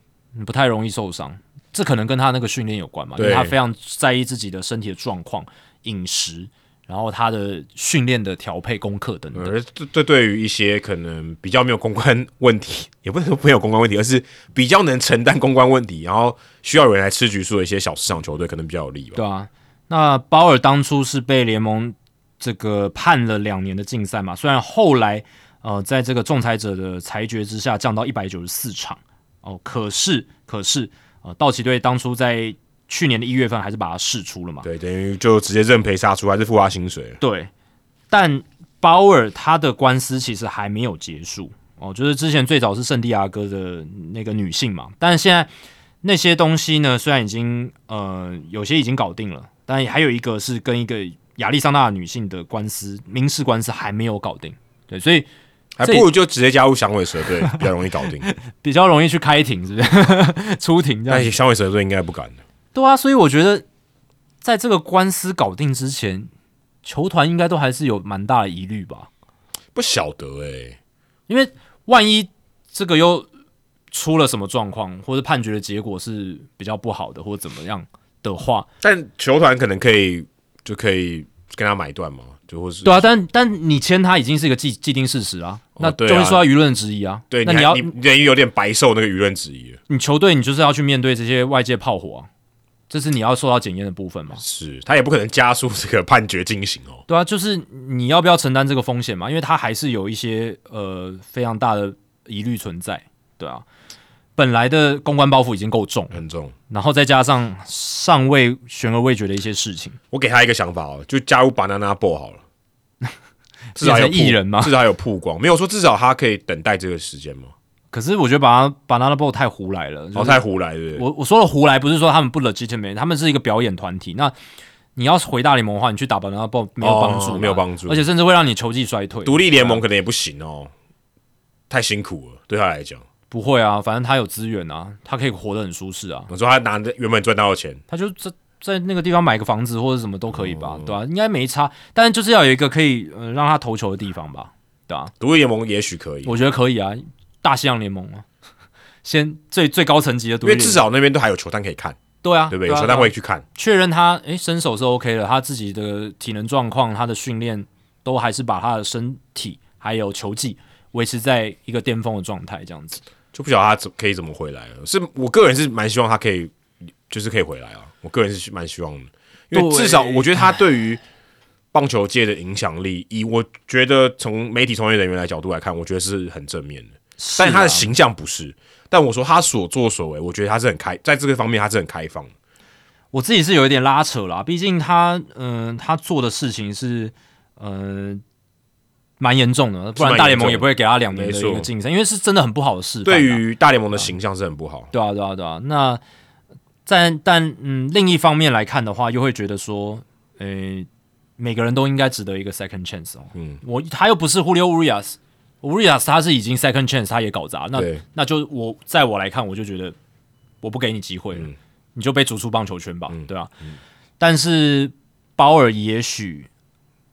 不太容易受伤。这可能跟他那个训练有关嘛，因为对他非常在意自己的身体的状况、饮食，然后他的训练的调配、功课等等。而这这对于一些可能比较没有公关问题，也不能说没有公关问题，而是比较能承担公关问题，然后需要有人来吃局数的一些小市场球队，可能比较有利吧。对啊，那鲍尔当初是被联盟这个判了两年的禁赛嘛，虽然后来呃在这个仲裁者的裁决之下降到一百九十四场哦，可是可是呃道奇队当初在去年的一月份还是把他释出了嘛，对，等于就直接认赔杀出，还是付他薪水了。对，但鲍尔他的官司其实还没有结束哦，就是之前最早是圣地亚哥的那个女性嘛，但现在那些东西呢，虽然已经呃有些已经搞定了，但还有一个是跟一个亚利桑那的女性的官司，民事官司还没有搞定，对，所以还不如就直接加入响尾蛇队，比较容易搞 [LAUGHS] 定。比较容易去开庭，是不是 [LAUGHS] 出庭这样但？响尾蛇队应该不敢的。对啊，所以我觉得在这个官司搞定之前，球团应该都还是有蛮大的疑虑吧。不晓得哎、因为万一这个又出了什么状况，或者判决的结果是比较不好的，或者怎么样的话，但球团可能可以就可以跟他买断嘛，就或是对啊，但但你签他已经是一个既既定事实啊，那就对啊会受到舆论质疑啊。对，那你还要你你等于有点白受那个舆论质疑了。球队，你就是要去面对这些外界炮火啊，这是你要受到检验的部分嘛。是他也不可能加速这个判决进行哦。对啊，就是你要不要承担这个风险嘛？因为它还是有一些呃非常大的疑虑存在，对啊。本来的公关包袱已经够重，很重，然后再加上尚未悬而未决的一些事情，我给他一个想法哦，就加入 banana b o 好了，至少有变成艺人吗嘛，至少有曝光。没有说至少他可以等待这个时间嘛， [LAUGHS] 可是我觉得把它把 Banana Boat 太胡来了，就是然后哦太胡来对不对？嗯我我说的胡来不是说他们不 legitimate，他们是一个表演团体。那你要是回大联盟的话，你去打 Banana Boat 没有帮助、哦没有帮助而且甚至会让你球技衰退。啊独立联盟可能也不行哦，太辛苦了，对他来讲。不会啊，反正他有资源啊，他可以活得很舒适啊，我说他拿着原本赚到的钱，他就在在那个地方买个房子或者什么都可以吧，哦对吧、啊应该没差，但是就是要有一个可以呃让他投球的地方吧，对吧、独立联盟也许可以，我觉得可以啊，大西洋联盟啊， [LAUGHS] 先最最高层级的独因为立联盟，至少那边都还有球探可以看，对啊，对不对？啊有球啊探会去看，确认他诶身手是 OK 的，他自己的体能状况、他的训练都还是把他的身体还有球技维持在一个巅峰的状态，这样子。就不晓得他怎可以怎么回来了。是我个人是蛮希望他可以，就是可以回来啊。我个人是蛮希望的，因为对至少我觉得他对于棒球界的影响力，以我觉得从媒体从业人员来角度来看，我觉得是很正面的。但他的是啊形象不是，但我说他所作所为，我觉得他是很开，在这个方面他是很开放的。我自己是有一点拉扯啦，毕竟他嗯、呃他做的事情是嗯。呃蛮严重的，不然大联盟也不会给他两年的一没个错竞赛，因为是真的很不好的示范啊。对于大联盟的形象是很不好。对啊，对啊，对啊。那但但嗯，另一方面来看的话，又会觉得说，呃，每个人都应该值得一个 second chance 哦。嗯，我他又不是 Julio Urias，Urias 他是已经 second chance，他也搞砸，那对那就我在我来看，我就觉得我不给你机会了，嗯你就被逐出棒球圈吧，对吧、但是鲍尔也许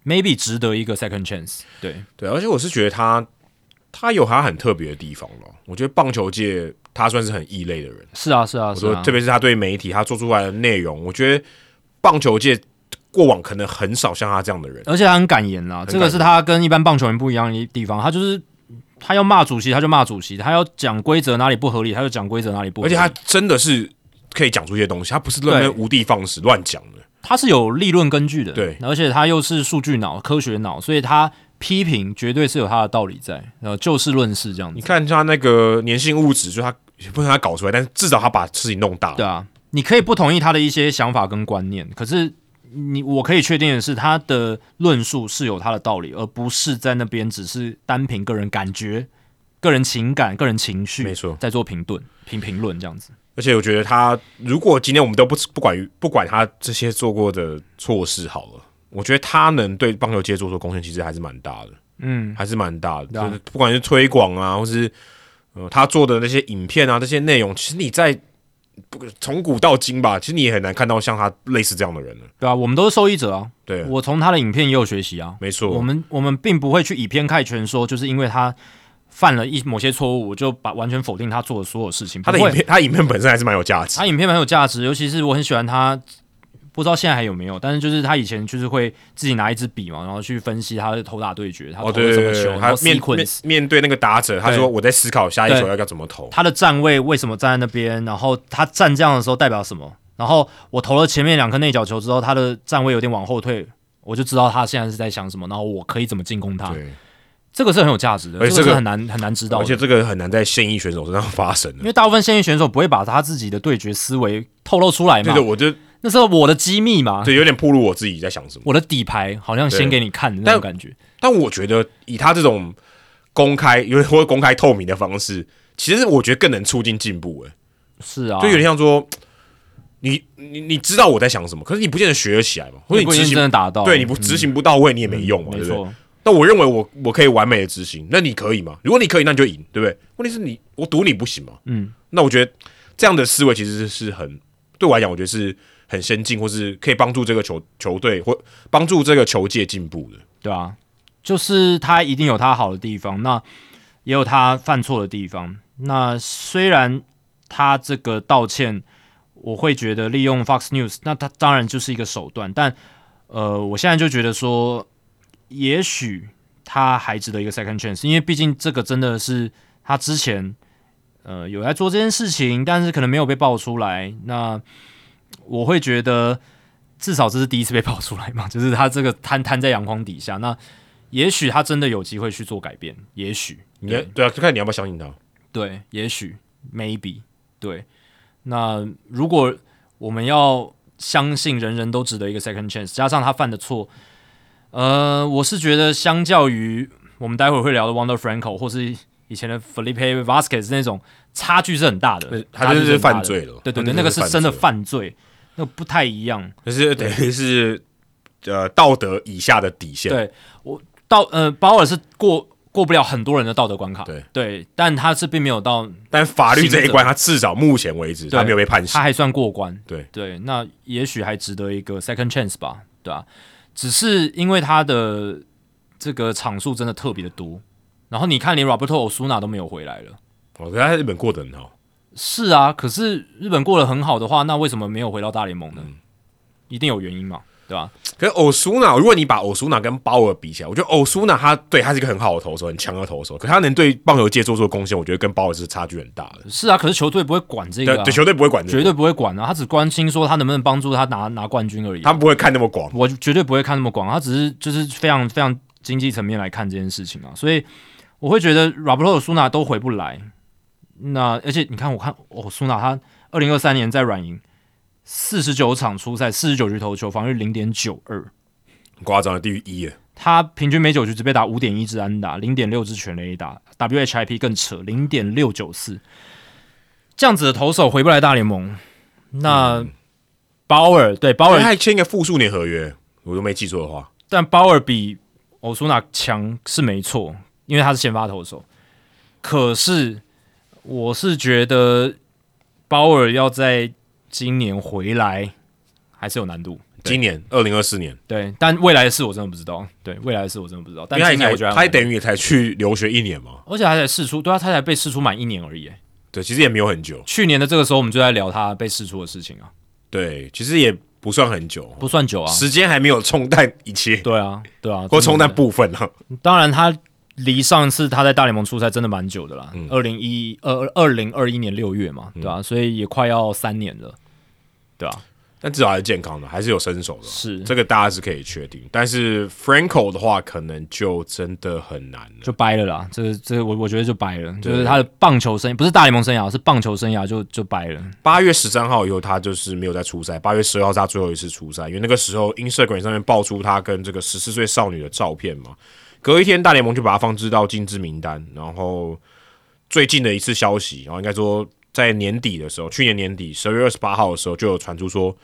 maybe 值得一个 second chance，对，对，而且我是觉得他他有他很特别的地方了。我觉得棒球界他算是很异类的人，是啊，是啊，我是说啊特，别是他对媒体他做出来的内容，我觉得棒球界过往可能很少像他这样的人。而且他很敢言啦，敢这个是他跟一般棒球员不一样的地方，他就是他要骂主席他就骂主席，他要讲规则哪里不合理他就讲规则哪里不合而理，且他真的是可以讲出一些东西，他不是乱对无的放矢乱讲的。他是有立论根据的，对而且他又是数据脑、科学脑，所以他批评绝对是有他的道理在，然后就事论事这样你子。看他那个粘性物质，就他不能他搞出来，但是至少他把事情弄大对。啊，你可以不同意他的一些想法跟观念，可是你我可以确定的是，他的论述是有他的道理，而不是在那边只是单凭个人感觉、个人情感、个人情绪，没错在做评论、评评论这样子。而且我觉得他，如果今天我们都不不管不管他这些做过的措施好了，我觉得他能对棒球界做出的贡献其实还是蛮大的，嗯，还是蛮大的。对啊就是不管是推广啊，或是呃他做的那些影片啊，这些内容，其实你在不从古到今吧，其实你也很难看到像他类似这样的人了。对啊，我们都是受益者啊。对，我从他的影片也有学习啊。没错，我们我们并不会去以偏概全说，就是因为他犯了一某些错误，我就把完全否定他做的所有事情。他的不影会，片，他影片本身还是蛮有价值他。影片蛮有价值，尤其是我很喜欢他，不知道现在还有没有，但是就是他以前就是会自己拿一支笔嘛，然后去分析他的投打对决，他投哦，了对什对么对球，对，然他后面面 sequence。面对那个打者，他对说我在思考下一对球要要怎么投。他的站位为什么站在那边？然后他站这样的时候代表什么？然后我投了前面两颗内角球之后，他的站位有点往后退，我就知道他现在是在想什么，然后我可以怎么进攻他。对，这个是很有价值的，而且这这个个是很难很难知道而的，且这个很难在现役选手身上发生因的。为大部分现役选手不会把他自己的对决思维透露出来对嘛对，，我就那是我的机密嘛，对有点暴露我自己在想什么。我的底牌好像先对给你看的那种感觉。但我觉得以他这种公开，有点或者公开透明的方式，其实我觉得更能促进进步。哎，是啊，就有点像说，你你你知道我在想什么，可是你不见得学得起来嘛，或者你你不一执定真的行打到，欸对你不执行不到位，你也没用嘛，没对不对？错，那我认为我我可以完美的执行，那你可以吗？如果你可以，那你就赢，对不对？问题是你我赌你不行嘛，嗯，那我觉得这样的思维其实是很对我来讲，我觉得是很先进，或是可以帮助这个球球队或帮助这个球界进步的。对啊，就是他一定有他好的地方，那也有他犯错的地方。那虽然他这个道歉，我会觉得利用 Fox News，那他当然就是一个手段，但呃，我现在就觉得说，也许他还值得一个 second chance，因为毕竟这个真的是他之前呃有在做这件事情，但是可能没有被爆出来。那我会觉得，至少这是第一次被爆出来嘛， [LAUGHS] 就是他这个摊摊在阳光底下。那也许他真的有机会去做改变，也许你要对啊，就看你要不要相信他。对，也许 maybe 对。那如果我们要相信人人都值得一个 second chance，加上他犯的错，呃，我是觉得相较于我们待会儿会聊的 Wonder Franco 或是以前的 Felipe Vasquez 那种，差距是很大的对，他就是差距很大的犯罪了对对他对，就是那个是真的犯罪犯罪，那个不太一样。可是等于是呃道德以下的底线。对我到呃，保尔是过过不了很多人的道德关卡，对对，但他是并没有到但法律这一关，他至少目前为止对他没有被判刑他。还算过关。对对，那也许还值得一个 second chance 吧，对啊，只是因为他的这个场数真的特别的多，然后你看连 Roberto Osuna 都没有回来了。我觉得他在日本过得哦很好，是啊，可是日本过得很好的话，那为什么没有回到大联盟呢？嗯一定有原因嘛，对吧、可是欧苏纳，如果你把欧苏纳跟鲍尔比起来，我觉得欧苏纳他对他是一个很好的投手，很强的投手，可他能对棒球界做出的贡献，我觉得跟鲍尔是差距很大的。是啊，可是球队不会管这对个、啊，对，球队不会管这绝个，对不会管啊，他只关心说他能不能帮助他拿拿冠军而已啊、他们不会看那么广。我绝对不会看那么广，他只是就是非常非常经济层面来看这件事情啊，所以我会觉得 Roberto 苏纳都回不来。那而且你看，我看哦，苏纳他二零二三年在软银四十九场出赛，四十九局投球，防御零点九二，很夸张的地狱一耶，他平均每九局只被打五点一支安打，零点六支全垒打，WHIP 更扯，零点六九四，这样子的投手回不来大联盟。那、鲍尔对鲍因为尔他还签一个复数年合约，我都没记错的话，但鲍尔比欧苏纳强是没错，因为他是先发投手。可是我是觉得鲍尔要在今年回来还是有难度。对今年二零二四年，对，但未来的事我真的不知道。对，未来的事我真的不知道。因但为他今年也我觉得才还他有难等于也才去留学一年嘛，度，而且他才试出，对啊，他才被试出满一年而已。哎对，其实也没有很久，去年的这个时候，我们就在聊他被试出的事情啊，对，其实也不算很久，不算久啊。时间还没有冲淡一切，对嗯啊，对啊，或冲淡真的部分啊。当然，他离上次他在大联盟出赛真的蛮久的啦，二零一二二零二一年六月嘛，对吧、所以也快要三年了，对吧、但至少还是健康的，还是有身手的，啊是这个大家是可以确定。但是 Franco 的话，可能就真的很难了。就掰了啦，这个这个我我觉得就掰了，就是他的棒球生涯不是大联盟生涯，是棒球生涯就就掰了。八月十三号以后，他就是没有再出赛。八月十二号是他最后一次出赛，因为那个时候 Instagram 上面爆出他跟这个十四岁少女的照片嘛。隔一天，大联盟就把他放置到禁止名单。然后最近的一次消息，然后应该说在年底的时候，去年年底十二月二十八号的时候，就有传出说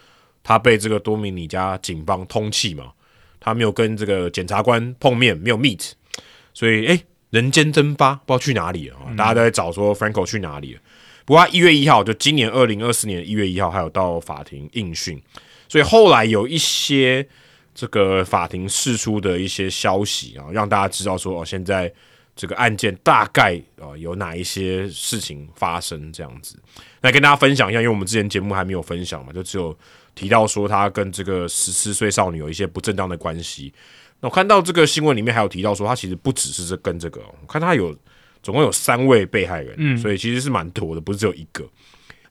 他被这个多米尼加警方通缉嘛，他没有跟这个检察官碰面，没有 meet，所以诶，人间蒸发，不知道去哪里了啊！大家都在找说 Franco 去哪里了。不过他一月一号，就今年二零二四年一月一号，还有到法庭应讯，所以后来有一些这个法庭释出的一些消息啊，让大家知道说哦，现在这个案件大概啊、呃有哪一些事情发生这样子。来跟大家分享一下，因为我们之前节目还没有分享嘛，就只有提到说他跟这个十四岁少女有一些不正当的关系。那我看到这个新闻里面还有提到说，他其实不只是这跟这个哦，我看他有总共有三位被害人，所以其实是蛮多的，不是只有一个。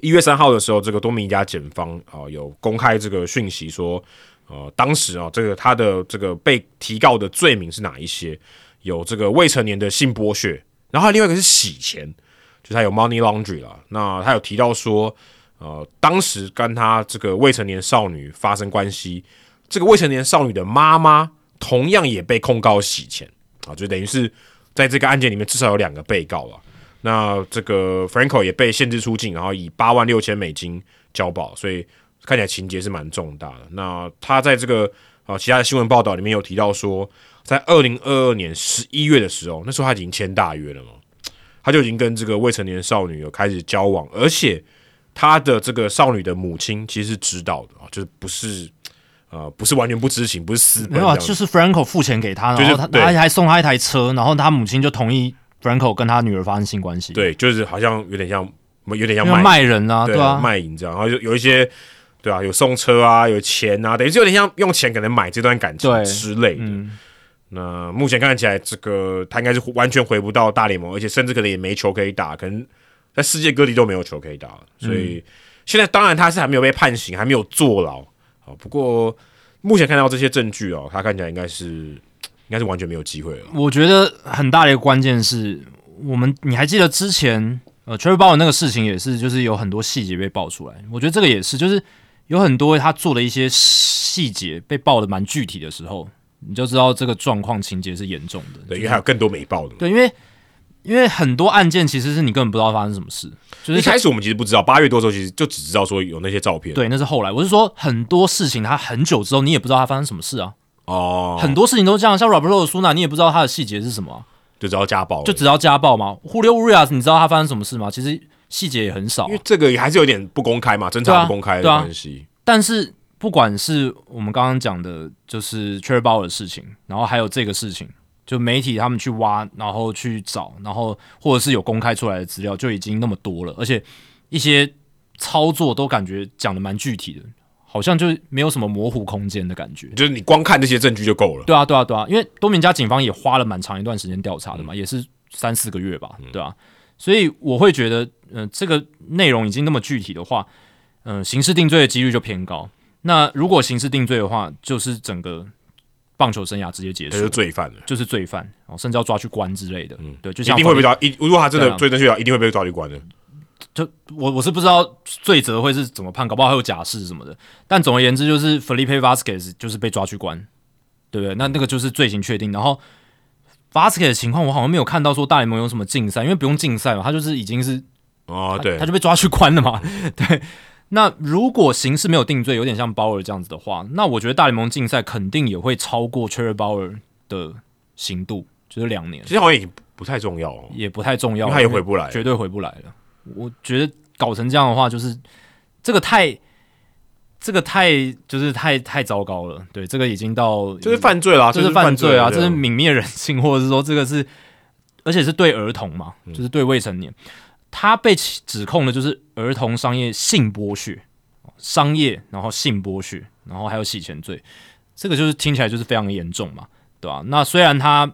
一月三号的时候，这个多米尼加检方啊、呃有公开这个讯息说，呃，当时啊、这个他的这个被提告的罪名是哪一些？有这个未成年的性剥削，然后还有另外一个是洗钱，就是他有 money laundry 啦。那他有提到说，呃，当时跟他这个未成年少女发生关系，这个未成年少女的妈妈同样也被控告洗钱啊，就等于是在这个案件里面至少有两个被告了。那这个 Franco 也被限制出境，然后以八万六千美金交保，所以看起来情节是蛮重大的。那他在这个啊、呃其他的新闻报道里面有提到说，在二零二二年十一月的时候，那时候他已经签大约了嘛，他就已经跟这个未成年少女有开始交往，而且他的这个少女的母亲其实是知道的啊，就是不是呃不是完全不知情，不是私奔没这有啊，样子，就是 Franco 付钱给他，就然是后他对他还送他一台车，然后他母亲就同意 Franco 跟他女儿发生性关系，，对对，就是好像有点像有点像因为卖卖人啊，对啊，卖淫这样，然后就有一些对啊，有送车啊，有钱啊，等于是有点像用钱可能买这段感情对之类的。嗯，那目前看起来，这个他应该是完全回不到大联盟，而且甚至可能也没球可以打，可能在世界各地都没有球可以打，所以、现在当然他是还没有被判刑，还没有坐牢。好，不过目前看到这些证据哦，他看起来应该是应该是完全没有机会了。我觉得很大的一个关键是我们，你还记得之前呃 Cherry b o w 那个事情也是，就是有很多细节被爆出来，我觉得这个也是，就是有很多他做的一些细节被爆的蛮具体的时候，你就知道这个状况情节是严重的，对，因为还有更多没报的嘛。对，因为因为很多案件其实是你根本不知道发生什么事，就是一开始我们其实不知道，八月多的时候其实就只知道说有那些照片。对，那是后来。我是说，很多事情他很久之后，你也不知道他发生什么事啊。哦，很多事情都这样，像 Robert o s u n a 你也不知道他的细节是什么啊、就知道家暴了，就只要家暴嘛。Julio Urias，你知道他发生什么事吗？其实细节也很少啊、因为这个也还是有点不公开嘛，侦对查啊不公开的对啊关系。但是不管是我们刚刚讲的，就是确 h e r b a u 的事情，然后还有这个事情，就媒体他们去挖，然后去找，然后或者是有公开出来的资料，就已经那么多了，而且一些操作都感觉讲的蛮具体的，好像就没有什么模糊空间的感觉。就是你光看这些证据就够了。对啊，对啊，对啊，因为多明加警方也花了蛮长一段时间调查的嗯嘛，也是三四个月吧，对啊，所以我会觉得，嗯、这个内容已经那么具体的话，嗯、刑事定罪的几率就偏高。那如果刑事定罪的话，就是整个棒球生涯直接结他就是束，罪犯了，就是罪犯，哦，甚至要抓去关之类的。嗯，对，就一像定会被抓。一如果他真对的啊罪证确凿，一定会被抓去关的。就我我是不知道罪责会是怎么判，搞不好还有假释什么的。但总而言之，就是 Felipe Vasquez 就是被抓去关，对不对？那那个就是罪行确定。然后 Vasquez 的情况，我好像没有看到说大联盟有什么竞赛，因为不用竞赛嘛，他就是已经是哦，对他，就被抓去关了嘛。 [LAUGHS] 对，那如果刑事没有定罪，有点像鲍尔这样子的话，那我觉得大联盟竞赛肯定也会超过 Cherry 鲍尔的刑度，就是两年其，实好像已经不太重要哦，也不太重因要为了，他也回不来了。绝对回不来了。我觉得搞成这样的话，就是这个太，这个太就是太太糟糕了。对，这个已经到就是，犯罪啦，这就是犯罪啊，对嗯这是泯灭人性，或者是说这个是，而且是对儿童嘛，就是对未成年，他被起指控的就是儿童商业性剥削、商业，然后性剥削，然后还有洗钱罪，这个就是听起来就是非常严重嘛，对吧、那虽然他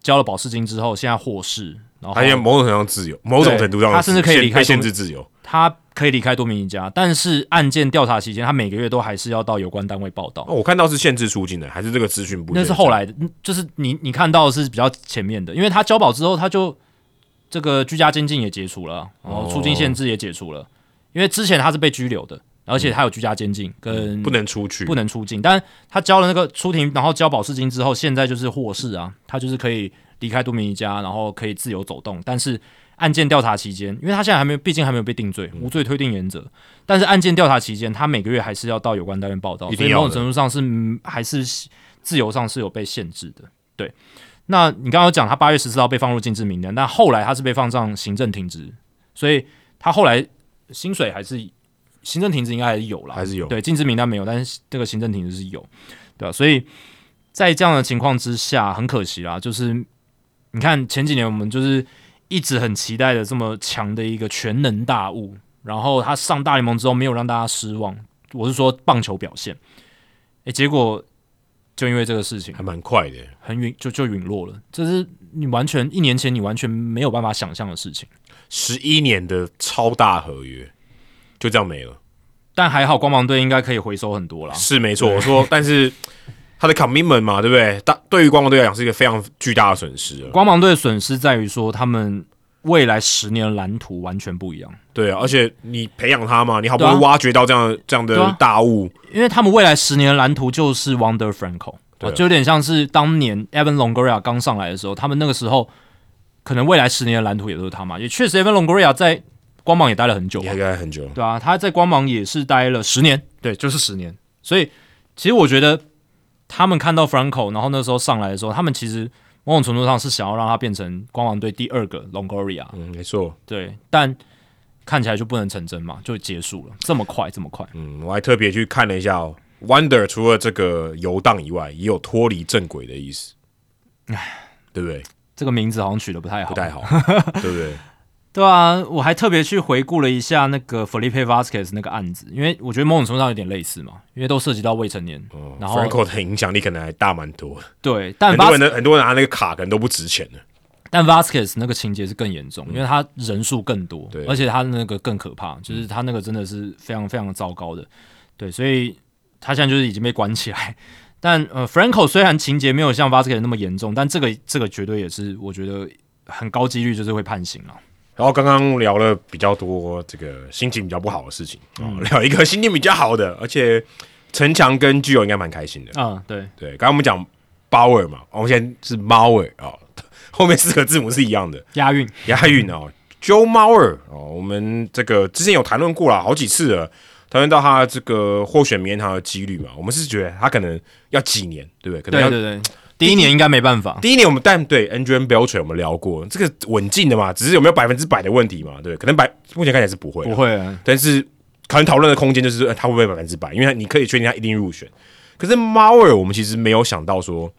交了保释金之后，现在获释。然后他也某种程度上自由，某种程度上哦对他甚至可以离开被限制自由。他可以离开多米尼加，但是案件调查期间，他每个月都还是要到有关单位报道。哦，我看到是限制出境的，还是这个资讯不那正是常？后来的，嗯就是你你看到的是比较前面的，因为他交保之后，他就这个居家监禁也解除了，然哦后出境限制也解除了，因为之前他是被拘留的，而且他有居家监禁跟嗯不能出去，不能出境，但他交了那个出庭，然后交保释金之后，现在就是获释啊，他就是可以离开多米尼加，然后可以自由走动。但是案件调查期间，因为他现在还没有，毕竟还没有被定罪，无罪推定原则。但是案件调查期间，他每个月还是要到有关单位报道，一所定以要的某种程度上是嗯还是自由上是有被限制的。对，那你刚刚有讲他八月十四号被放入禁制名单，但后来他是被放上行政停职，所以他后来薪水还是行政停职应该还是有啦，还是有对，禁止名单没有，但是这个行政停职是有，对吧、啊所以在这样的情况之下，很可惜啦，就是你看前几年我们就是一直很期待的这么强的一个全能大物，然后他上大联盟之后没有让大家失望，我是说棒球表现，诶，结果就因为这个事情还蛮快的。很陨就就陨落了，这是你完全一年前你完全没有办法想象的事情。十一年的超大合约，就这样没了。但还好光芒队应该可以回收很多啦。是没错，我说，但是 [LAUGHS] 他的 commitment 嘛，对不对？大对于光芒队来讲是一个非常巨大的损失了。光芒队的损失在于说他们未来十年的蓝图完全不一样，对啊，而且你培养他嘛，你好不容易对啊挖掘到这样的这样对的啊大物，因为他们未来十年的蓝图就是 Wonder Franco，、哦对啊就有点像是当年 Evan Longoria 刚上来的时候，他们那个时候可能未来十年的蓝图也都是他嘛。也确实 Evan Longoria 在光芒也待了很久你嘛还，该很久。对啊，他在光芒也是待了十年，对，就是十年。所以其实我觉得他们看到 Franco，然后那时候上来的时候，他们其实某种程度上是想要让他变成光芒队第二个 Longoria，嗯，没错。对，但看起来就不能成真嘛，就结束了，这么快，这么快。嗯，我还特别去看了一下、哦、，Wonder 除了这个游荡以外，也有脱离正轨的意思，对不对？这个名字好像取得不太好，不 [LAUGHS] 太好，对不对？对啊，我还特别去回顾了一下那个 Felipe Vasquez 那个案子，因为我觉得某种程度上有点类似嘛，因为都涉及到未成年。哦然后 Franco 的影响力可能还大蛮多的，对，但很多 Vas 人的很多人拿那个卡可能都不值钱的。但 Vasquez 那个情节是更严重，因为他人数更多嗯对，而且他那个更可怕，就是他那个真的是非常非常糟糕的。对，所以他现在就是已经被关起来。但呃，Franco 虽然情节没有像 Vasquez 那么严重，但这个这个绝对也是我觉得很高几率就是会判刑了。然后刚刚聊了比较多这个心情比较不好的事情，啊、 [LAUGHS] 聊一个心情比较好的，而且陈强跟巨友应该蛮开心的。嗯，对，对，刚刚我们讲 Bauer 嘛，哦我们现在是 Mauer 啊、 [LAUGHS] 后面四个字母是一样的。押韵。押韵哦，Joe Mauer 哦，我们这个之前有谈论过了好几次了，谈论到他这个获选名人堂的几率嘛，我们是觉得他可能要几年，对不对？可能对要对对，第一年应该没办法。第一年我们但对 Andrew b e l t r 我们聊过，这个稳进的嘛，只是有没有百分之百的问题嘛，对不对，可能百目前看起来是不会，不，会啊，但是可能讨论的空间就是呃他会不会百分之百，因为他你可以确定他一定入选，可是 Mauer 我们其实没有想到说。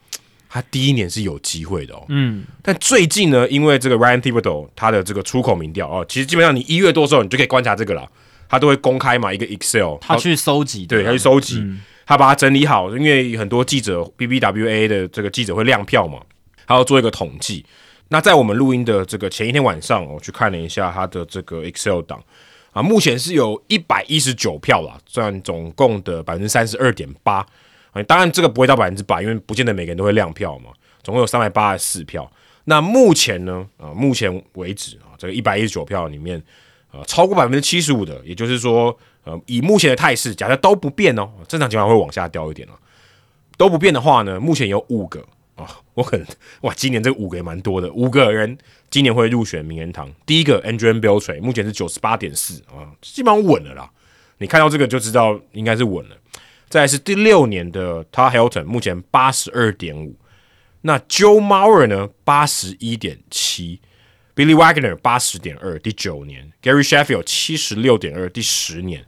他第一年是有机会的哦，嗯，但最近呢，因为这个 Ryan Thibodeau 他的这个出口民调哦，其实基本上你一月多的时候，你就可以观察这个了，他都会公开嘛一个 Excel，他去收集的，对他去收集，他把它整理好，因为很多记者 BBWA 的这个记者会亮票嘛，他要做一个统计。那在我们录音的这个前一天晚上，我去看了一下他的这个 Excel 档啊，目前是有一百一十九票啦，占总共的百分之三十二点八。啊当然这个不会到百分之百，因为不见得每个人都会亮票嘛，总共有三百八十四票。那目前呢，啊，目前为止啊，这个一百一十九票里面，呃，超过百分之七十五的，也就是说，呃，以目前的态势，假设都不变哦，正常情况下会往下掉一点哦，都不变的话呢，目前有五个啊、我很哇，今年这五个也蛮多的，五个人今年会入选名人堂。第一个 Andrew b e l t r a 目前是九十八点四啊，基本上稳了啦。你看到这个就知道应该是稳了。再来是第六年的 t a Hilton，目前八十二点五，那 Joe Mauer 呢八十一点七。Billy Wagner 八十点二，第九年；Gary Sheffield 七十六点二，第十年。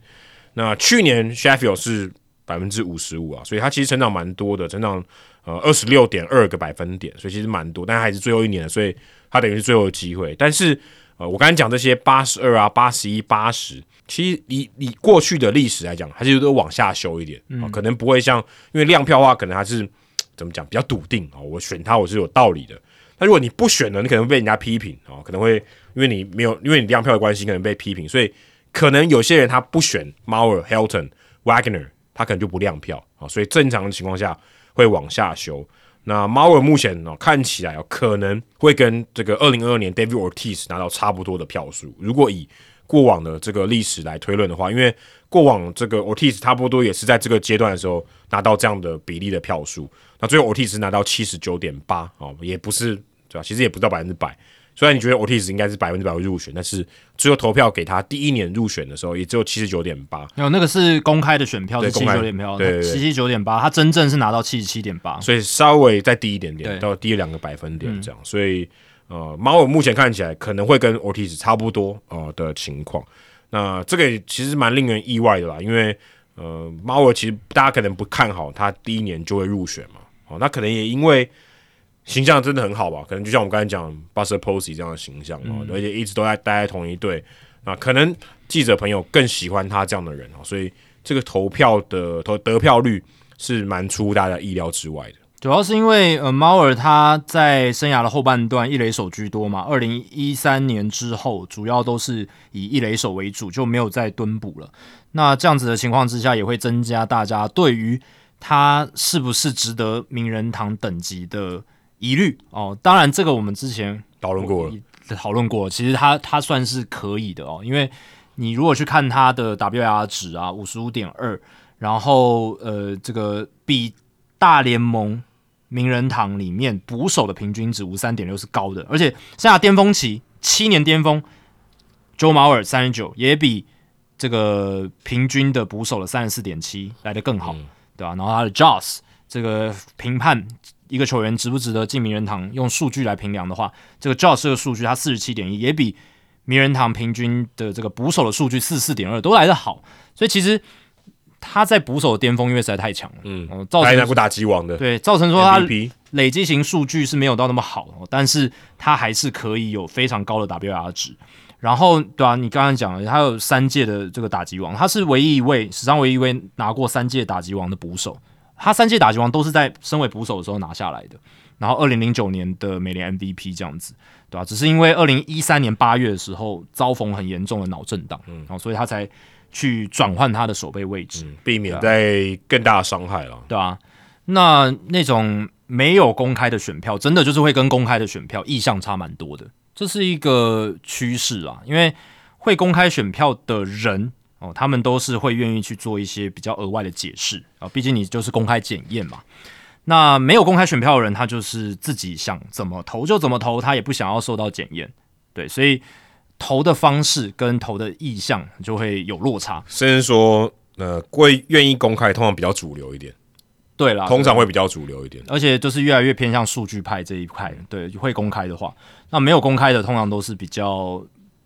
那去年 Sheffield 是百分之五十五啊，所以他其实成长蛮多的，成长呃二十六点二个百分点，所以其实蛮多，但他还是最后一年了，所以他等于是最后的机会。但是呃，我刚才讲这些八十二啊、八十一、八十，其实以以过去的历史来讲，它其实都往下修一点，啊，可能不会像因为量票的话，可能还是怎么讲比较笃定啊、我选他我是有道理的。那如果你不选呢，你可能被人家批评哦，可能会因为你没有因为你量票的关系，可能被批评，所以可能有些人他不选 Mauer、Helton、Wagner，他可能就不量票啊、哦，所以正常的情况下会往下修。那 Mauer 目前哦看起来哦可能会跟这个二零二二年 David Ortiz 拿到差不多的票数，如果以过往的这个历史来推论的话，因为过往这个 Ortiz 差不多也是在这个阶段的时候拿到这样的比例的票数，那最后 Ortiz 拿到七十九点八哦，也不是对吧、啊其实也不到百分之百。虽然你觉得 Ortiz 应该是百分之百会入选，但是最后投票给他第一年入选的时候也只有七十九点八，没有那个是公开的选票是对七公开九点票，对对对七七九点八，他真正是拿到七十七点八，所以稍微再低一点点，对到低两个百分点这样。所以呃，马尔目前看起来可能会跟 Ortiz 差不多呃的情况。那这个其实蛮令人意外的啦，因为呃，马尔其实大家可能不看好他第一年就会入选嘛，哦，那可能也因为形象真的很好吧，可能就像我们刚才讲 Buster Posey 这样的形象哦，而且一直都在待在同一队，那可能记者朋友更喜欢他这样的人哦，所以这个投票的投得票率是蛮出乎大家意料之外的。主要是因为呃，猫儿他在生涯的后半段一垒手居多嘛，二零一三年之后主要都是以一垒手为主，就没有再蹲捕了。那这样子的情况之下，也会增加大家对于他是不是值得名人堂等级的疑虑哦。当然，这个我们之前讨论过了，讨论过，其实他他算是可以的哦，因为你如果去看他的 WR 值啊，五十五点二，然后呃，这个比大联盟名人堂里面捕手的平均值五三点六是高的，而且生涯巅峰期七年巅峰，Joe Mauer 三十九也比这个平均的捕手的三十四点七来得更好，对吧、然后他的 Jaws 这个评判一个球员值不值得进名人堂，用数据来评量的话，这个 Jaws 这个数据它四十七点一，也比名人堂平均的这个捕手的数据四四点二都来得好，所以其实他在捕手的巅峰因为实在太强了，嗯，造还成拿过打击王的对，造成说他 MVP，累积型数据是没有到那么好，哦但是他还是可以有非常高的 WR 值。然后，对啊，你刚刚讲了，他有三届的这个打击王，他是唯一一位史上唯一一位拿过三届打击王的捕手。他三届打击王都是在身为捕手的时候拿下来的。然后，二零零九年的美联 MVP 这样子，对吧、只是因为二零一三年八月的时候遭逢很严重的脑震荡，然后所以他才去转换他的守备位置。嗯避免啊在更大的伤害了。对啊，那那种没有公开的选票，真的就是会跟公开的选票意向差蛮多的，这是一个趋势啊。因为会公开选票的人哦，他们都是会愿意去做一些比较额外的解释啊，毕竟你就是公开检验嘛。那没有公开选票的人，他就是自己想怎么投就怎么投，他也不想要受到检验，对，所以投的方式跟投的意向就会有落差。甚至说，呃，会愿意公开，通常比较主流一点，对啦，通常会比较主流一点。而且就是越来越偏向数据派这一派，对，会公开的话，那没有公开的通常都是比较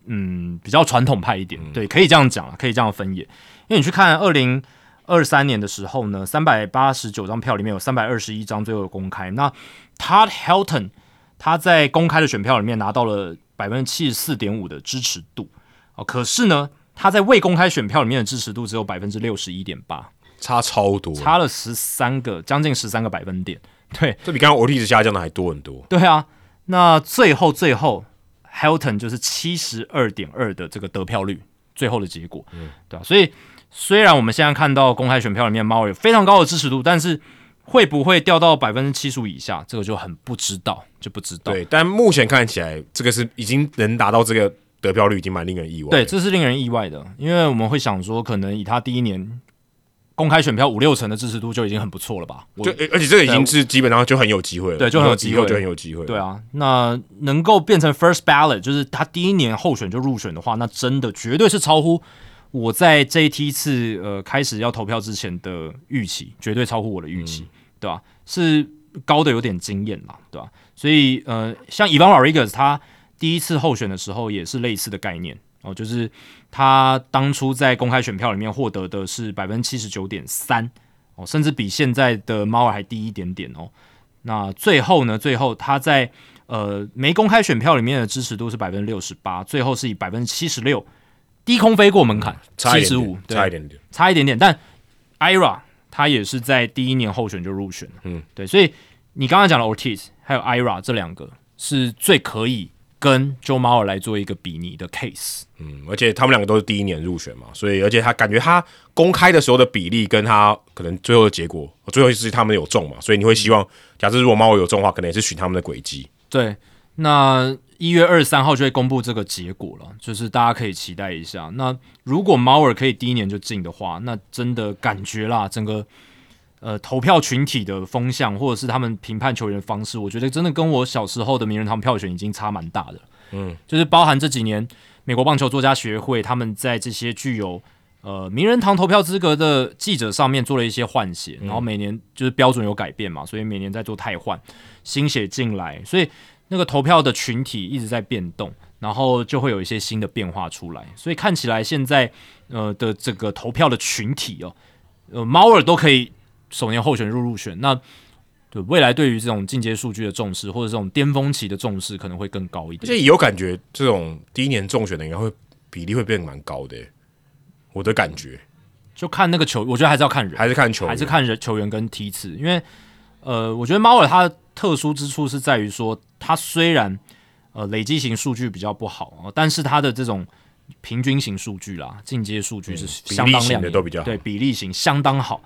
嗯比较传统派一点，对，可以这样讲啊，可以这样分野。因为你去看二零二三年的时候呢，三百八十九张票里面有三百二十一张最后有公开，那 Todd Helton 他在公开的选票里面拿到了百分之七十四点五的支持度哦，可是呢，他在未公开选票里面的支持度只有百分之六十一点八，差超多，差了十三个将近十三个百分点，对。这比刚刚 Ortiz 下降的还多很多。对啊，那最后最后，Helton 就是七十二点二的这个得票率，最后的结果，对啊，所以虽然我们现在看到公开选票里面猫有非常高的支持度，但是会不会掉到百分之七十五以下，这个就很不知道，就不知道。对，但目前看起来，这个是已经能达到这个得票率，已经蛮令人意外。对，，这是令人意外的，因为我们会想说，可能以他第一年公开选票五六成的支持度就已经很不错了吧？我就而而且这个已经是基本上就很有机会了，对就很有机以会后就很有机会。对，啊，那能够变成 first ballot，就是他第一年候选就入选的话，那真的绝对是超乎我在这一梯次呃开始要投票之前的预期，绝对超乎我的预期，嗯对吧、是高的有点惊艳啦，对吧、所以呃，像 Ivan Rodriguez 他第一次候选的时候也是类似的概念哦，就是他当初在公开选票里面获得的是百分之七十九点三哦，甚至比现在的猫儿还低一点点哦。那最后呢？最后他在呃没公开选票里面的支持度是百分之六十八，最后是以百分之七十六低空飞过门槛，嗯差七一十点五点，，差一点点。差一点点。但 IRA 他也是在第一年候选就入选了，嗯，对，所以你刚刚讲的 Ortiz 还有 IRA 这两个是最可以跟 Joe Mauer 来做一个比拟的 case，嗯，而且他们两个都是第一年入选嘛，所以而且他感觉他公开的时候的比例跟他可能最后的结果，哦最后一次他们有中嘛，所以你会希望，假设如果猫我有中的话，可能也是循他们的轨迹。对，那一月二十三号就会公布这个结果了，就是大家可以期待一下。那如果 Mauer 可以第一年就进的话，那真的感觉啦，整个呃投票群体的风向，或者是他们评判球员的方式，我觉得真的跟我小时候的名人堂票选已经差蛮大的。嗯，就是包含这几年美国棒球作家协会他们在这些具有呃名人堂投票资格的记者上面做了一些换血，然后每年就是标准有改变嘛，所以每年在做汰换，新血进来，所以那个投票的群体一直在变动，然后就会有一些新的变化出来。所以看起来现在呃的这个投票的群体哦，呃，猫儿都可以首年候选入入选，那对未来对于这种进阶数据的重视，或者这种巅峰期的重视，可能会更高一而点。且有感觉，这种第一年中选的应该会比例会变得蛮高的、欸我的感觉就看那个球，我觉得还是要看人，还是看球员，还是看人球员跟梯次，因为呃，我觉得猫耳它的特殊之处是在于说，它虽然呃累积型数据比较不好，呃但是它的这种平均型数据啦、进阶数据是嗯比相例当型亮眼的都比较好对比例型相当好，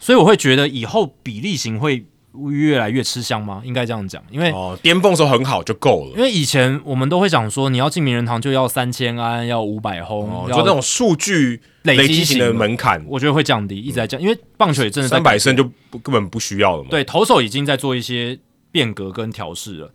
所以我会觉得以后比例型会越来越吃香吗？应该这样讲，因为、哦，巅峰的时候很好就够了因。为以前我们都会讲说，你要进名人堂就要三千安，要五百轰，哦，要就那种数据累积累积型的型的门槛，我觉得会降低，一直在降，因为棒球也真的在三百胜就不根本不需要了嘛。对，投手已经在做一些变革跟调试了。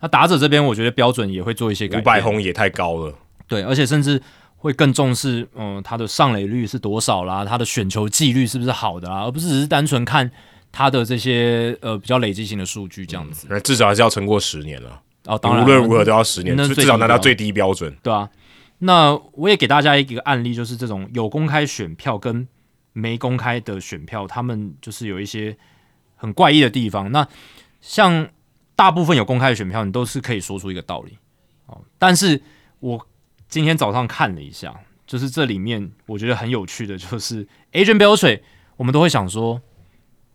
那打者这边，我觉得标准也会做一些改五百变。轰也太高了。对，而且甚至会更重视，嗯，他的上垒率是多少啦，他的选球纪律是不是好的啦，而不是只是单纯看他的这些呃比较累积型的数据这样子。那至少还是要撑过十年了，哦，当嗯无然啊，论如何都要十年，那是至最至少拿到低标最低标准。对啊。那我也给大家一个案例，就是这种有公开选票跟没公开的选票，他们就是有一些很怪异的地方。那像大部分有公开的选票，你都是可以说出一个道理哦。但是我今天早上看了一下，就是这里面我觉得很有趣的，就是 Agent Beltray，我们都会想说。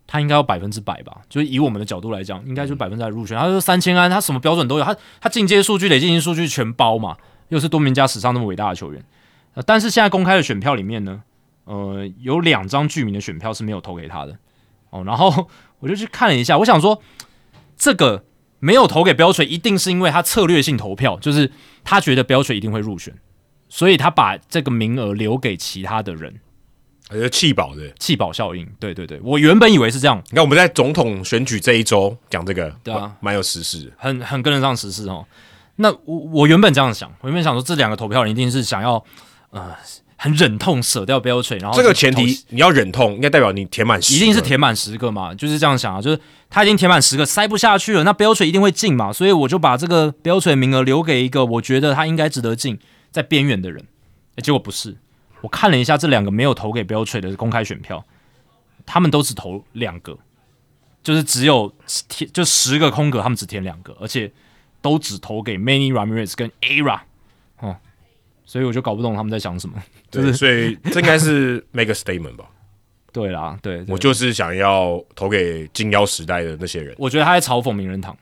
他应该要百分之百吧，就是以我们的角度来讲，应该就百分之百入选。他说三千安，他什么标准都有，他他进阶数据、累计型数据全包嘛。又是多明加史上那么伟大的球员。呃但是现在公开的选票里面呢，呃，有两张剧名的选票是没有投给他的哦。然后 [LAUGHS] 我就去看了一下，我想说，这个没有投给标锤，一定是因为他策略性投票，就是他觉得标锤一定会入选，所以他把这个名额留给其他的人，还是弃保的。你弃保效应。对对对，我原本以为是这样，看我们在总统选举这一周讲这个，对啊蛮蛮有实事的。很很跟得上时事哦。那我我原本这样想，我原本想说这两个投票人一定是想要呃很忍痛舍掉标锤，然后这个去前投提你要忍痛，应该代表你填满十个，一定是填满十个嘛，就是这样想啊，就是他已经填满十个，塞不下去了，那标锤一定会进嘛，所以我就把这个标锤名额留给一个我觉得他应该值得进在边缘的人、诶结果不是，我看了一下这两个没有投给标锤的公开选票，他们都只投两个，就是只有填就十个空格，他们只填两个，而且都只投给 Many Ramirez 跟 Ara，哦，所以我就搞不懂他们在想什么。对，所以这应该是 make a statement [LAUGHS] 吧。对啦，对，对我就是想要投给金腰时代的那些人，我觉得他在嘲讽名人堂。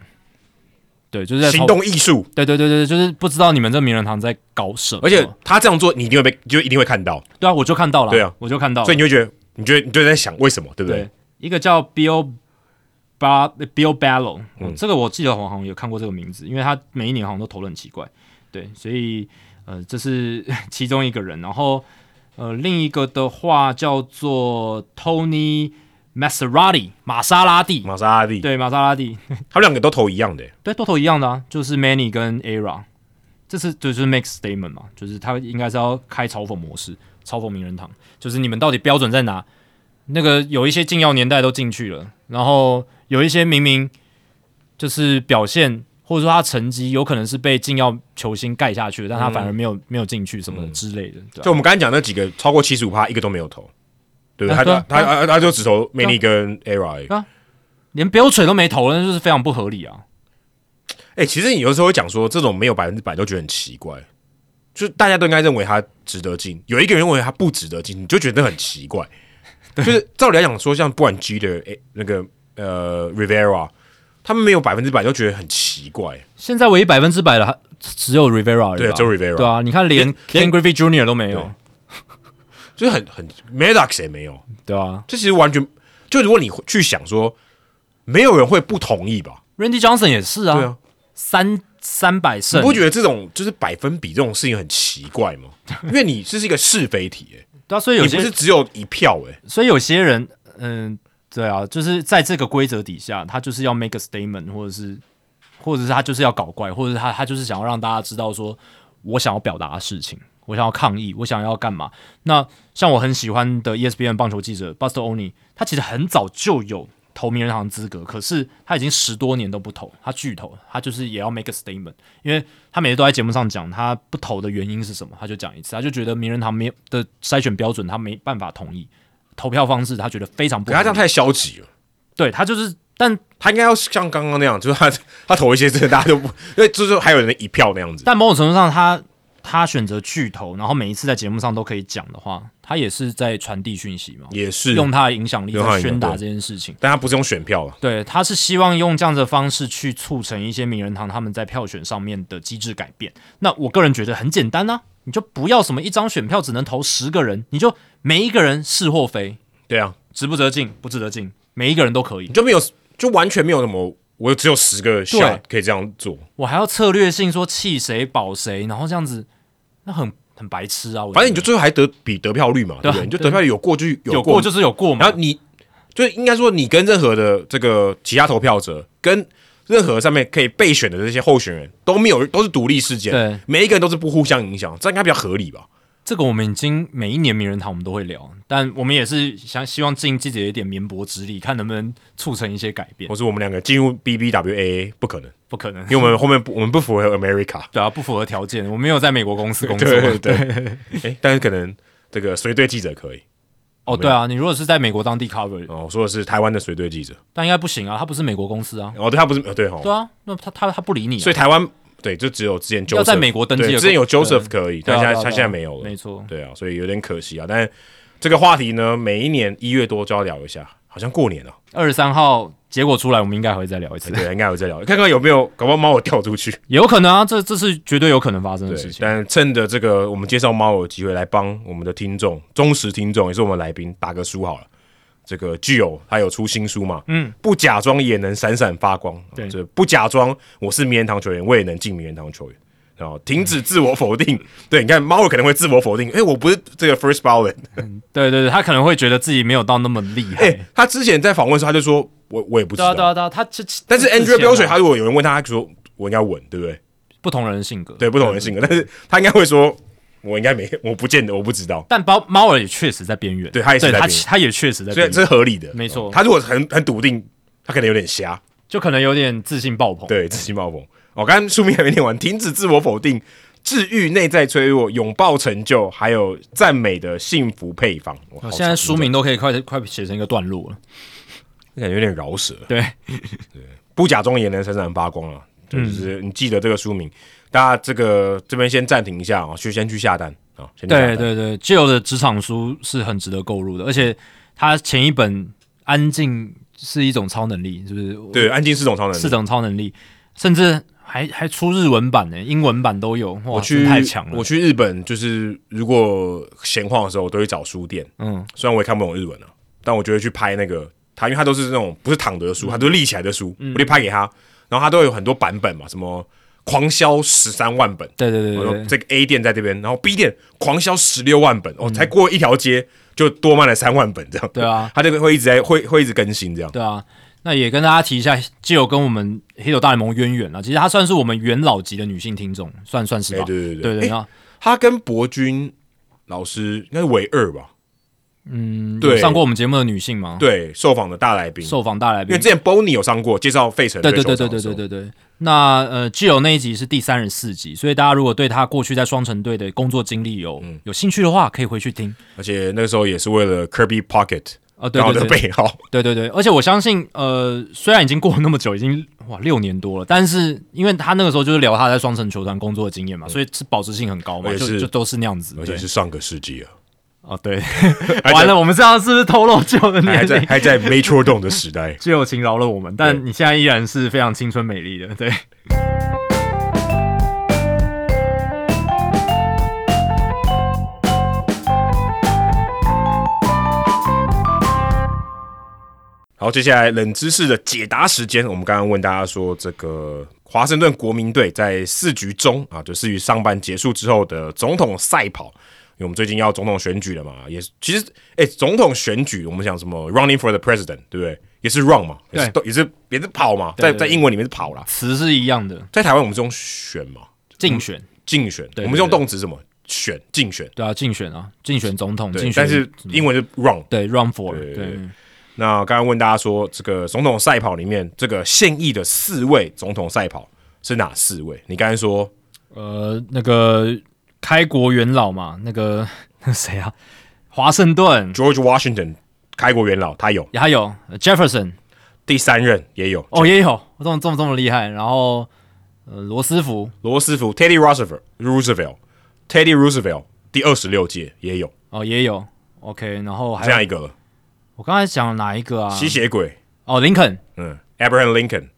对，就是在嘲行动艺术。对对对对，对就是不知道你们这名人堂在搞什么，而且他这样做，你一定会被，你就一定会看到，对啊，我就看到了，对啊，我就看到了，所以你会觉得，你觉得你就在想为什么，对不对哦对？一个叫 Bill 巴 Bill Ballo，、嗯、这个我记得我好像有看过这个名字，因为他每一年好像都投的很奇怪，对，所以呃这是 [LAUGHS] 其中一个人，然后呃另一个的话叫做 Tony Maserati 玛莎拉蒂，玛莎拉蒂，对玛莎拉蒂，他们两个都投一样的，对，都投一样的啊，就是 Many 跟 Era，这次就是 Make Statement 嘛，就是他应该是要开嘲讽模式，嘲讽名人堂，就是你们到底标准在哪？那个有一些禁药年代都进去了，然后有一些明明就是表现或者说他成绩有可能是被禁药球星盖下去的，但他反而没有、没有进去什么的之类的，对啊就吧、我们刚才讲那几个，超过七十五趴，一个都没有投，对不对？啊他对他啊他对啊他他就只投 Many 跟 Era 而已。连标准都没投，那就是非常不合理啊。哎，其实你有时候会讲说，这种没有百分之百都觉得很奇怪，就是大家都应该认为他值得进，有一个人认为他不值得进，你就觉得很奇怪。就是照理来讲说，像不管 G 的哎那个呃 Rivera，他们没有百分之百都觉得很奇怪，现在唯一百分之百的还只有 Rivera，而已对吧只有 Rivera 对啊，你看连 Ken Griffey Jr. 都没有，就是很很 Maddox 也没有，对啊，这其实完全就如果你去想说，没有人会不同意吧？ Randy Johnson 也是啊，对啊，三三百你胜，不觉得这种就是百分比这种事情很奇怪吗？ [LAUGHS] 因为你这是一个是非题、欸，对啊，所以有你不些是，只有一票、欸，所以有些人，嗯，对啊，就是在这个规则底下，他就是要 make a statement，或者是，或者是他就是要搞怪，或者是他他就是想要让大家知道说我想要表达的事情，我想要抗议，我想要干嘛。那像我很喜欢的 E ESPN 棒球记者 Buster Oni，他其实很早就有投名人堂资格，可是他已经十多年都不投，他拒投，他就是也要 make a statement，因为他每次都在节目上讲他不投的原因是什么，他就讲一次，他就觉得名人堂没有的筛选标准他没办法同意，投票方式他觉得非常可不他合这样理，太消极了。对他就是，但他应该要像刚刚那样，就是他他投一些真的大家都不，因为就是还有人一票那样子。但某种程度上他他选择去投，然后每一次在节目上都可以讲的话，他也是在传递讯息嘛，也是用他的影响力用他的在影响宣达对这件事情。但他不是用选票了，对，他是希望用这样子的方式去促成一些名人堂他们在票选上面的机制改变。那我个人觉得很简单啊，你就不要什么一张选票只能投十个人，你就每一个人是或非，对啊，值不值得进，不值得进，每一个人都可以你。就没有，就完全没有什么，我有只有十个对 shot 可以这样做。我还要策略性说弃谁保谁，然后这样子，那很很白痴啊！我觉得反正你就最后还得比得票率嘛，对对啊不对？你就对得票率有过就有过过就是有过嘛然，后你就应该说，你跟任何的这个其他投票者，跟任何上面可以备选的这些候选人都没有，都是独立事件，对，每一个人都是不互相影响，这样应该比较合理吧？这个我们已经每一年名人堂我们都会聊，但我们也是想希望尽自己的一点绵薄之力，看能不能促成一些改变或。是我们两个进入 BBWA 不可能，不可能，因为我们后面不我们不符合 America，对啊，不符合条件。我没有在美国公 [LAUGHS] 司 [LAUGHS] 工作。对对，哎，但是可能这个随队记者可以哦，对啊，你如果是在美国当地 cover，哦，我说的是台湾的随队记者，但应该不行啊，他不是美国公司啊。哦，对他不是呃对哦 [LAUGHS] 对，啊，那他他他不理你、啊，所以台湾对就只有之前 Joseph, 要在美国登记的对之前有对 Joseph 可以，对但啊现在对啊他对啊现在没有了，没错。对啊，所以有点可惜啊。但这个话题呢，每一年一月多就要聊一下，好像过年了、二十三号结果出来，我们应该还会再聊一次，对，应该有在聊， [LAUGHS] 看看有没有，搞不好猫有掉出去。也有可能啊，这这是绝对有可能发生的对事，情。但趁着这个我们介绍猫有机会来帮我们的听众、忠实听众，也是我们来宾打个书好了。这个具有他有出新书嘛？嗯，不假装也能闪闪发光。对这不假装我是名人堂球员，我也能进名人堂球员。然后停止自我否嗯定。对，你看猫儿可能会自我否定，哎、我不是这个 first ballot。对对对，他可能会觉得自己没有到那么厉害。哎、他之前在访问的时候他就说，我我也不知 [LAUGHS] 对道。啊嗯对啊对啊，他这但是这 Andrew 标水，之前啊他如果有人问他，他说我应该稳，对不对？不同人的性格，对，不同人性格，但是他应该会说，我应该没，我不见得，我不知道，但猫猫儿也确实在边缘，对他也是在他边缘他也确实在所以边这缘，是合理的，没错嗯他如果很很笃定，他可能有点瞎，就可能有点自信爆棚。对，自信爆棚。我哦刚刚书名还没念完，停止自我否定，治愈内在脆弱，拥抱成就，还有赞美的幸福配方。哇哦，好现在长书名都可以快快写成一个段落了。感觉有点饶舌，对，不假装也能闪闪发光啊！嗯就是你记得这个书名，大家这个这边先暂停一下啊，去先去下单啊，先去下对单对对，旧的职场书是很值得购入的，而且它前一本《安静》是一种超能力，是不是？对，，安静是种超能力是。种超能力，甚至还还出日文版呢，英文版都有。哇，我去真太强了！哦我去日本就是如果闲晃的时候，我都会找书店。嗯，虽然我也看不懂日文啊，但我就会去拍那个他，因为他都是那种不是躺着的嗯书，他都是立起来的书，我就拍给他。然后他都有很多版本嘛，什么狂销十三万本，对对我对说对对，这个 A 店在这边，然后 B 店狂销十六万本，哦，才过一条街就多卖了三万本这样。嗯对啊， [LAUGHS] 他这个会一直在会会一直更新这样。对啊。那也跟大家提一下，既有跟我们《黑手大联盟》渊源了。啊其实她算是我们元老级的女性听众，算算是哎吧。对对对对对哎对那他跟博君老师应该是唯二吧？嗯，对有上过我们节目的女性吗？对，受访的大来宾。受访大来因为宾，之前 Bonnie 有上过介绍费城对对嗯对对对对对对对。那呃，具有那一集是第三十四集，所以大家如果对他过去在双城队的工作经历有、嗯有兴趣的话，可以回去听。而且那个时候也是为了 Kirby Pocket 啊、对然后对的对背号，对对对，而且我相信，呃，虽然已经过了那么久，已经哇六年多了，但是因为他那个时候就是聊他在双城球团工作的经验嗯嘛，所以是保值性很高嘛，而且就是就都是那样子。而对且是上个世纪了，哦，对， [LAUGHS] 还在完了，我们这样是不是透露旧的还年在龄？还在 Metro Dome 的时代。只有情饶了我们，对但你现在依然是非常青春美丽的，对。好，接下来冷知识的解答时间。我们刚刚问大家说，这个华盛顿国民队在四局中啊，就四局上半结束之后的总统赛跑，因为我们最近要总统选举了嘛，也是其实哎、总统选举我们讲什么 running for the president，对不对？也是 run 嘛，也是对都也是也是跑嘛，对在对在英文里面是跑啦，词是一样的，在台湾我们是用选嘛，竞选，竞选，对我们是用对动词是什么选竞选，对啊，竞选啊，竞选总统，对竞选，，但嗯是英文是 run，对 run for，对对对嗯那刚刚问大家说，这个总统赛跑里面，这个现役的四位总统赛跑是哪四位？你刚才说呃，那个开国元老嘛，那个 [LAUGHS] 谁啊，华盛顿， George Washington 开国元老，他有还有呃 Jefferson，第三任也有哦，也有，这么这么这么厉害，然后呃，罗斯福，罗斯福 Teddy Roosevelt Roosevelt Teddy Roosevelt 第二十六届也有哦，也有 OK，然后还这样有一个了，我刚才讲哪一哎个啊？吸血鬼，哦，林肯嗯，Abraham Lincoln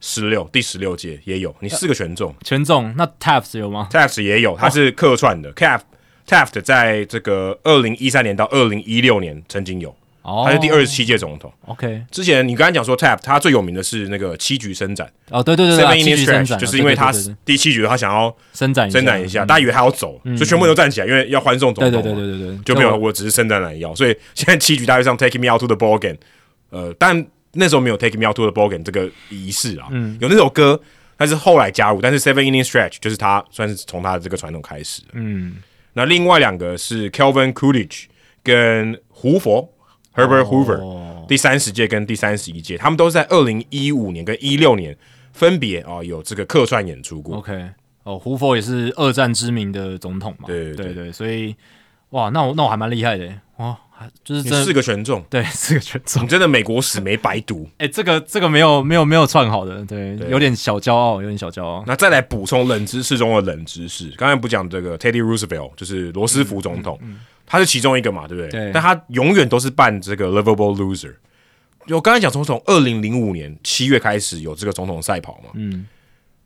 十六第十六届也有，你呃四个全中全中，那 Taft 有吗？ ，Taft 也哦有，他是客串的，Taft Taft 在这个二零一三年到二零一六年曾经有，哦，他是第二十七届总统。 OK，之前你刚才讲说 Taft 他最有名的是那个七局伸展哦，对对对对啊， ，Seven 继 Inning 续伸 Stretch，展，就是因为他对对对对第七局他想要伸展伸展一下，嗯大家以为他要走，所以全部人都站起来，因为要欢送总对统嘛。对对对对对，就没有，这我我只是伸展懒腰，所以现在七局大约上 Take Me Out to the Ball Game，呃，但那时候没有 Take Me Out to the Ball Game 这个仪式啊，嗯有那首歌，但是后来加入，但是 Seven Inning Stretch 就是他算是从他的这个传统开始，嗯，那另外两个是 Kelvin Coolidge 跟胡佛 Herbert 哦 Hoover，、第三十届跟第三十一届，他们都是在二零一五年跟一六年分别啊、有这个客串演出过， OK，哦，胡佛也是二战知名的总统嘛，对对对对所以哇，那我那我还蛮厉害的，欸哇，还就是你真的四个全中，对四个全中你，真的美国史没白读。哎、这个这个没有没有没有串好的，对，有点小骄傲，有点小骄傲，那再来补充冷知识中的冷知识，刚才不讲这个 Teddy Roosevelt 就是罗斯福总统，他是其中一个嘛，对不对？对但他永远都是扮这个 livable loser。我刚才讲从从二零零五年七月开始有这个总统赛跑嘛，嗯，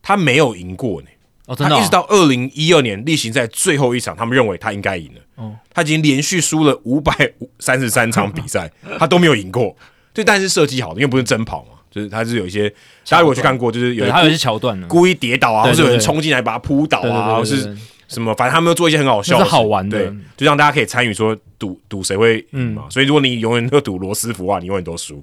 他没有赢过呢，哦，真他的、哦，一直到二零一二年例行赛最后一场，他们认为他应该赢了，他已经连续输了五百三十三场比赛，他都没有赢过。对，但是设计好的，因为不是真跑嘛，就是他是有一些，大家如果去看过，就是有对，一还有一些桥段呢，故意跌倒啊，对或是有人对对冲进来把他扑倒对对对啊，或对对是什么，反正他们都做一些很好笑的那事，是好玩的嗯对，就让大家可以参与说赌赌谁会赢嘛。所以如果你永远都赌罗斯福啊，你永远都 [LAUGHS] 输。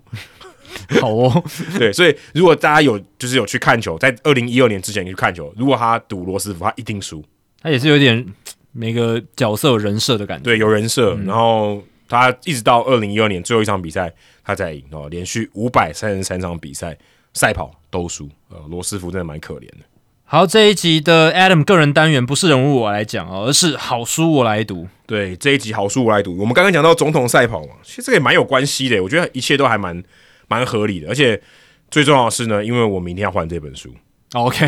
好哦，对，所以如果大家有就是有去看球，在二零一二年之前去看球，如果他赌罗斯福，他一定输。他也是有点每个角色有人设的感觉，对，有人设，嗯然后他一直到二零一二年最后一场比赛，他才赢哦，连续五百三十三场比赛赛跑都输。呃，罗斯福真的蛮可怜的。好，这一集的 Adam 个人单元不是人物我来讲哦，而是好书我来读。对这一集好书我来读。我们刚刚讲到总统赛跑嘛，其实这个也蛮有关系的。我觉得一切都还蛮蛮合理的，而且最重要的是呢，因为我明天要换这本书，哦 OK，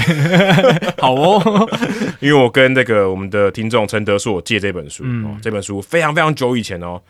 好哦，因为我跟那个我们的听众陈德硕借这本书、哦，这本书非常非常久以前哦，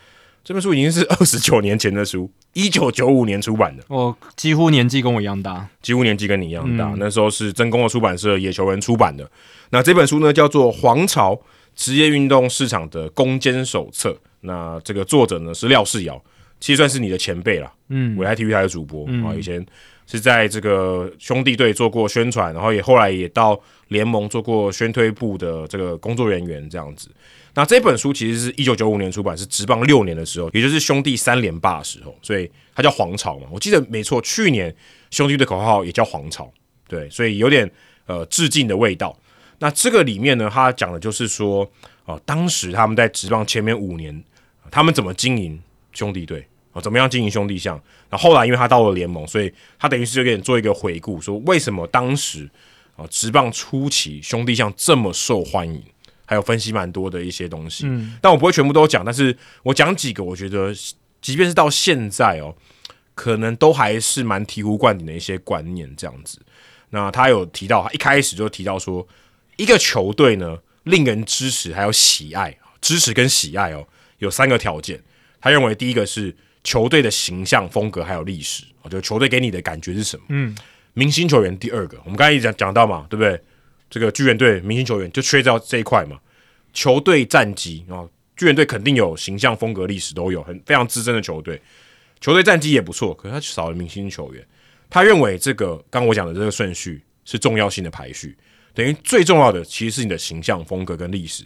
这本书已经是二十九年前的书，一九九五年出版的，我几乎年纪跟我一样大。几乎年纪跟你一样大。那时候是真宫的出版社野球人出版的。那这本书呢，叫做《皇朝职业运动市场的攻坚手册》。那这个作者呢是廖世尧，其实算是你的前辈啦。嗯，我来体育台的主播啊、以前是在这个兄弟队做过宣传，然后也后来也到联盟做过宣推部的这个工作人员这样子。那这本书其实是一九九五年出版，是职棒六年的时候，也就是兄弟三连霸的时候，所以它叫皇朝嘛。我记得没错，去年兄弟的口号也叫皇朝，对，所以有点呃致敬的味道。那这个里面呢，他讲的就是说，哦、当时他们在职棒前面五年，他们怎么经营兄弟队，哦，怎么样经营兄弟象。那后来因为他到了联盟，所以他等于是有点做一个回顾，说为什么当时啊职棒初期兄弟象这么受欢迎。还有分析蛮多的一些东西，但我不会全部都讲，但是我讲几个，我觉得即便是到现在哦，可能都还是蛮醍醐灌顶的一些观念这样子。那他有提到，他一开始就提到说，一个球队呢，令人支持还有喜爱，支持跟喜爱哦，有三个条件。他认为第一个是球队的形象、风格还有历史，哦，就球队给你的感觉是什么？嗯，明星球员第二个，我们刚才也讲讲到嘛，对不对？这个巨人队明星球员就缺掉这一块嘛。球队战绩啊、哦，巨人队肯定有形象、风格、历史都有，很非常资深的球队。球队战绩也不错，可是他少了明星球员。他认为这个刚我讲的这个顺序是重要性的排序，等于最重要的其实是你的形象、风格跟历史。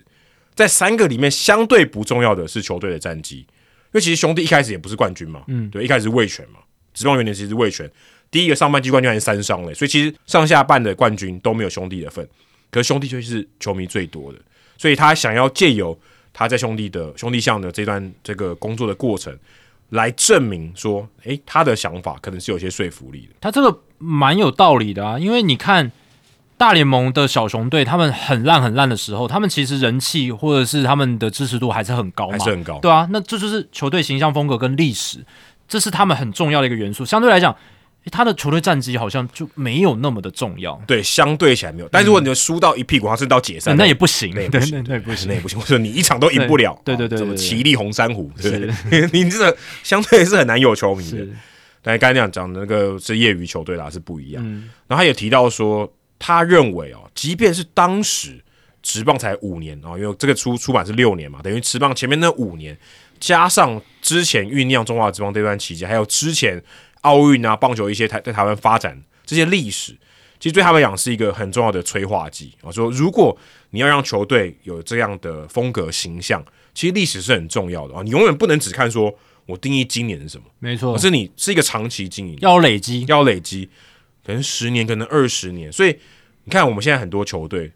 在三个里面，相对不重要的是球队的战绩，因为其实兄弟一开始也不是冠军嘛，嗯，对，一开始是卫权嘛，职棒元年其实是卫权，第一个上半季冠军还是三商嘞，所以其实上下半的冠军都没有兄弟的份，可是兄弟却是球迷最多的，所以他想要借由他在兄弟的兄弟象的这段这个工作的过程，来证明说，诶，他的想法可能是有些说服力的。他这个蛮有道理的啊，因为你看大联盟的小熊队，他们很烂很烂的时候，他们其实人气或者是他们的支持度还是很高嘛，还是很高对啊，那这就是球队形象风格跟历史，这是他们很重要的一个元素。相对来讲，诶他的球队战绩好像就没有那么的重要，对，相对起来没有。但是如果你输到一屁股，它是到解对散，嗯那也不行，那也对不那行，那也不行，那也不行。或者你一场都赢不了，对啊对对对什么对对奇力红珊瑚，对不对？ [LAUGHS] 你这个相对是很难有球迷的。是但刚才讲讲的那个是业余球队啦，是不一样。嗯然后他也提到说，他认为哦，即便是当时职棒才五年哦，因为这个出出版是六年嘛，等于职棒前面那五年，加上之前酝酿中华职棒这段期间，还有之前奥运啊、棒球一些台在台湾发展这些历史，其实对他们来讲是一个很重要的催化剂。我、说，如果你要让球队有这样的风格形象，其实历史是很重要的啊、哦你永远不能只看说我定义今年是什么。没错可，是你是一个长期经营，要累积，要累积，可能十年，可能二十年。所以你看，我们现在很多球队，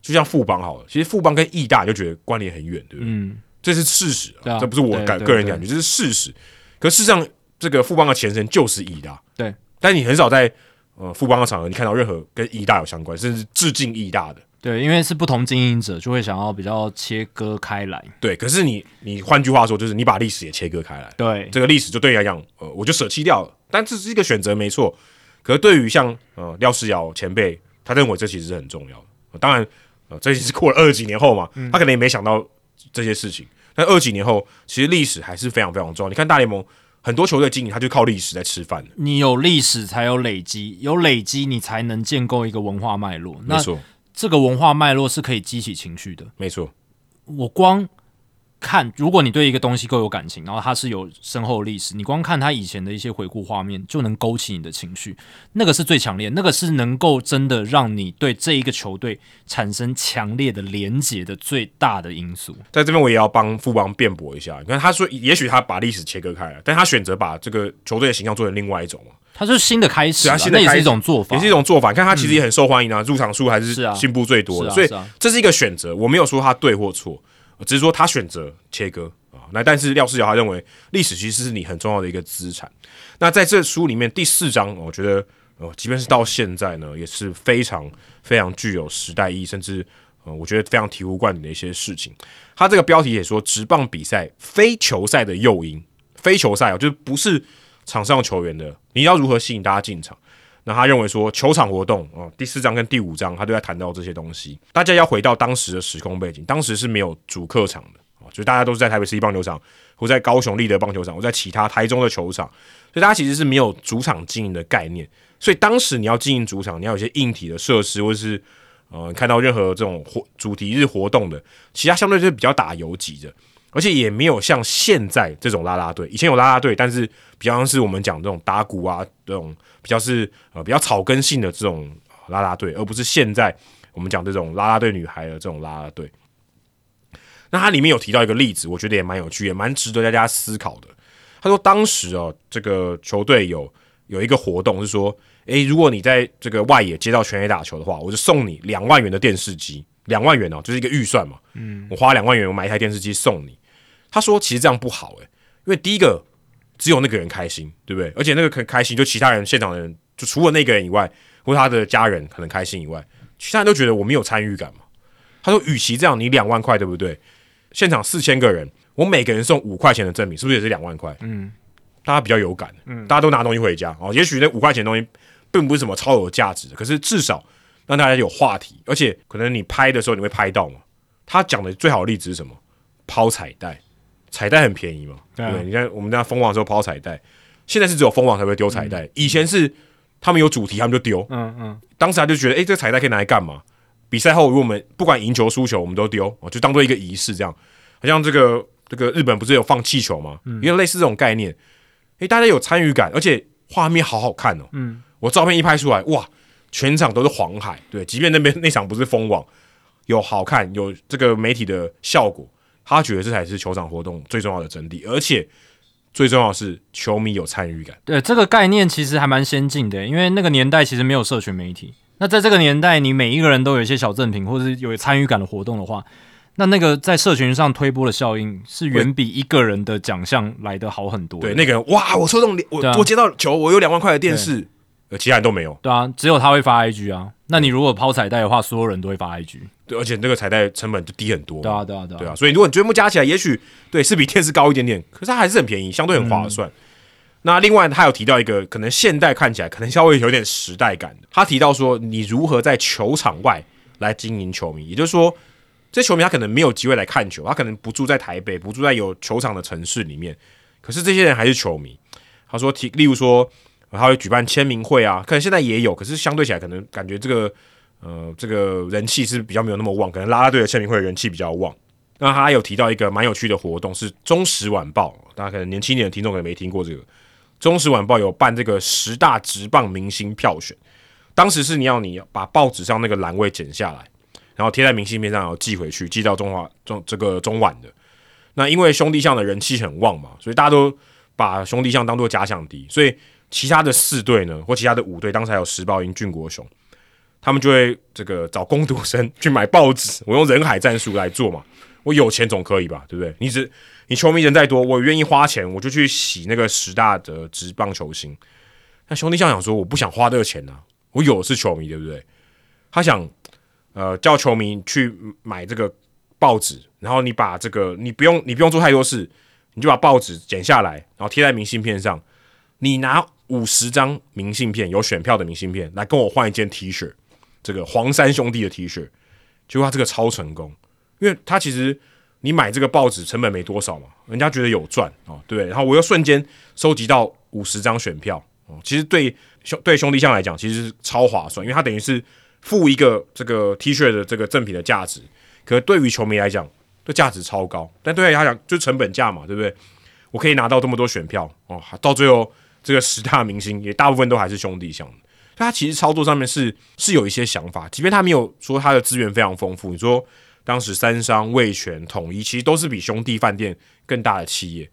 就像富邦好了，其实富邦跟义大你就觉得关联很远，对不对？嗯，这是事实、对啊这不是我对感对个人对感觉，这是事实。可事实上，这个富邦的前身就是义大，对。但你很少在呃富邦的场合，你看到任何跟义大有相关，甚至致敬义大的。对，因为是不同经营者，就会想要比较切割开来，对，可是你你换句话说，就是你把历史也切割开来，对，这个历史就对你来讲，呃，我就舍弃掉了。但这是一个选择，没错。可是对于像呃廖世尧前辈，他认为这其实是很重要的。呃当然，呃，这已经是过了二十几年后嘛，他可能也没想到这些事情。但二十几年后，其实历史还是非常非常重要。你看大联盟很多球队经营，他就靠历史在吃饭的。你有历史才有累积，有累积你才能建构一个文化脉络。没那错，这个文化脉络是可以激起情绪的。没错，我光看，如果你对一个东西够有感情，然后它是有深厚的历史，你光看它以前的一些回顾画面，就能勾起你的情绪，那个是最强烈，那个是能够真的让你对这一个球队产生强烈的连结的最大的因素。在这边我也要帮富邦辩驳一下。你看，他说也许他把历史切割开来，但他选择把这个球队的形象做成另外一种嘛。它是新的开始、啊对啊，新的那也开是始一种做法，嗯也是一种做法。你看他其实也很受欢迎啊，入场数还是是啊进步最多的，是啊所以是啊这是一个选择。我没有说他对或错，只是说他选择切割啊。那但是廖世尧他认为历史其实是你很重要的一个资产。那在这书里面第四章，我觉得呃，即便是到现在呢，也是非常非常具有时代意义，甚至呃，我觉得非常醍醐灌顶的一些事情。他这个标题也说，职棒比赛非球赛的诱因，非球赛啊，就是不是场上球员的，你要如何吸引大家进场？那他认为说，球场活动啊、哦第四章跟第五章，他都在谈到这些东西。大家要回到当时的时空背景，当时是没有主客场的啊、哦就是大家都是在台北市立棒球场，或在高雄立德棒球场，或在其他台中的球场，所以大家其实是没有主场经营的概念。所以当时你要经营主场，你要有一些硬体的设施，或是呃，你看到任何这种活主题日活动的，其他相对就是比较打游击的，而且也没有像现在这种啦啦队，以前有啦啦队，但是比较像是我们讲这种打鼓啊，这种比较是呃比较草根性的这种呃啦啦队，而不是现在我们讲这种啦啦队女孩的这种啦啦队。那它里面有提到一个例子，我觉得也蛮有趣，也蛮值得大家思考的。他说当时哦，这个球队有有一个活动是说，诶，如果你在这个外野接到全垒打球的话，我就送你两万元的电视机，两万元哦，就是一个预算嘛。嗯，我花两万元，我买一台电视机送你。他说其实这样不好诶，因为第一个只有那个人开心，对不对？而且那个很开心，就其他人现场的人，就除了那个人以外，或他的家人可能开心以外，其他人都觉得我没有参与感嘛。他说，与其这样，你两万块对不对？现场四千个人，我每个人送五块钱的赠品，是不是也是两万块？嗯，大家比较有感，嗯，大家都拿东西回家哦。也许那五块钱的东西并不是什么超有价值的，可是至少让大家有话题，而且可能你拍的时候你会拍到嘛。他讲的最好的例子是什么？抛彩带，彩带很便宜嘛，对啊对，你看我们在封网的时候抛彩带，现在是只有封网才会丢彩带，以前是他们有主题他们就丢，嗯嗯，当时他就觉得，哎、这个彩带可以拿来干嘛？比赛后，如果我们不管赢球输球，我们都丢，哦就当做一个仪式这样。好像这个这个日本不是有放气球吗？嗯有点类似这种概念。哎、大家有参与感，而且画面好好看哦。嗯，我照片一拍出来，哇，全场都是黄海。对，即便那边那场不是封网，有好看，有这个媒体的效果，他觉得这才是球场活动最重要的真谛，而且最重要的是球迷有参与感。对，呃这个概念其实还蛮先进的，因为那个年代其实没有社群媒体。那在这个年代，你每一个人都有一些小赠品，或者是有参与感的活动的话，那那个在社群上推波的效应是远比一个人的奖项来的好很多的。对，那个人哇，我抽中两我、对啊我接到球，我有两万块的电视，呃，其他人都没有。对啊，只有他会发 IG 啊。那你如果抛彩带的话，所有人都会发 IG。对，而且那个彩带成本就低很多。对啊，对啊，对啊。 [LAUGHS] 对啊，所以如果你全部加起来，也许对是比电视高一点点，可是它还是很便宜，相对很划算。那另外他有提到一个可能现代看起来可能稍微有点时代感的，他提到说你如何在球场外来经营球迷，也就是说。这球迷他可能没有机会来看球，他可能不住在台北，不住在有球场的城市里面，可是这些人还是球迷。他说提，例如说呃他会举办签名会啊，可能现在也有，可是相对起来，可能感觉这个呃这个人气是比较没有那么旺，可能啦啦队的签名会人气比较旺。那他有提到一个蛮有趣的活动，是《中时晚报》，大家可能年轻一点的听众可能没听过这个，《中时晚报》有办这个十大职棒明星票选，当时是你要你把报纸上那个栏位剪下来。然后贴在明信片上，然后寄回去，寄到中华中这个中晚的。那因为兄弟象的人气很旺嘛，所以大家都把兄弟象当做假想敌，所以其他的四队呢，或其他的五队，当时还有时报英、俊国雄，他们就会这个找工读生去买报纸，我用人海战术来做嘛，我有钱总可以吧，对不对？你只你球迷人再多，我愿意花钱，我就去洗那个十大的职棒球星。那兄弟象想说，我不想花这个钱呐、啊我有的是球迷，对不对？他想呃叫球迷去买这个报纸，然后你把这个你不用你不用做太多事，你就把报纸剪下来，然后贴在明信片上。你拿五十张明信片，有选票的明信片来跟我换一件 T 恤，这个黄山兄弟的 T 恤。结果他这个超成功，因为他其实你买这个报纸成本没多少嘛，人家觉得有赚哦，对不对？然后我又瞬间收集到五十张选票哦，其实对兄对兄弟象来讲，哦其实是超划算，因为他等于是付一个这个 T 恤的这个赠品的价值，可是对于球迷来讲，这价值超高，但对他讲就成本价嘛，对不对？我可以拿到这么多选票哦，到最后这个十大明星也大部分都还是兄弟相的，所以他其实操作上面是是有一些想法，即便他没有说他的资源非常丰富，你说当时三商、味全、统一其实都是比兄弟饭店更大的企业，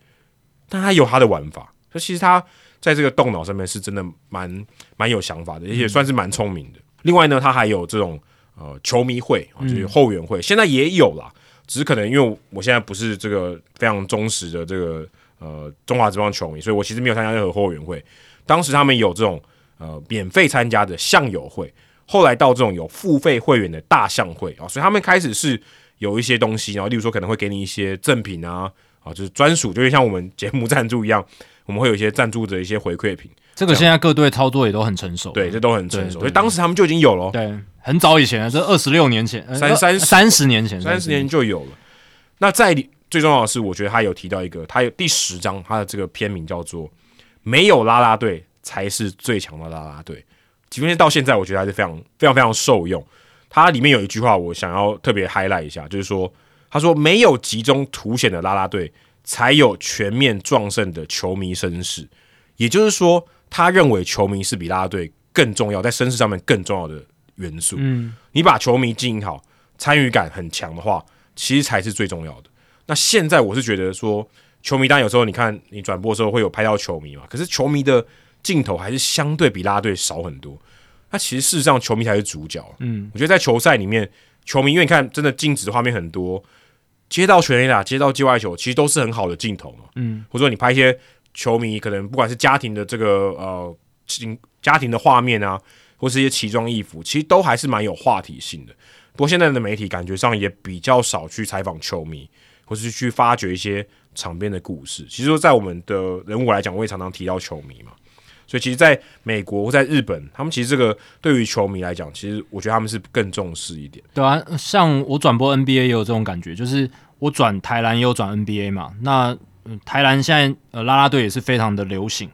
但他有他的玩法，所以其实他在这个动脑上面是真的蛮蛮有想法的，而且算是蛮聪明的。另外呢，他还有这种呃球迷会，啊就是后援会，现在也有啦，只是可能因为我我现在不是这个非常忠实的这个呃中华职棒球迷，所以我其实没有参加任何后援会。当时他们有这种呃免费参加的象友会，后来到这种有付费会员的大象会啊、所以他们开始是有一些东西，然后例如说可能会给你一些赠品啊，啊，就是专属，就像我们节目赞助一样，我们会有一些赞助的一些回馈品，这个现在各队操作也都很成熟，对，这都很成熟，对所以当时他们就已经有了哦，对，很早以前了，啊这二十六年前，呃三三十三十年前，三十年就有了。那在最重要的是，我觉得他有提到一个，他有第十章，他的这个片名叫做“没有啦啦队才是最强的啦啦队”。即便是到现在，我觉得还是非常非常非常受用。它里面有一句话，我想要特别 highlight 一下，就是说，他说没有集中凸显的啦啦队，才有全面壮盛的球迷声势。也就是说，他认为球迷是比啦啦队更重要，在声势上面更重要的元素。嗯，你把球迷经营好，参与感很强的话，其实才是最重要的。那现在我是觉得说，球迷当然有时候你看你转播的时候会有拍到球迷嘛，可是球迷的镜头还是相对比啦啦队少很多。那其实事实上，球迷才是主角。嗯，我觉得在球赛里面，球迷因为你看真的静止的画面很多，接到全垒打、接到界外球，其实都是很好的镜头嘛。嗯，或者说你拍一些球迷可能不管是家庭的这个呃情家庭的画面啊，或是一些奇装异服，其实都还是蛮有话题性的。不过现在的媒体感觉上也比较少去采访球迷，或是去发掘一些场边的故事。其实说在我们的人物来讲，我也常常提到球迷嘛。所以其实在美国或在日本，他们其实这个对于球迷来讲，其实我觉得他们是更重视一点。对啊，像我转播 NBA 也有这种感觉，就是我转台篮也有转 NBA 嘛。那、嗯台篮现在呃啦啦队也是非常的流行。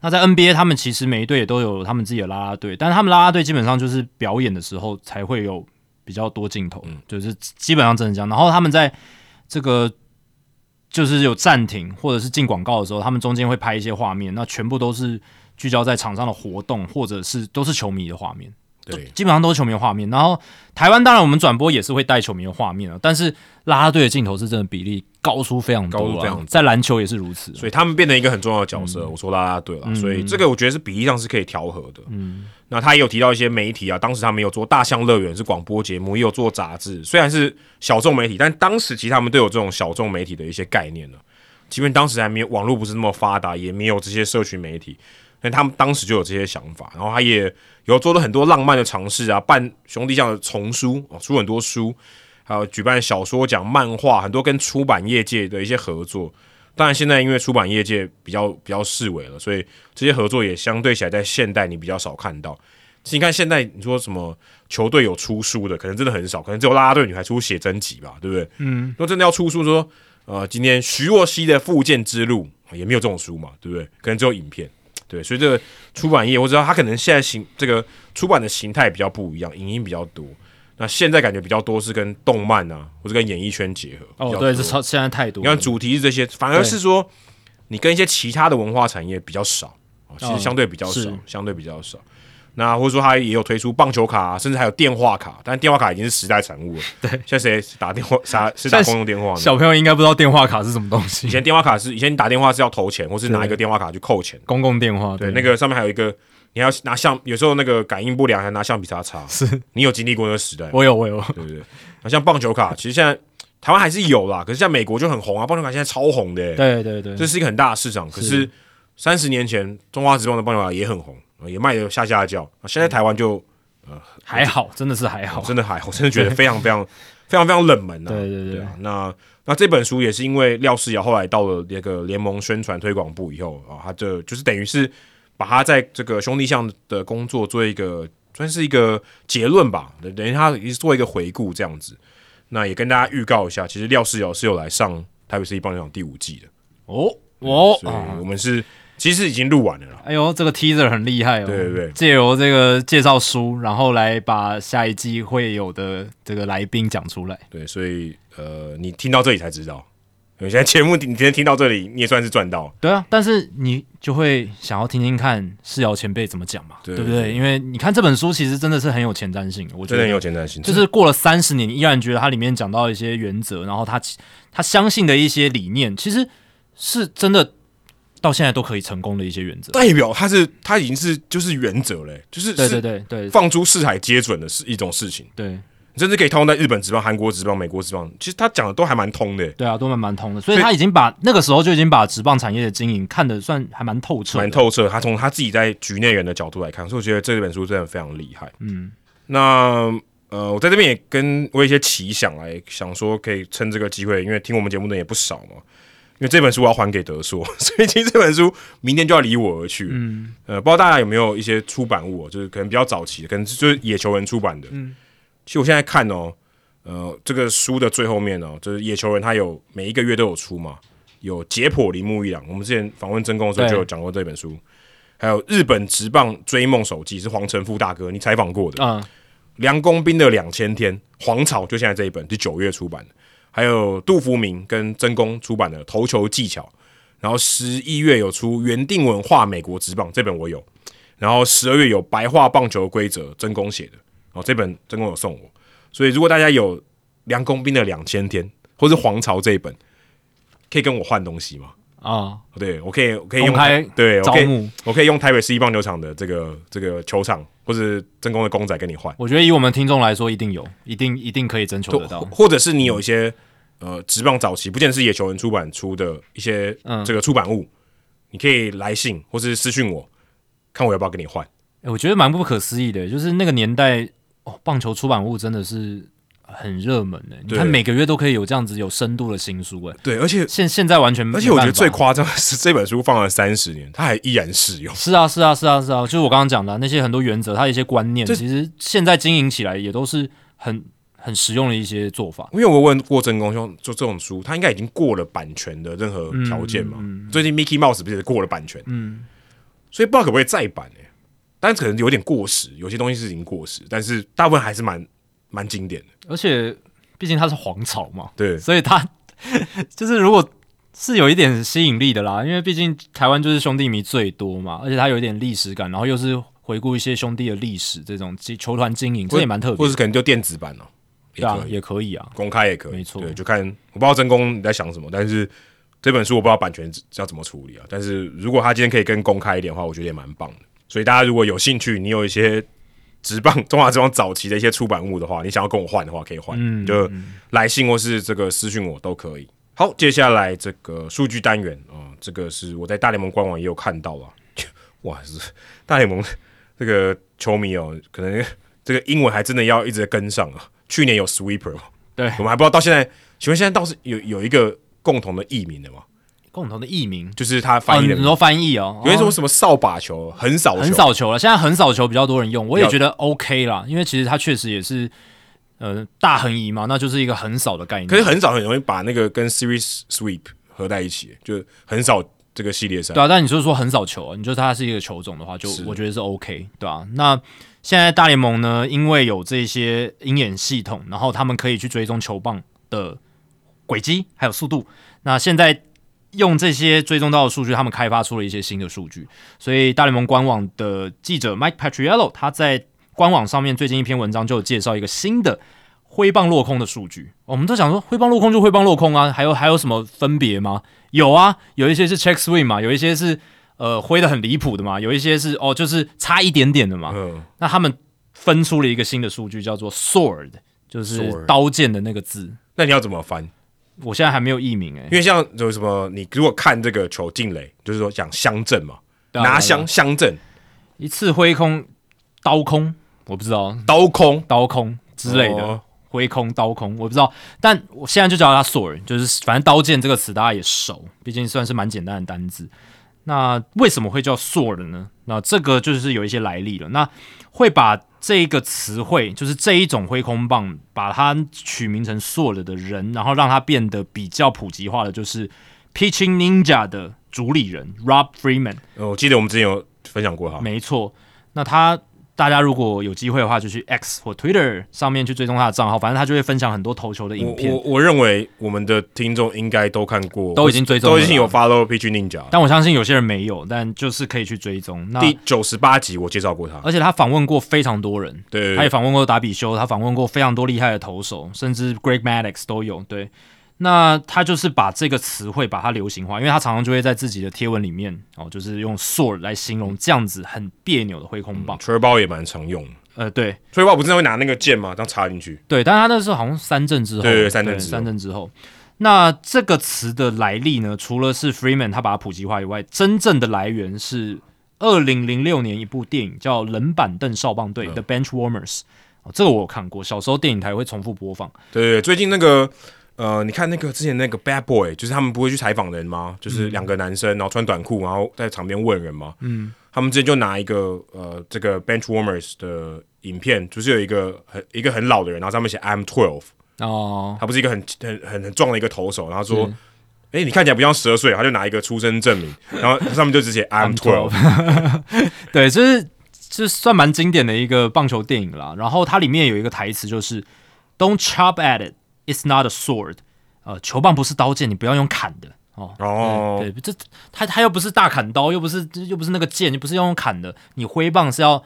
那在 NBA，他们其实每一队也都有他们自己的啦啦队，但是他们啦啦队基本上就是表演的时候才会有比较多镜头，就是基本上真的这样。然后他们在这个就是有暂停或者是进广告的时候，他们中间会拍一些画面，那全部都是聚焦在场上的活动，或者是都是球迷的画面。对，基本上都是球迷的画面。然后台湾当然我们转播也是会带球迷的画面啊，但是啦啦队的镜头是真的比例高出非常多、啊，高出非常多在篮球也是如此啊、嗯所以他们变成一个很重要的角色。我说啦啦队了，所以这个我觉得是比例上是可以调和的。嗯，那他也有提到一些媒体啊，当时他们有做大象乐园是广播节目，也有做杂志，虽然是小众媒体，但当时其实他们都有这种小众媒体的一些概念呢、即便当时还没有网络不是那么发达，也没有这些社群媒体，但他们当时就有这些想法，然后他也有做了很多浪漫的尝试啊，办兄弟像的丛书哦，出很多书，还有举办小说奖、漫画，很多跟出版业界的一些合作。当然，现在因为出版业界比较比较式微了，所以这些合作也相对起来，在现代你比较少看到。其实你看现在，你说什么球队有出书的，可能真的很少，可能只有啦啦队女孩出写真集吧，对不对？嗯，如果真的要出书说，呃，今天徐若曦的复健之路也没有这种书嘛，对不对？可能只有影片。对，所以这个出版业，我知道它可能现在形这个出版的形态比较不一样，影音比较多。那现在感觉比较多是跟动漫啊，或者跟演艺圈结合。比哦，较多对，这超现在太多你了。看主题是这些，反而是说你跟一些其他的文化产业比较少，哦其实相对比较少，是相对比较少。那或者说他也有推出棒球卡、甚至还有电话卡，但电话卡已经是时代产物了。 [LAUGHS] 对，现在谁打 [LAUGHS] 电话啥是打公用电话呢？小朋友应该不知道电话卡是什么东以 [LAUGHS] 西，前电话卡是以前你打电话是要投钱，或是拿一个电话卡去扣钱。公共电话。对，那个上面还有一个，你还要拿橡，有时候那个感应不良还拿橡皮擦擦。 [LAUGHS] 是你有经历过那个时代吗？我有，我有。对不对？那像棒球卡，其实现在台湾还是有啦，可是像美国就很红啊，棒球卡现在超红的、欸。对对对，这是一个很大的市场。可是三十年前，中华职棒的棒球卡也很红，呃也卖的下下叫。啊现在台湾就还好，真的是还好。哦真的还，我真的觉得非常非常非常非常冷门啊。对对对对，啊，那那这本书也是因为廖世尧后来到了那个联盟宣传推广部以后啊，他这就是等于是把他在这个兄弟象的工作做一个算是一个结论吧，等等于他也是做一个回顾这样子。那也跟大家预告一下，其实廖世尧是有来上台北市立棒球场第五季的，哦哦所，以啊我们是其实已经录完了啦。哎呦，这个 teaser 很厉害哦。对对对借由这个介绍书，然后来把下一季会有的这个来宾讲出来。对，所以呃，你听到这里才知道，有些节目你今天听到这里，你也算是赚到。对啊，但是你就会想要听听看世尧前辈怎么讲嘛，对对不对？因为你看这本书其实真的是很有前瞻性的，我觉真的得很有前瞻性，就是过了三十年，你依然觉得它里面讲到一些原则，然后他他相信的一些理念，其实是真的到现在都可以成功的一些原则。代表他是他已经是就是原则嘞、就是对对是对对放诸四海皆准的是一种事情，对甚至可以套用在日本职棒、韩国职棒、美国职棒，其实他讲的都还蛮通的、对啊，都蛮蛮通的，所以他已经把那个时候就已经把职棒产业的经营看得算还蛮透彻的，蛮透彻。他从他自己在局内人的角度来看，所以我觉得这本书真的非常厉害。嗯，那呃，我在这边也跟我有一些奇想来想说，可以趁这个机会，因为听我们节目的人也不少嘛。因为这本书我要还给德硕， [LAUGHS] 所以其实这本书明天就要离我而去。嗯，呃，不知道大家有没有一些出版物、哦，就是可能比较早期的，可能就是野球人出版的。嗯，其实我现在看哦，呃，这个书的最后面哦，就是野球人他有每一个月都有出嘛，有解剖铃木一朗，我们之前访问真宫的时候对就有讲过这本书，还有日本职棒追梦手记是黄成富大哥你采访过的，嗯，梁公斌的两千天，黄草就现在这一本是九月出版的，还有杜福明跟真宫出版的投球技巧，然后十一月有出原定文化美国职棒这本我有，然后十二月有白话棒球规则真宫写的，哦这本真宫有送我，所以如果大家有梁公斌的两千天或是黄草这一本，可以跟我换东西吗？哦啊、对，我可以，我可以用公开对，我可招以募，我可以用台北市立棒球场的这个这个球场，或是真宫的公仔跟你换。我觉得以我们听众来说，一定有，一定一定可以征求对得到嗯或。或者是你有一些呃，职棒早期，不见得是野球人出版出的一些嗯这个出版物，你可以来信或是私信我，看我要不要跟你换。哎我觉得蛮不可思议的，就是那个年代哦，棒球出版物真的是很热门的，你对看每个月都可以有这样子有深度的新书，哎，对，而且现现在完全没而且我觉得办法最夸张的是这本书放了三十年，它还依然适用。是啊，是啊，是啊，是啊，就是我刚刚讲的啊、那些很多原则，它的一些观念，这其实现在经营起来也都是很很实用的一些做法。因为我问过真公兄，就这种书，它应该已经过了版权的任何条件嗯嘛？最近 Mickey Mouse 不是也过了版权？嗯，所以不知道可不可以再版哎、但可能有点过时，有些东西是已经过时，但是大部分还是蛮蛮经典的。而且毕竟它是皇朝嘛，对，所以它就是如果是有一点吸引力的啦，因为毕竟台湾就是兄弟迷最多嘛，而且它有一点历史感，然后又是回顾一些兄弟的历史，这种其球团经营，这也蛮特或别者，是可能就电子版哦、也对啊可，以也可以啊。公开也可以，没错对，就看我不知道真公你在想什么，但是这本书我不知道版权要怎么处理啊。但是如果他今天可以更公开一点的话，我觉得也蛮棒的。所以大家如果有兴趣，你有一些职棒 [LAUGHS] 中华职棒早期的一些出版物的话，你想要跟我换的话，可以换，嗯就来信或是这个私讯我都可以。好，接下来这个数据单元啊、这个是我在大联盟官网也有看到啊， [LAUGHS] 哇，是大联盟 [LAUGHS] 这个球迷哦，可能这个英文还真的要一直跟上啊。去年有 sweeper，嘛对我们还不知道到现在，请问现在倒是有有一个共同的译名的吗？共同的艺名，就是他哦，翻译你的名字。说翻译哦，有一种哦什么扫把球、横扫球、很少球了，现在很少球比较多人用，我也了觉得 OK 啦，因为其实它确实也是呃大横移嘛，那就是一个很少的概念。可是很少很容易把那个跟 Series Sweep 合在一起，就很少这个系列赛。对啊，但你就是说很少球啊，你就是它是一个球种的话，就是我觉得是 OK，对啊。那现在大联盟呢，因为有这些鹰眼系统，然后他们可以去追踪球棒的轨迹还有速度。那现在用这些追踪到的数据，他们开发出了一些新的数据。所以大联盟官网的记者 Mike Patriello 他在官网上面最近一篇文章就有介绍一个新的挥棒落空的数据。我们都想说挥棒落空就挥棒落空啊，还有还有什么分别吗？有啊，有一些是 check swing 嘛，有一些是呃挥的很离谱的嘛，有一些是哦就是差一点点的嘛。嗯，那他们分出了一个新的数据，叫做 sword，就是 Sword 刀剑的那个字。那你要怎么翻？我现在还没有译名哎、因为像有什么，你如果看这个球进垒，就是说讲乡镇嘛，对啊拿对乡啊乡镇一次挥空刀空，我不知道刀空刀空之类的。哦挥空、刀空，我不知道，但我现在就叫它 sword，就是反正刀剑这个词大家也熟，毕竟算是蛮简单的单字。那为什么会叫 sword 呢？那这个就是有一些来历了。那会把这个词汇，就是这一种挥空棒，把它取名成 sword 的人，然后让它变得比较普及化的，就是 Pitching Ninja 的主理人 Rob Freeman。呃我记得我们之前有分享过哈，没错，那他大家如果有机会的话，就去 X 或 Twitter 上面去追踪他的账号，反正他就会分享很多投球的影我片我。我认为我们的听众应该都看过，都已经追踪了都已经有 follow PG Ninja 了。但我相信有些人没有，但就是可以去追踪。那第九十八集我介绍过他，而且他访问过非常多人，对，他也访问过达比修，他访问过非常多厉害的投手，甚至 Greg Maddux 都有。对，那他就是把这个词汇把它流行化，因为他常常就会在自己的贴文里面哦，就是用 sword 来形容这样子很别扭的挥空棒。吹包也蛮常用的，呃，对，吹包不是会拿那个剑吗？这样插进去，对，但是他那时候好像三阵之后，对对三阵之后三阵之后。那这个词的来历呢？除了是 Freeman 他把它普及化以外，真正的来源是二零零六年一部电影叫《冷板凳少棒队》嗯 The Bench Warmers。哦，这个我有看过，小时候电影台会重复播放。对对对，最近那个呃，你看那个之前那个 Bad Boy，就是他们不会去采访人吗？就是两个男生，然后穿短裤，然后在场边问人吗？嗯，他们之前就拿一个呃，这个 Bench Warmers 的影片，就是有一个很一个很老的人，然后上面写 I'm twelve，哦，他不是一个很很很很壮的一个投手，然后说。哎、你看起来不像十二岁，他就拿一个出生证明，然后上面就只写 I'm 嗯 twelve， [LAUGHS] 对，这是这算蛮经典的一个棒球电影啦。然后它里面有一个台词就是：“Don't chop at it, it's not a sword。”呃，球棒不是刀剑，你不要用砍的。哦， [LAUGHS] 哦，对，这他他又不是大砍刀，又不是又不是那个剑，又不是要用砍的，你挥棒是要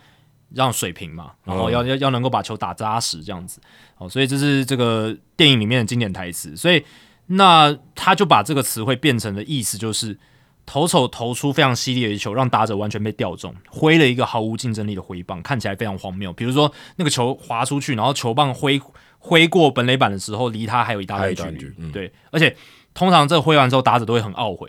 让水平嘛，然后要、要要能够把球打扎实这样子。哦，所以这是这个电影里面的经典台词。所以那他就把这个词汇变成的意思就是。投手投出非常犀利的一球，让打者完全被吊中，挥了一个毫无竞争力的挥棒，看起来非常荒谬。比如说那个球滑出去，然后球棒挥 [LAUGHS] 挥过本垒板的时候，离他还有一大还有段一段距离距。离嗯对，而且通常这挥完之后，打者都会很懊悔。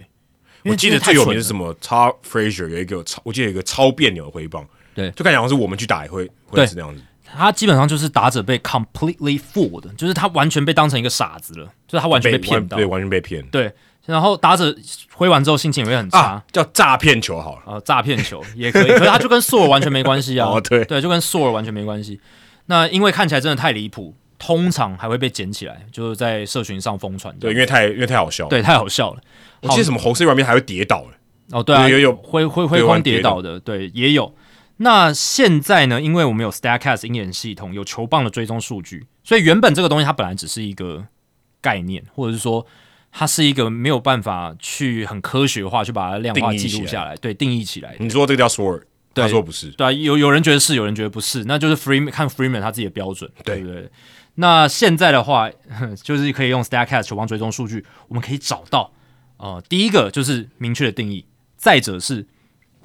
我因为记得真的太最有蠢名是了什么？Tar Fraser 有一个超，我记得有一个超别扭的挥棒，对就看起来好像是我们去打也会会对是那样子。他基本上就是打者被 completely fooled，就是他完全被当成一个傻子了，就是他完全被骗完到。对，完全被骗对，然后打者挥完之后心情也会很差。啊，叫诈骗球好了。呃，诈骗球也可以，可是他就跟索尔完全没关系啊。哦对对，就跟索尔完全没关系。那因为看起来真的太离谱，通常还会被捡起来，就是在社群上疯传。对，因为太因为太好笑。，对，太好笑了。我记得什么红色软面还会跌倒欸了。哦，对啊，有有有挥挥对挥玩空跌跌倒的，对，也有。那现在呢？因为我们有 Stacks 鹰眼系统，有球棒的追踪数据，所以原本这个东西它本来只是一个概念，或者是说它是一个没有办法去很科学化去把它量化定义记起录来下来，对，定义起来的。你说这个叫 sword，对他说不是。对啊，有有人觉得是，有人觉得不是，那就是 Freeman 看 Freeman 他自己的标准，对对不对？那现在的话， [LAUGHS] 就是可以用 Stacks 球棒追踪数据，我们可以找到，呃，第一个就是明确的定义，再者是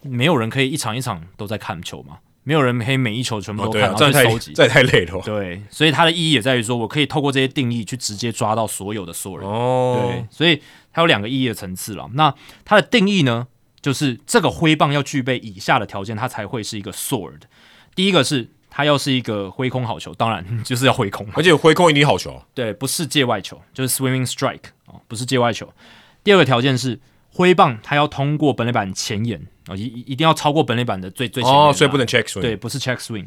没有人可以一场一场都在看球嘛，没有人可以每一球全部哦，都对看，啊，这然样太后去收集。这样太累了。对，所以它的意义也在于说，我可以透过这些定义去直接抓到所有的所有人。对哦，，所以它有两个意义的层次了。那它的定义呢，就是这个挥棒要具备以下的条件，它才会是一个 sword。第一个是它要是一个挥空好球，当然 [LAUGHS] 就是要挥空嘛，而且挥空一定好球，对，不是界外球，就是 swimming strike 哦，不是界外球。第二个条件是挥棒它要通过本垒板前沿啊，一一定要超过本垒板的最最前沿啊、哦，所以不能 check swing。对，，不是 check swing。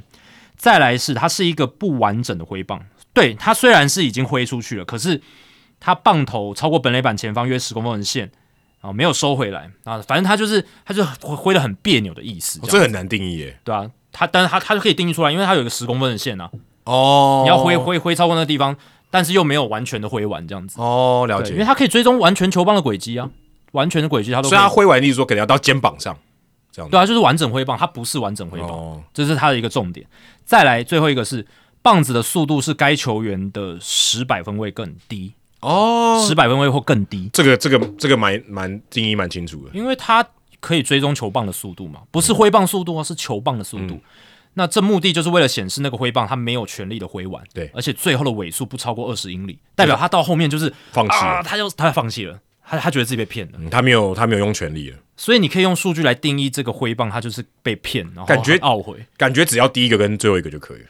再来是它是一个不完整的挥棒，对它虽然是已经挥出去了，可是它棒头超过本垒板前方约十公分的线啊，没有收回来啊，反正它就是它就挥挥的很别扭的意思，哦这哦这样很难定义耶。对啊，它但是它它就可以定义出来，因为它有一个十公分的线啊，哦你要挥挥挥超过那个地方，但是又没有完全的挥完这样子，哦，了对，因解为。它可以追踪完全球棒的轨迹啊，完全的轨迹它都所可以以他，挥完，例如说可能要到肩膀上。对啊，就是完整挥棒，它不是完整挥棒。哦，这是他的一个重点。再来最后一个是棒子的速度是该球员的十百分位更低，嗯哦，十百分位或更低，这个这个这个蛮蛮定义蛮清楚的。因为他可以追踪球棒的速度嘛，不是挥棒速度啊，是球棒的速度。嗯那这目的就是为了显示那个挥棒他没有全力的挥完，对而且最后的尾速不超过二十英里，代表他到后面就是放弃了啊，他就他放弃了，他他觉得自己被骗了，嗯他没有他没有用全力了，所以你可以用数据来定义这个挥棒，他就是被骗，然后感觉很懊悔，感觉只要第一个跟最后一个就可以了。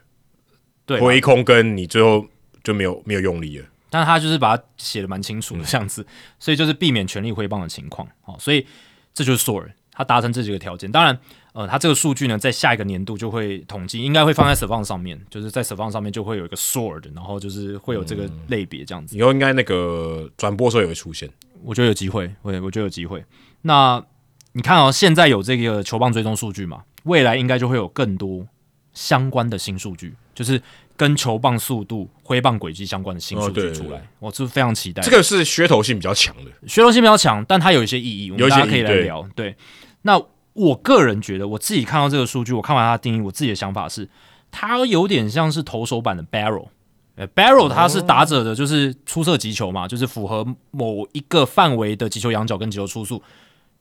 对啊，挥空跟你最后就没有没有用力了。但他就是把它写的蛮清嗯楚的这样子，所以就是避免全力挥棒的情况。好、所以这就是索尔他达成这几个条件。当然，呃，他这个数据呢，在下一个年度就会统计，应该会放在 s a v a n 上面，就是在 s a v a n 上面就会有一个 sword，然后就是会有这个类别这样子。以后应该那个转播的时候也会出现。我觉得有机会，我我觉得有机会。那你看哦，现在有这个球棒追踪数据嘛，未来应该就会有更多相关的新数据，就是跟球棒速度、挥棒轨迹相关的新哦数对据对出对来，我、是非常期待的。这个是噱头性比较强的，学东西比较强，但它有一些意义，我有们一些大家可以来意义对聊。对，那我个人觉得，我自己看到这个数据，我看完它的定义，我自己的想法是，它有点像是投手版的 barrel。呃，barrel 它是打者的，就是出色击球嘛，就是符合某一个范围的击球仰角跟击球出速，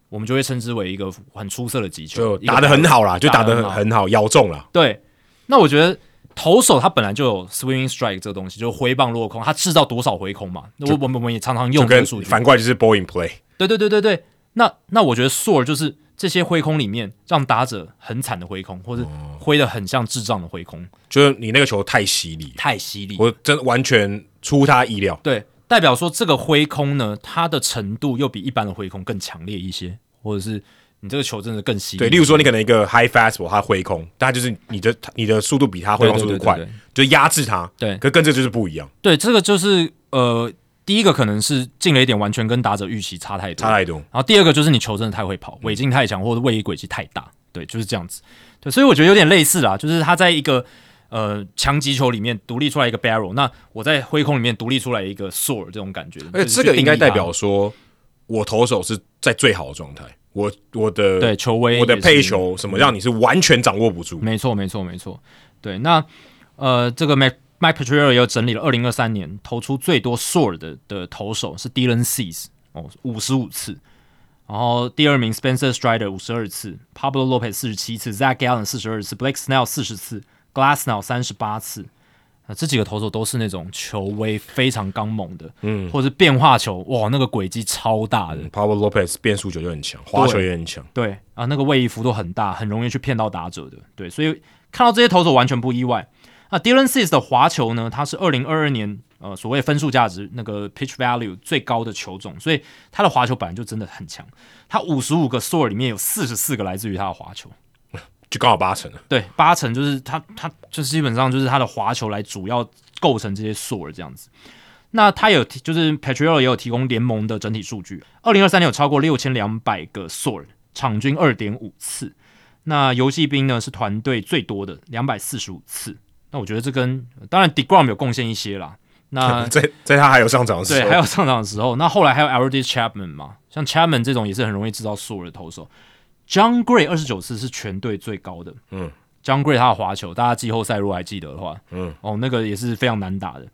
我们就会称之为一个很出色的击球就，打得很好。好啦，就打得打得很很好很好，咬中了。对，那我觉得投手他本来就有 swinging strike 这个东西，就是挥棒落空，他制造多少回空嘛。那我我们我们也常常就用这跟个数据，反过来就是 ball in play，对对对对对，那那我觉得 soar 就是这些挥空里面让打者很惨的挥空，或者哦挥的很像智障的挥空，就是你那个球太犀利，太犀利。我真的完全出他意料。对，代表说这个挥空呢，它的程度又比一般的挥空更强烈一些，或者是你这个球真的更犀利。对，例如说你可能一个 high fastball，它挥空，但它就是你的你的速度比它挥空速度快对对对，就压制它。对可跟这就是不一样，对，这个就是呃，第一个可能是进了一点，完全跟打者预期差太多，差太多。然后第二个就是你球真的太会跑，嗯尾劲太强，或者位移轨迹太大，对，就是这样子。对，所以我觉得有点类似啦，就是他在一个呃强击球里面独立出来一个 barrel，那我在挥空里面独立出来一个 soar 这种感觉。而且就是这去啊个应该定义它代表说，我投手是在最好的状态，我我的对球威，我的配，球嗯什么让你是完全掌握不住。没错，没错，没错。对，那呃，这个 Mac Mac Patricia 又整理了二零二三年投出最多 soar 的的投手是 Dylan Cease 哦，五十五次。然后第二名 Spencer Strider 五十二次，Pablo Lopez 四十七次，Zach Gallen 四十二次，Blake Snell 四十次，Glassnow 三十八次。啊，这几个投手都是那种球威非常刚猛的，嗯，或者是变化球，哇，那个轨迹超大的， Pablo Lopez 变速球就很强，滑球也很强。对啊，那个位移幅度很大，很容易去骗到打者的。对，所以看到这些投手完全不意外。那 Dylan Cease 的滑球呢，它是二零二二年呃所谓分数价值那个 pitch value 最高的球种，所以他的滑球本来就真的很强。他五十五个 s o r 里面有四十四个来自于他的滑球，就刚好八成了。对，八成就是他，他就是基本上就是他的滑球来主要构成这些 s o r 这样子。那他有提就是 Patriot 也有提供联盟的整体数据，二零二三年有超过六千两百个 s o r 场均二点五次。那游戏兵呢是团队最多的两百四十五次。那我觉得这跟当然 Degrom 有贡献一些啦。 [LAUGHS] 那在在他还有上场的时候，啊对，还有上场的时候，那后来还有 l d Chapman 嘛，像 Chapman 这种也是很容易制造速的投手。John Gray 二十九次是全队最高的，嗯，John Gray 他的滑球，大家季后赛如果还记得的话，嗯，哦，那个也是非常难打的。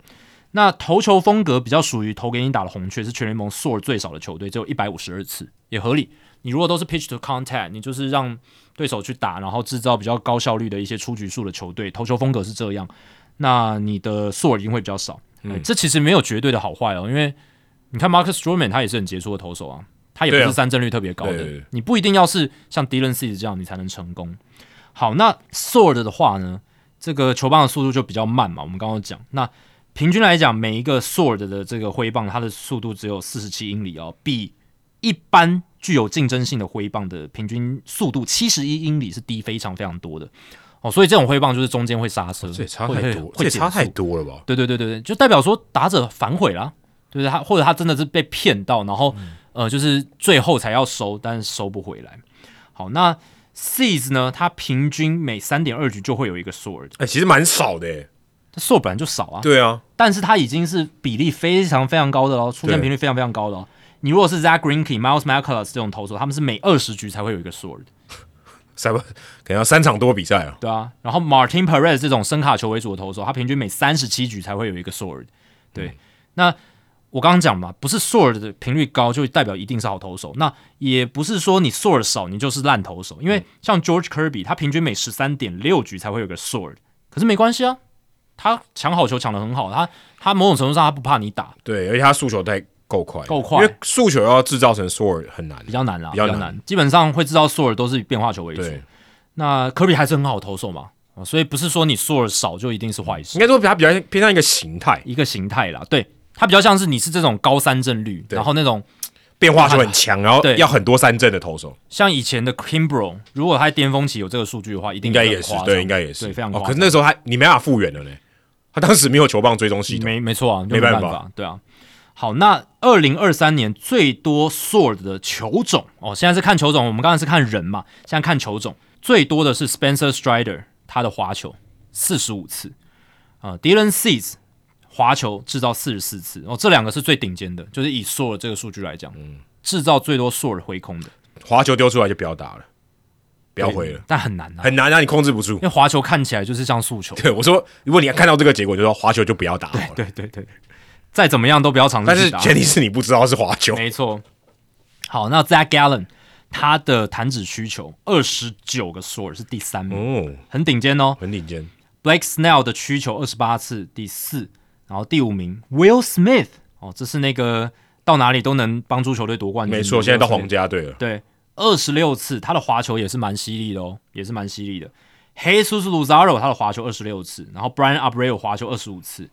那投球风格比较属于投给你打的红雀，是全联盟 s o r 最少的球队，只有一百五十二次，也合理。你如果都是 pitch to contact，你就是让对手去打，然后制造比较高效率的一些出局数的球队，投球风格是这样，那你的 s o r 一定会比较少。嗯呃这其实没有绝对的好坏哦，因为你看 Marcus Stroman 他也是很杰出的投手啊，他也不对啊是三振率特别高的，对对对你不一定要是像 Dylan Cease 这样你才能成功。好，那 s o r 的话呢，这个球棒的速度就比较慢嘛，我们刚刚讲那。平均来讲，每一个 sword 的这个挥棒，它的速度只有四十七英里哦，比一般具有竞争性的挥棒的平均速度七十一英里是低非常非常多的哦，所以这种挥棒就是中间会刹车，这也哦差会太会多，这也减差太速多了吧？对对对对对，就代表说打者反悔啦，对不对？他或者他真的是被骗到，然后、嗯呃，就是最后才要收，但是收不回来。好，那 Seas 呢？他平均每三点二局就会有一个 sword，哎、其实蛮少的、欸， sword 本来就少啊，对啊，但是他已经是比例非常非常高的哦，出现频率非常非常高的哦。你如果是 Zach Greinke、Miles Mikolas 这种投手，他们是每二十局才会有一个 sword，三可能要三场多比赛啊，对啊，然后 Martin Perez 这种深卡球为主的投手，他平均每三十七局才会有一个 sword。对，那我刚刚讲嘛，不是 sword 的频率高就代表一定是好投手，那也不是说你 sword 少你就是烂投手，因为像 George Kirby 他平均每十三点六局才会有个 sword，可是没关系啊，他抢好球抢得很好，他他某种程度上他不怕你打，对，而且他速球太够快，够快因为速球要制造成 sword 很难比，较难啦，比较难难，基本上会制造 sword 都是以变化球为主。对，那 Kirby 还是很好的投手嘛，啊所以不是说你 sword 少就一定是坏事应。该说他比较偏向一个形态，一个形态啦。对，它比较像是你是这种高三振率，对然后那种变化球很强，然后对要很多三振的投手，像以前的 Kimbro，如果他在巅峰期有这个数据的话，一定应该很也是夸，张对，应该也是，对，非常夸哦。张。可是那时候他你没办法复原了呢，他当时没有球棒追踪系统，没没错啊，就没办办法对啊。好，那二零二三年最多 sword 的球种哦，现在是看球种，我们刚才是看人嘛，现在看球种最多的是 Spencer Strider 他的滑球四十五次，啊、d y l a n Seas 滑球制造四十四次，哦，这两个是最顶尖的，就是以 sword 这个数据来讲，嗯制造最多 sword 挥空的，滑球丢出来就不要打了，不要挥了，但很难啊，很难让、你控制不住因。为滑球看起来就是像速球，对，我说，如果你看到这个结果，就说滑球就不要打好了。对对对，再怎么样都不要尝试但是去打前提是你不知道是滑球，没错。好，那 Zach Gallen 他的弹指需求二十九个 s w o r d 是第三名，哦，很顶尖哦。很顶尖。 Blake Snell 的需求二十八次，第四，然后第五名 Will Smith 哦，这是那个到哪里都能帮助球队夺冠军的。没错，现在到 Will Smith 皇家队了。对，二十六次，他的滑球也是蛮犀利的哦，也是蛮犀利的。黑叔叔 Luzaro 他的滑球二十六次，然后 Brian Abreu 滑球二十五次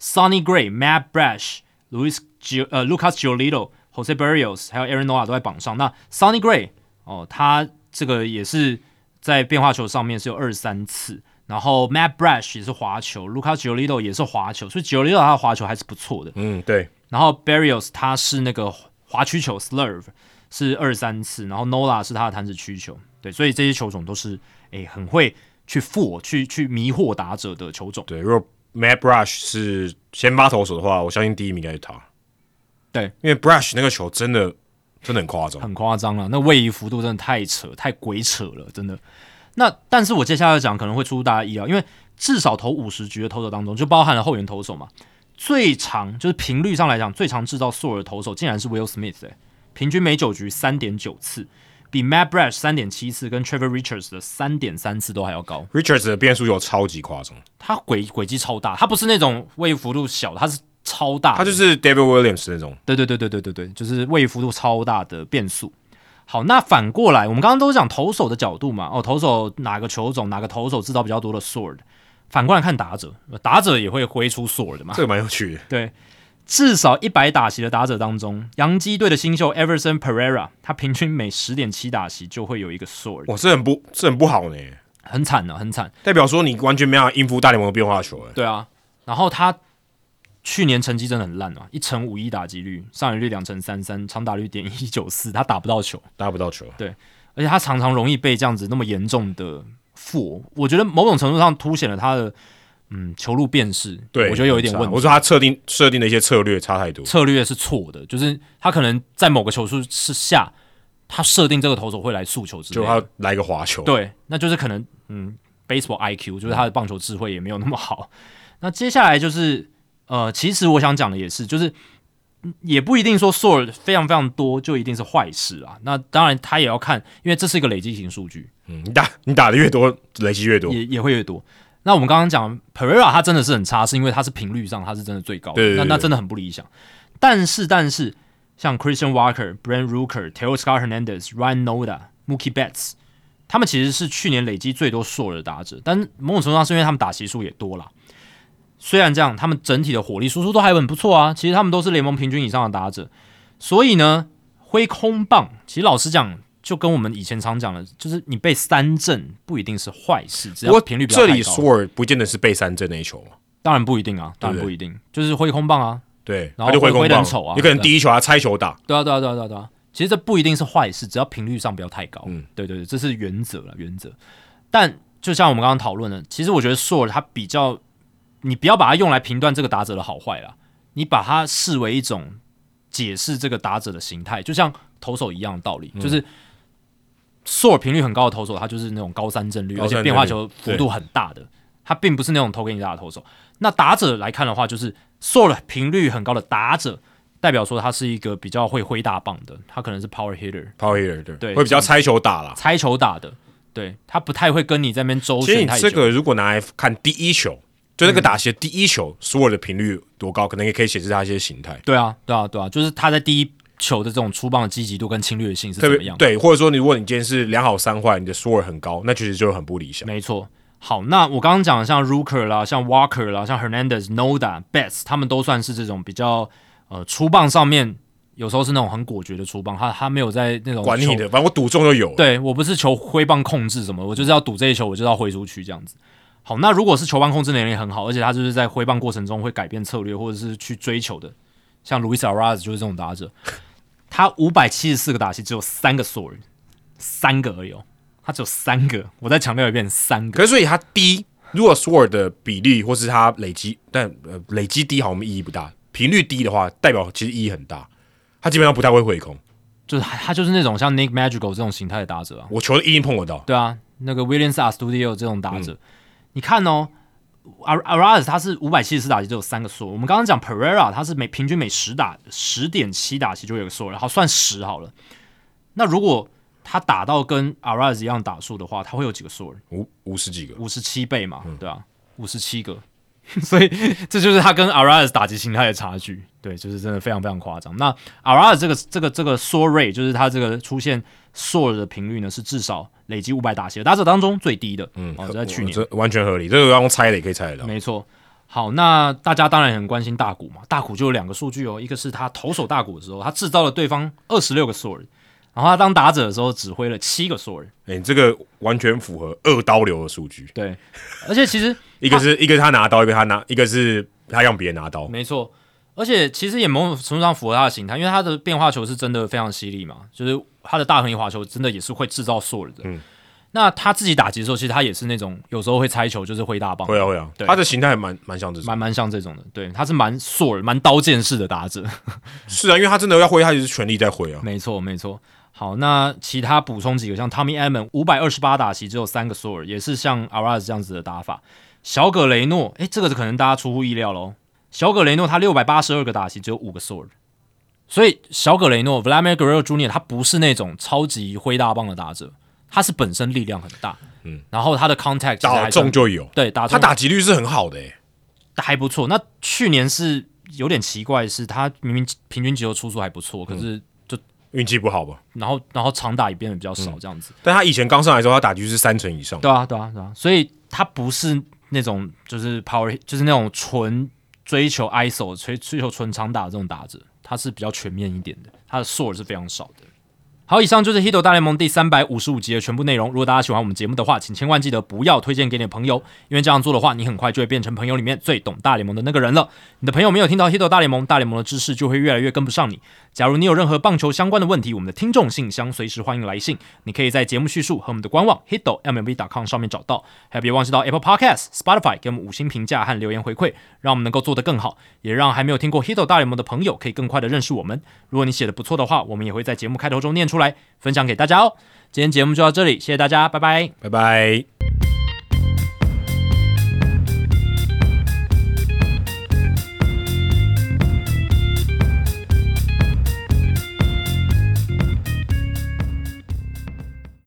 ，Sonny Gray、Matt Brash、Luis Gio 呃 Lucas Giolito、Jose Barrios 还有 Aaron Nola 都在榜上。那 Sonny Gray 哦，他这个也是在变化球上面是有二十三次，然后 Matt Brash 也是滑球，Lucas Giolito 也是滑球，所以 Giolito 他的滑球还是不错的。嗯，对，然后 Barrios 他是那个滑曲球 Slurve 是二三次，然后 Nola 是他的弹指曲球，对，所以这些球种都是诶很会去 fool 去去迷惑打者的球种，对，如果 Matt Brush 是先发投手的话，我相信第一名应该是他。对，因为 Brush 那个球真的真的很夸张，很夸张了，那位移幅度真的太扯太鬼扯了，真的。那但是我接下来要讲可能会出乎大家意料，啊因为至少投五十局的投手当中，就包含了后援投手嘛，最长就是频率上来讲，最长制造速的投手竟然是 Will Smith，、欸、平均每九局三点九次，比 Matt Brash 三点七次跟 Trevor Richards 的三点三次都还要高。 Richards 的变速球超级夸张，他轨轨迹超大，他不是那种位移幅度小的，他是超大的，他就是 David Williams 那种。对对对对对对对，就是位移幅度超大的变速。好，那反过来，我们刚刚都讲投手的角度嘛，哦，投手哪个球种哪个投手制造比较多的 sword，反过来看打者，打者也会挥出 sword 嘛这。个蛮有趣的，对，至少一百打席的打者当中，洋基队的新秀 Everson Pereira，他平均每十点七打席就会有一个 sword，哇，这很不这很不好呢，很惨的、很惨。代表说你完全没办法应付大联盟的变化球，哎，对啊，然后他去年成绩真的很烂啊，一成五一打击率，上垒率两成三三，长打率点一九四，他打不到球。打不到球。而且他常常容易被这样子那么严重的负，我觉得某种程度上凸显了他的嗯球路辨识，对，我觉得有一点问很差题，我说他设定设定的一些策略差太多，策略是错的，就是他可能在某个球数之下，他设定这个投手会来速球之类就的，他来个滑球，对，那就是可能嗯，baseball IQ 嗯就是他的棒球智慧也没有那么好。 [LAUGHS] 那接下来就是呃，其实我想讲的也是，就是嗯也不一定说 s o r 非常非常多就一定是坏事啊。那当然他也要看，因为这是一个累积型数据，嗯，你打你打的越多，累积越多。也也会越多。那我们刚刚讲 Pereira 他真的是很差，是因为他是频率上他是真的最高的，对对对那那真的很不理想。但是但是像 Christian Walker、Brand Rooker、t e o s c a r Hernandez、Ryan Noda、Mookie Betts，他们其实是去年累积最多硕的打者，但某种程度上是因为他们打席数也多啦。虽然这样，他们整体的火力输出都还很不错啊，其实他们都是联盟平均以上的打者，所以呢，挥空棒，其实老实讲，就跟我们以前常讲的，就是你被三振不一定是坏事，只不要过频率比较这里太高索尔不见得是被三振那一球嘛，当然不一定啊，当然不一定，就是挥空棒啊，对，然后他就挥回挥空得棒很丑啊有可能对第一球他拆球打，对啊，对啊，对啊，对啊，对啊。其实这不一定是坏事，只要频率上不要太高。嗯对对对，这是原则了，原则。但就像我们刚刚讨论的，其实我觉得硕尔他比较，你不要把它用来评断这个打者的好坏啦，你把它视为一种解释这个打者的形态，就像投手一样的道理，嗯就是。硕尔 e 频率很高的投手，他就是那种高三振率，高而三振率且变化球幅度很大的，他并不是那种投给你打的投手。那打者来看的话，就是硕尔频率很高的打者，代表说他是一个比较会挥大棒的，他可能是 power hitter， p o w e r 对，对会比较拆球打啦。拆球打的，对他不太会跟你在那边周其实旋你太久。嗯这个如果拿来看第一球，就那个打斜第一球，索尔的频率多高，可能也可以显示他一些形态。对啊，对啊，对啊，就是他在第一球的这种出棒的积极度跟侵略性是特怎么别样？对，或者说你如果你今天是两好三坏，你的索尔很高，那其实就很不理想。没错。好，那我刚刚讲的像 Rooker 啦，像 Walker 啦，像 Hernandez、Noda、Betts，他们都算是这种比较呃出棒上面有时候是那种很果决的出棒，他他没有在那种管球你的，反正我赌中就有了。对我不是求挥棒控制什么，我就是要赌这一球，我就是要挥出去这样子。好，那如果是球棒控制能力很好，而且他就是在挥棒过程中会改变策略或者是去追求的，像 Luis Araz 就是这种打者，他五百七十四个打席只有三个锁人，三个而已哦，他只有三个，我再强调一遍，三个。可是所以他低，如果索尔的比例或是他累积，但呃累积低好像意义不大，频率低的话，代表其实意义很大。他基本上不太会回空，就是他他就是那种像 Nick Magical 这种形态的打者啊，我球一定碰得到。对啊，那个 Williams R Studio 这种打者，你看哦，Ar Araz 他是五百七十四打席就有三个锁，我们刚刚讲 Pereira 他是每平均每十打十点七打席就有一个锁，然后算十好了。那如果他打到跟 Araz 一样打数的话，他会有几个锁？五五十几个，五十七倍嘛，对啊，五十七个， [LAUGHS] 所以这就是他跟 Aras 打击形态的差距，对，就是真的非常非常夸张。那 Aras 这个这个这个 s o r rate 就是他这个出现 s o r 的频率呢是至少累积五百打席的打者当中最低的，嗯，哦，在去年，这完全合理，这个要用猜的也可以猜得到。没错。好，那大家当然很关心大谷嘛，大谷就有两个数据哦，一个是他投手大谷的时候，他制造了对方二十六个 s o r 然后他当打者的时候指挥了七个 s o r 哎、你这个完全符合二刀流的数据，对，而且其实。一个是、一个是他拿刀，一个他拿，一个是他让别人拿刀。啊没错，而且其实也某种程度上符合他的形态，因为他的变化球是真的非常犀利嘛，就是他的大横移滑球真的也是会制造错的。嗯，那他自己打击的时候，其实他也是那种有时候会拆球，就是挥大棒，会啊会啊，对他的形态蛮蛮像这种。蛮蛮像这种的。对，他是蛮索尔、蛮刀剑式的打者。是啊，因为他真的要挥，他就是全力在挥啊。没错，没错。好，那其他补充几个，像 Tommy e m o n 五百二十八打席只有三个索尔，也是像 Aras 这样子的打法。小葛雷诺，诶，这个可能大家出乎意料喽。小葛雷诺他六百八十二个打席只有五个索尔，所以小葛雷诺 Vladimir Guerrero Jr. 他不是那种超级挥大棒的打者，他是本身力量很大，嗯，然后他的 contact 其实打还算中就有，对打中他打击率是很好的、欸，还不错。那去年是有点奇怪，是他明明平均击球出速还不嗯错，可是就、运气不好吧？然后然后长打也变得比较少这样子。但他以前刚上来的时候，他打击率是三成以上，对啊，对啊，对啊，所以他不是那种就是 power，就是那种纯追求 ISO、追追求纯长打的这种打者，他是比较全面一点的，他的 s o r 是非常少的。好，以上就是《Hito 大联盟》第三百五十五集的全部内容。如果大家喜欢我们节目的话，请千万记得不要推荐给你的朋友，因为这样做的话，你很快就会变成朋友里面最懂大联盟的那个人了。你的朋友没有听到《Hito 大联盟》，大联盟的知识就会越来越跟不上你。假如你有任何棒球相关的问题，我们的听众信箱随时欢迎来信，你可以在节目叙述和我们的官网 hito mlb.com 上面找到。还有别忘记到 Apple Podcast、Spotify 给我们五星评价和留言回馈，让我们能够做得更好，也让还没有听过 Hito 大联盟的朋友可以更快的认识我们。如果你写的不错的话，我们也会在节目开头中念出来，分享给大家哦。今天节目就到这里，谢谢大家，拜拜。拜拜。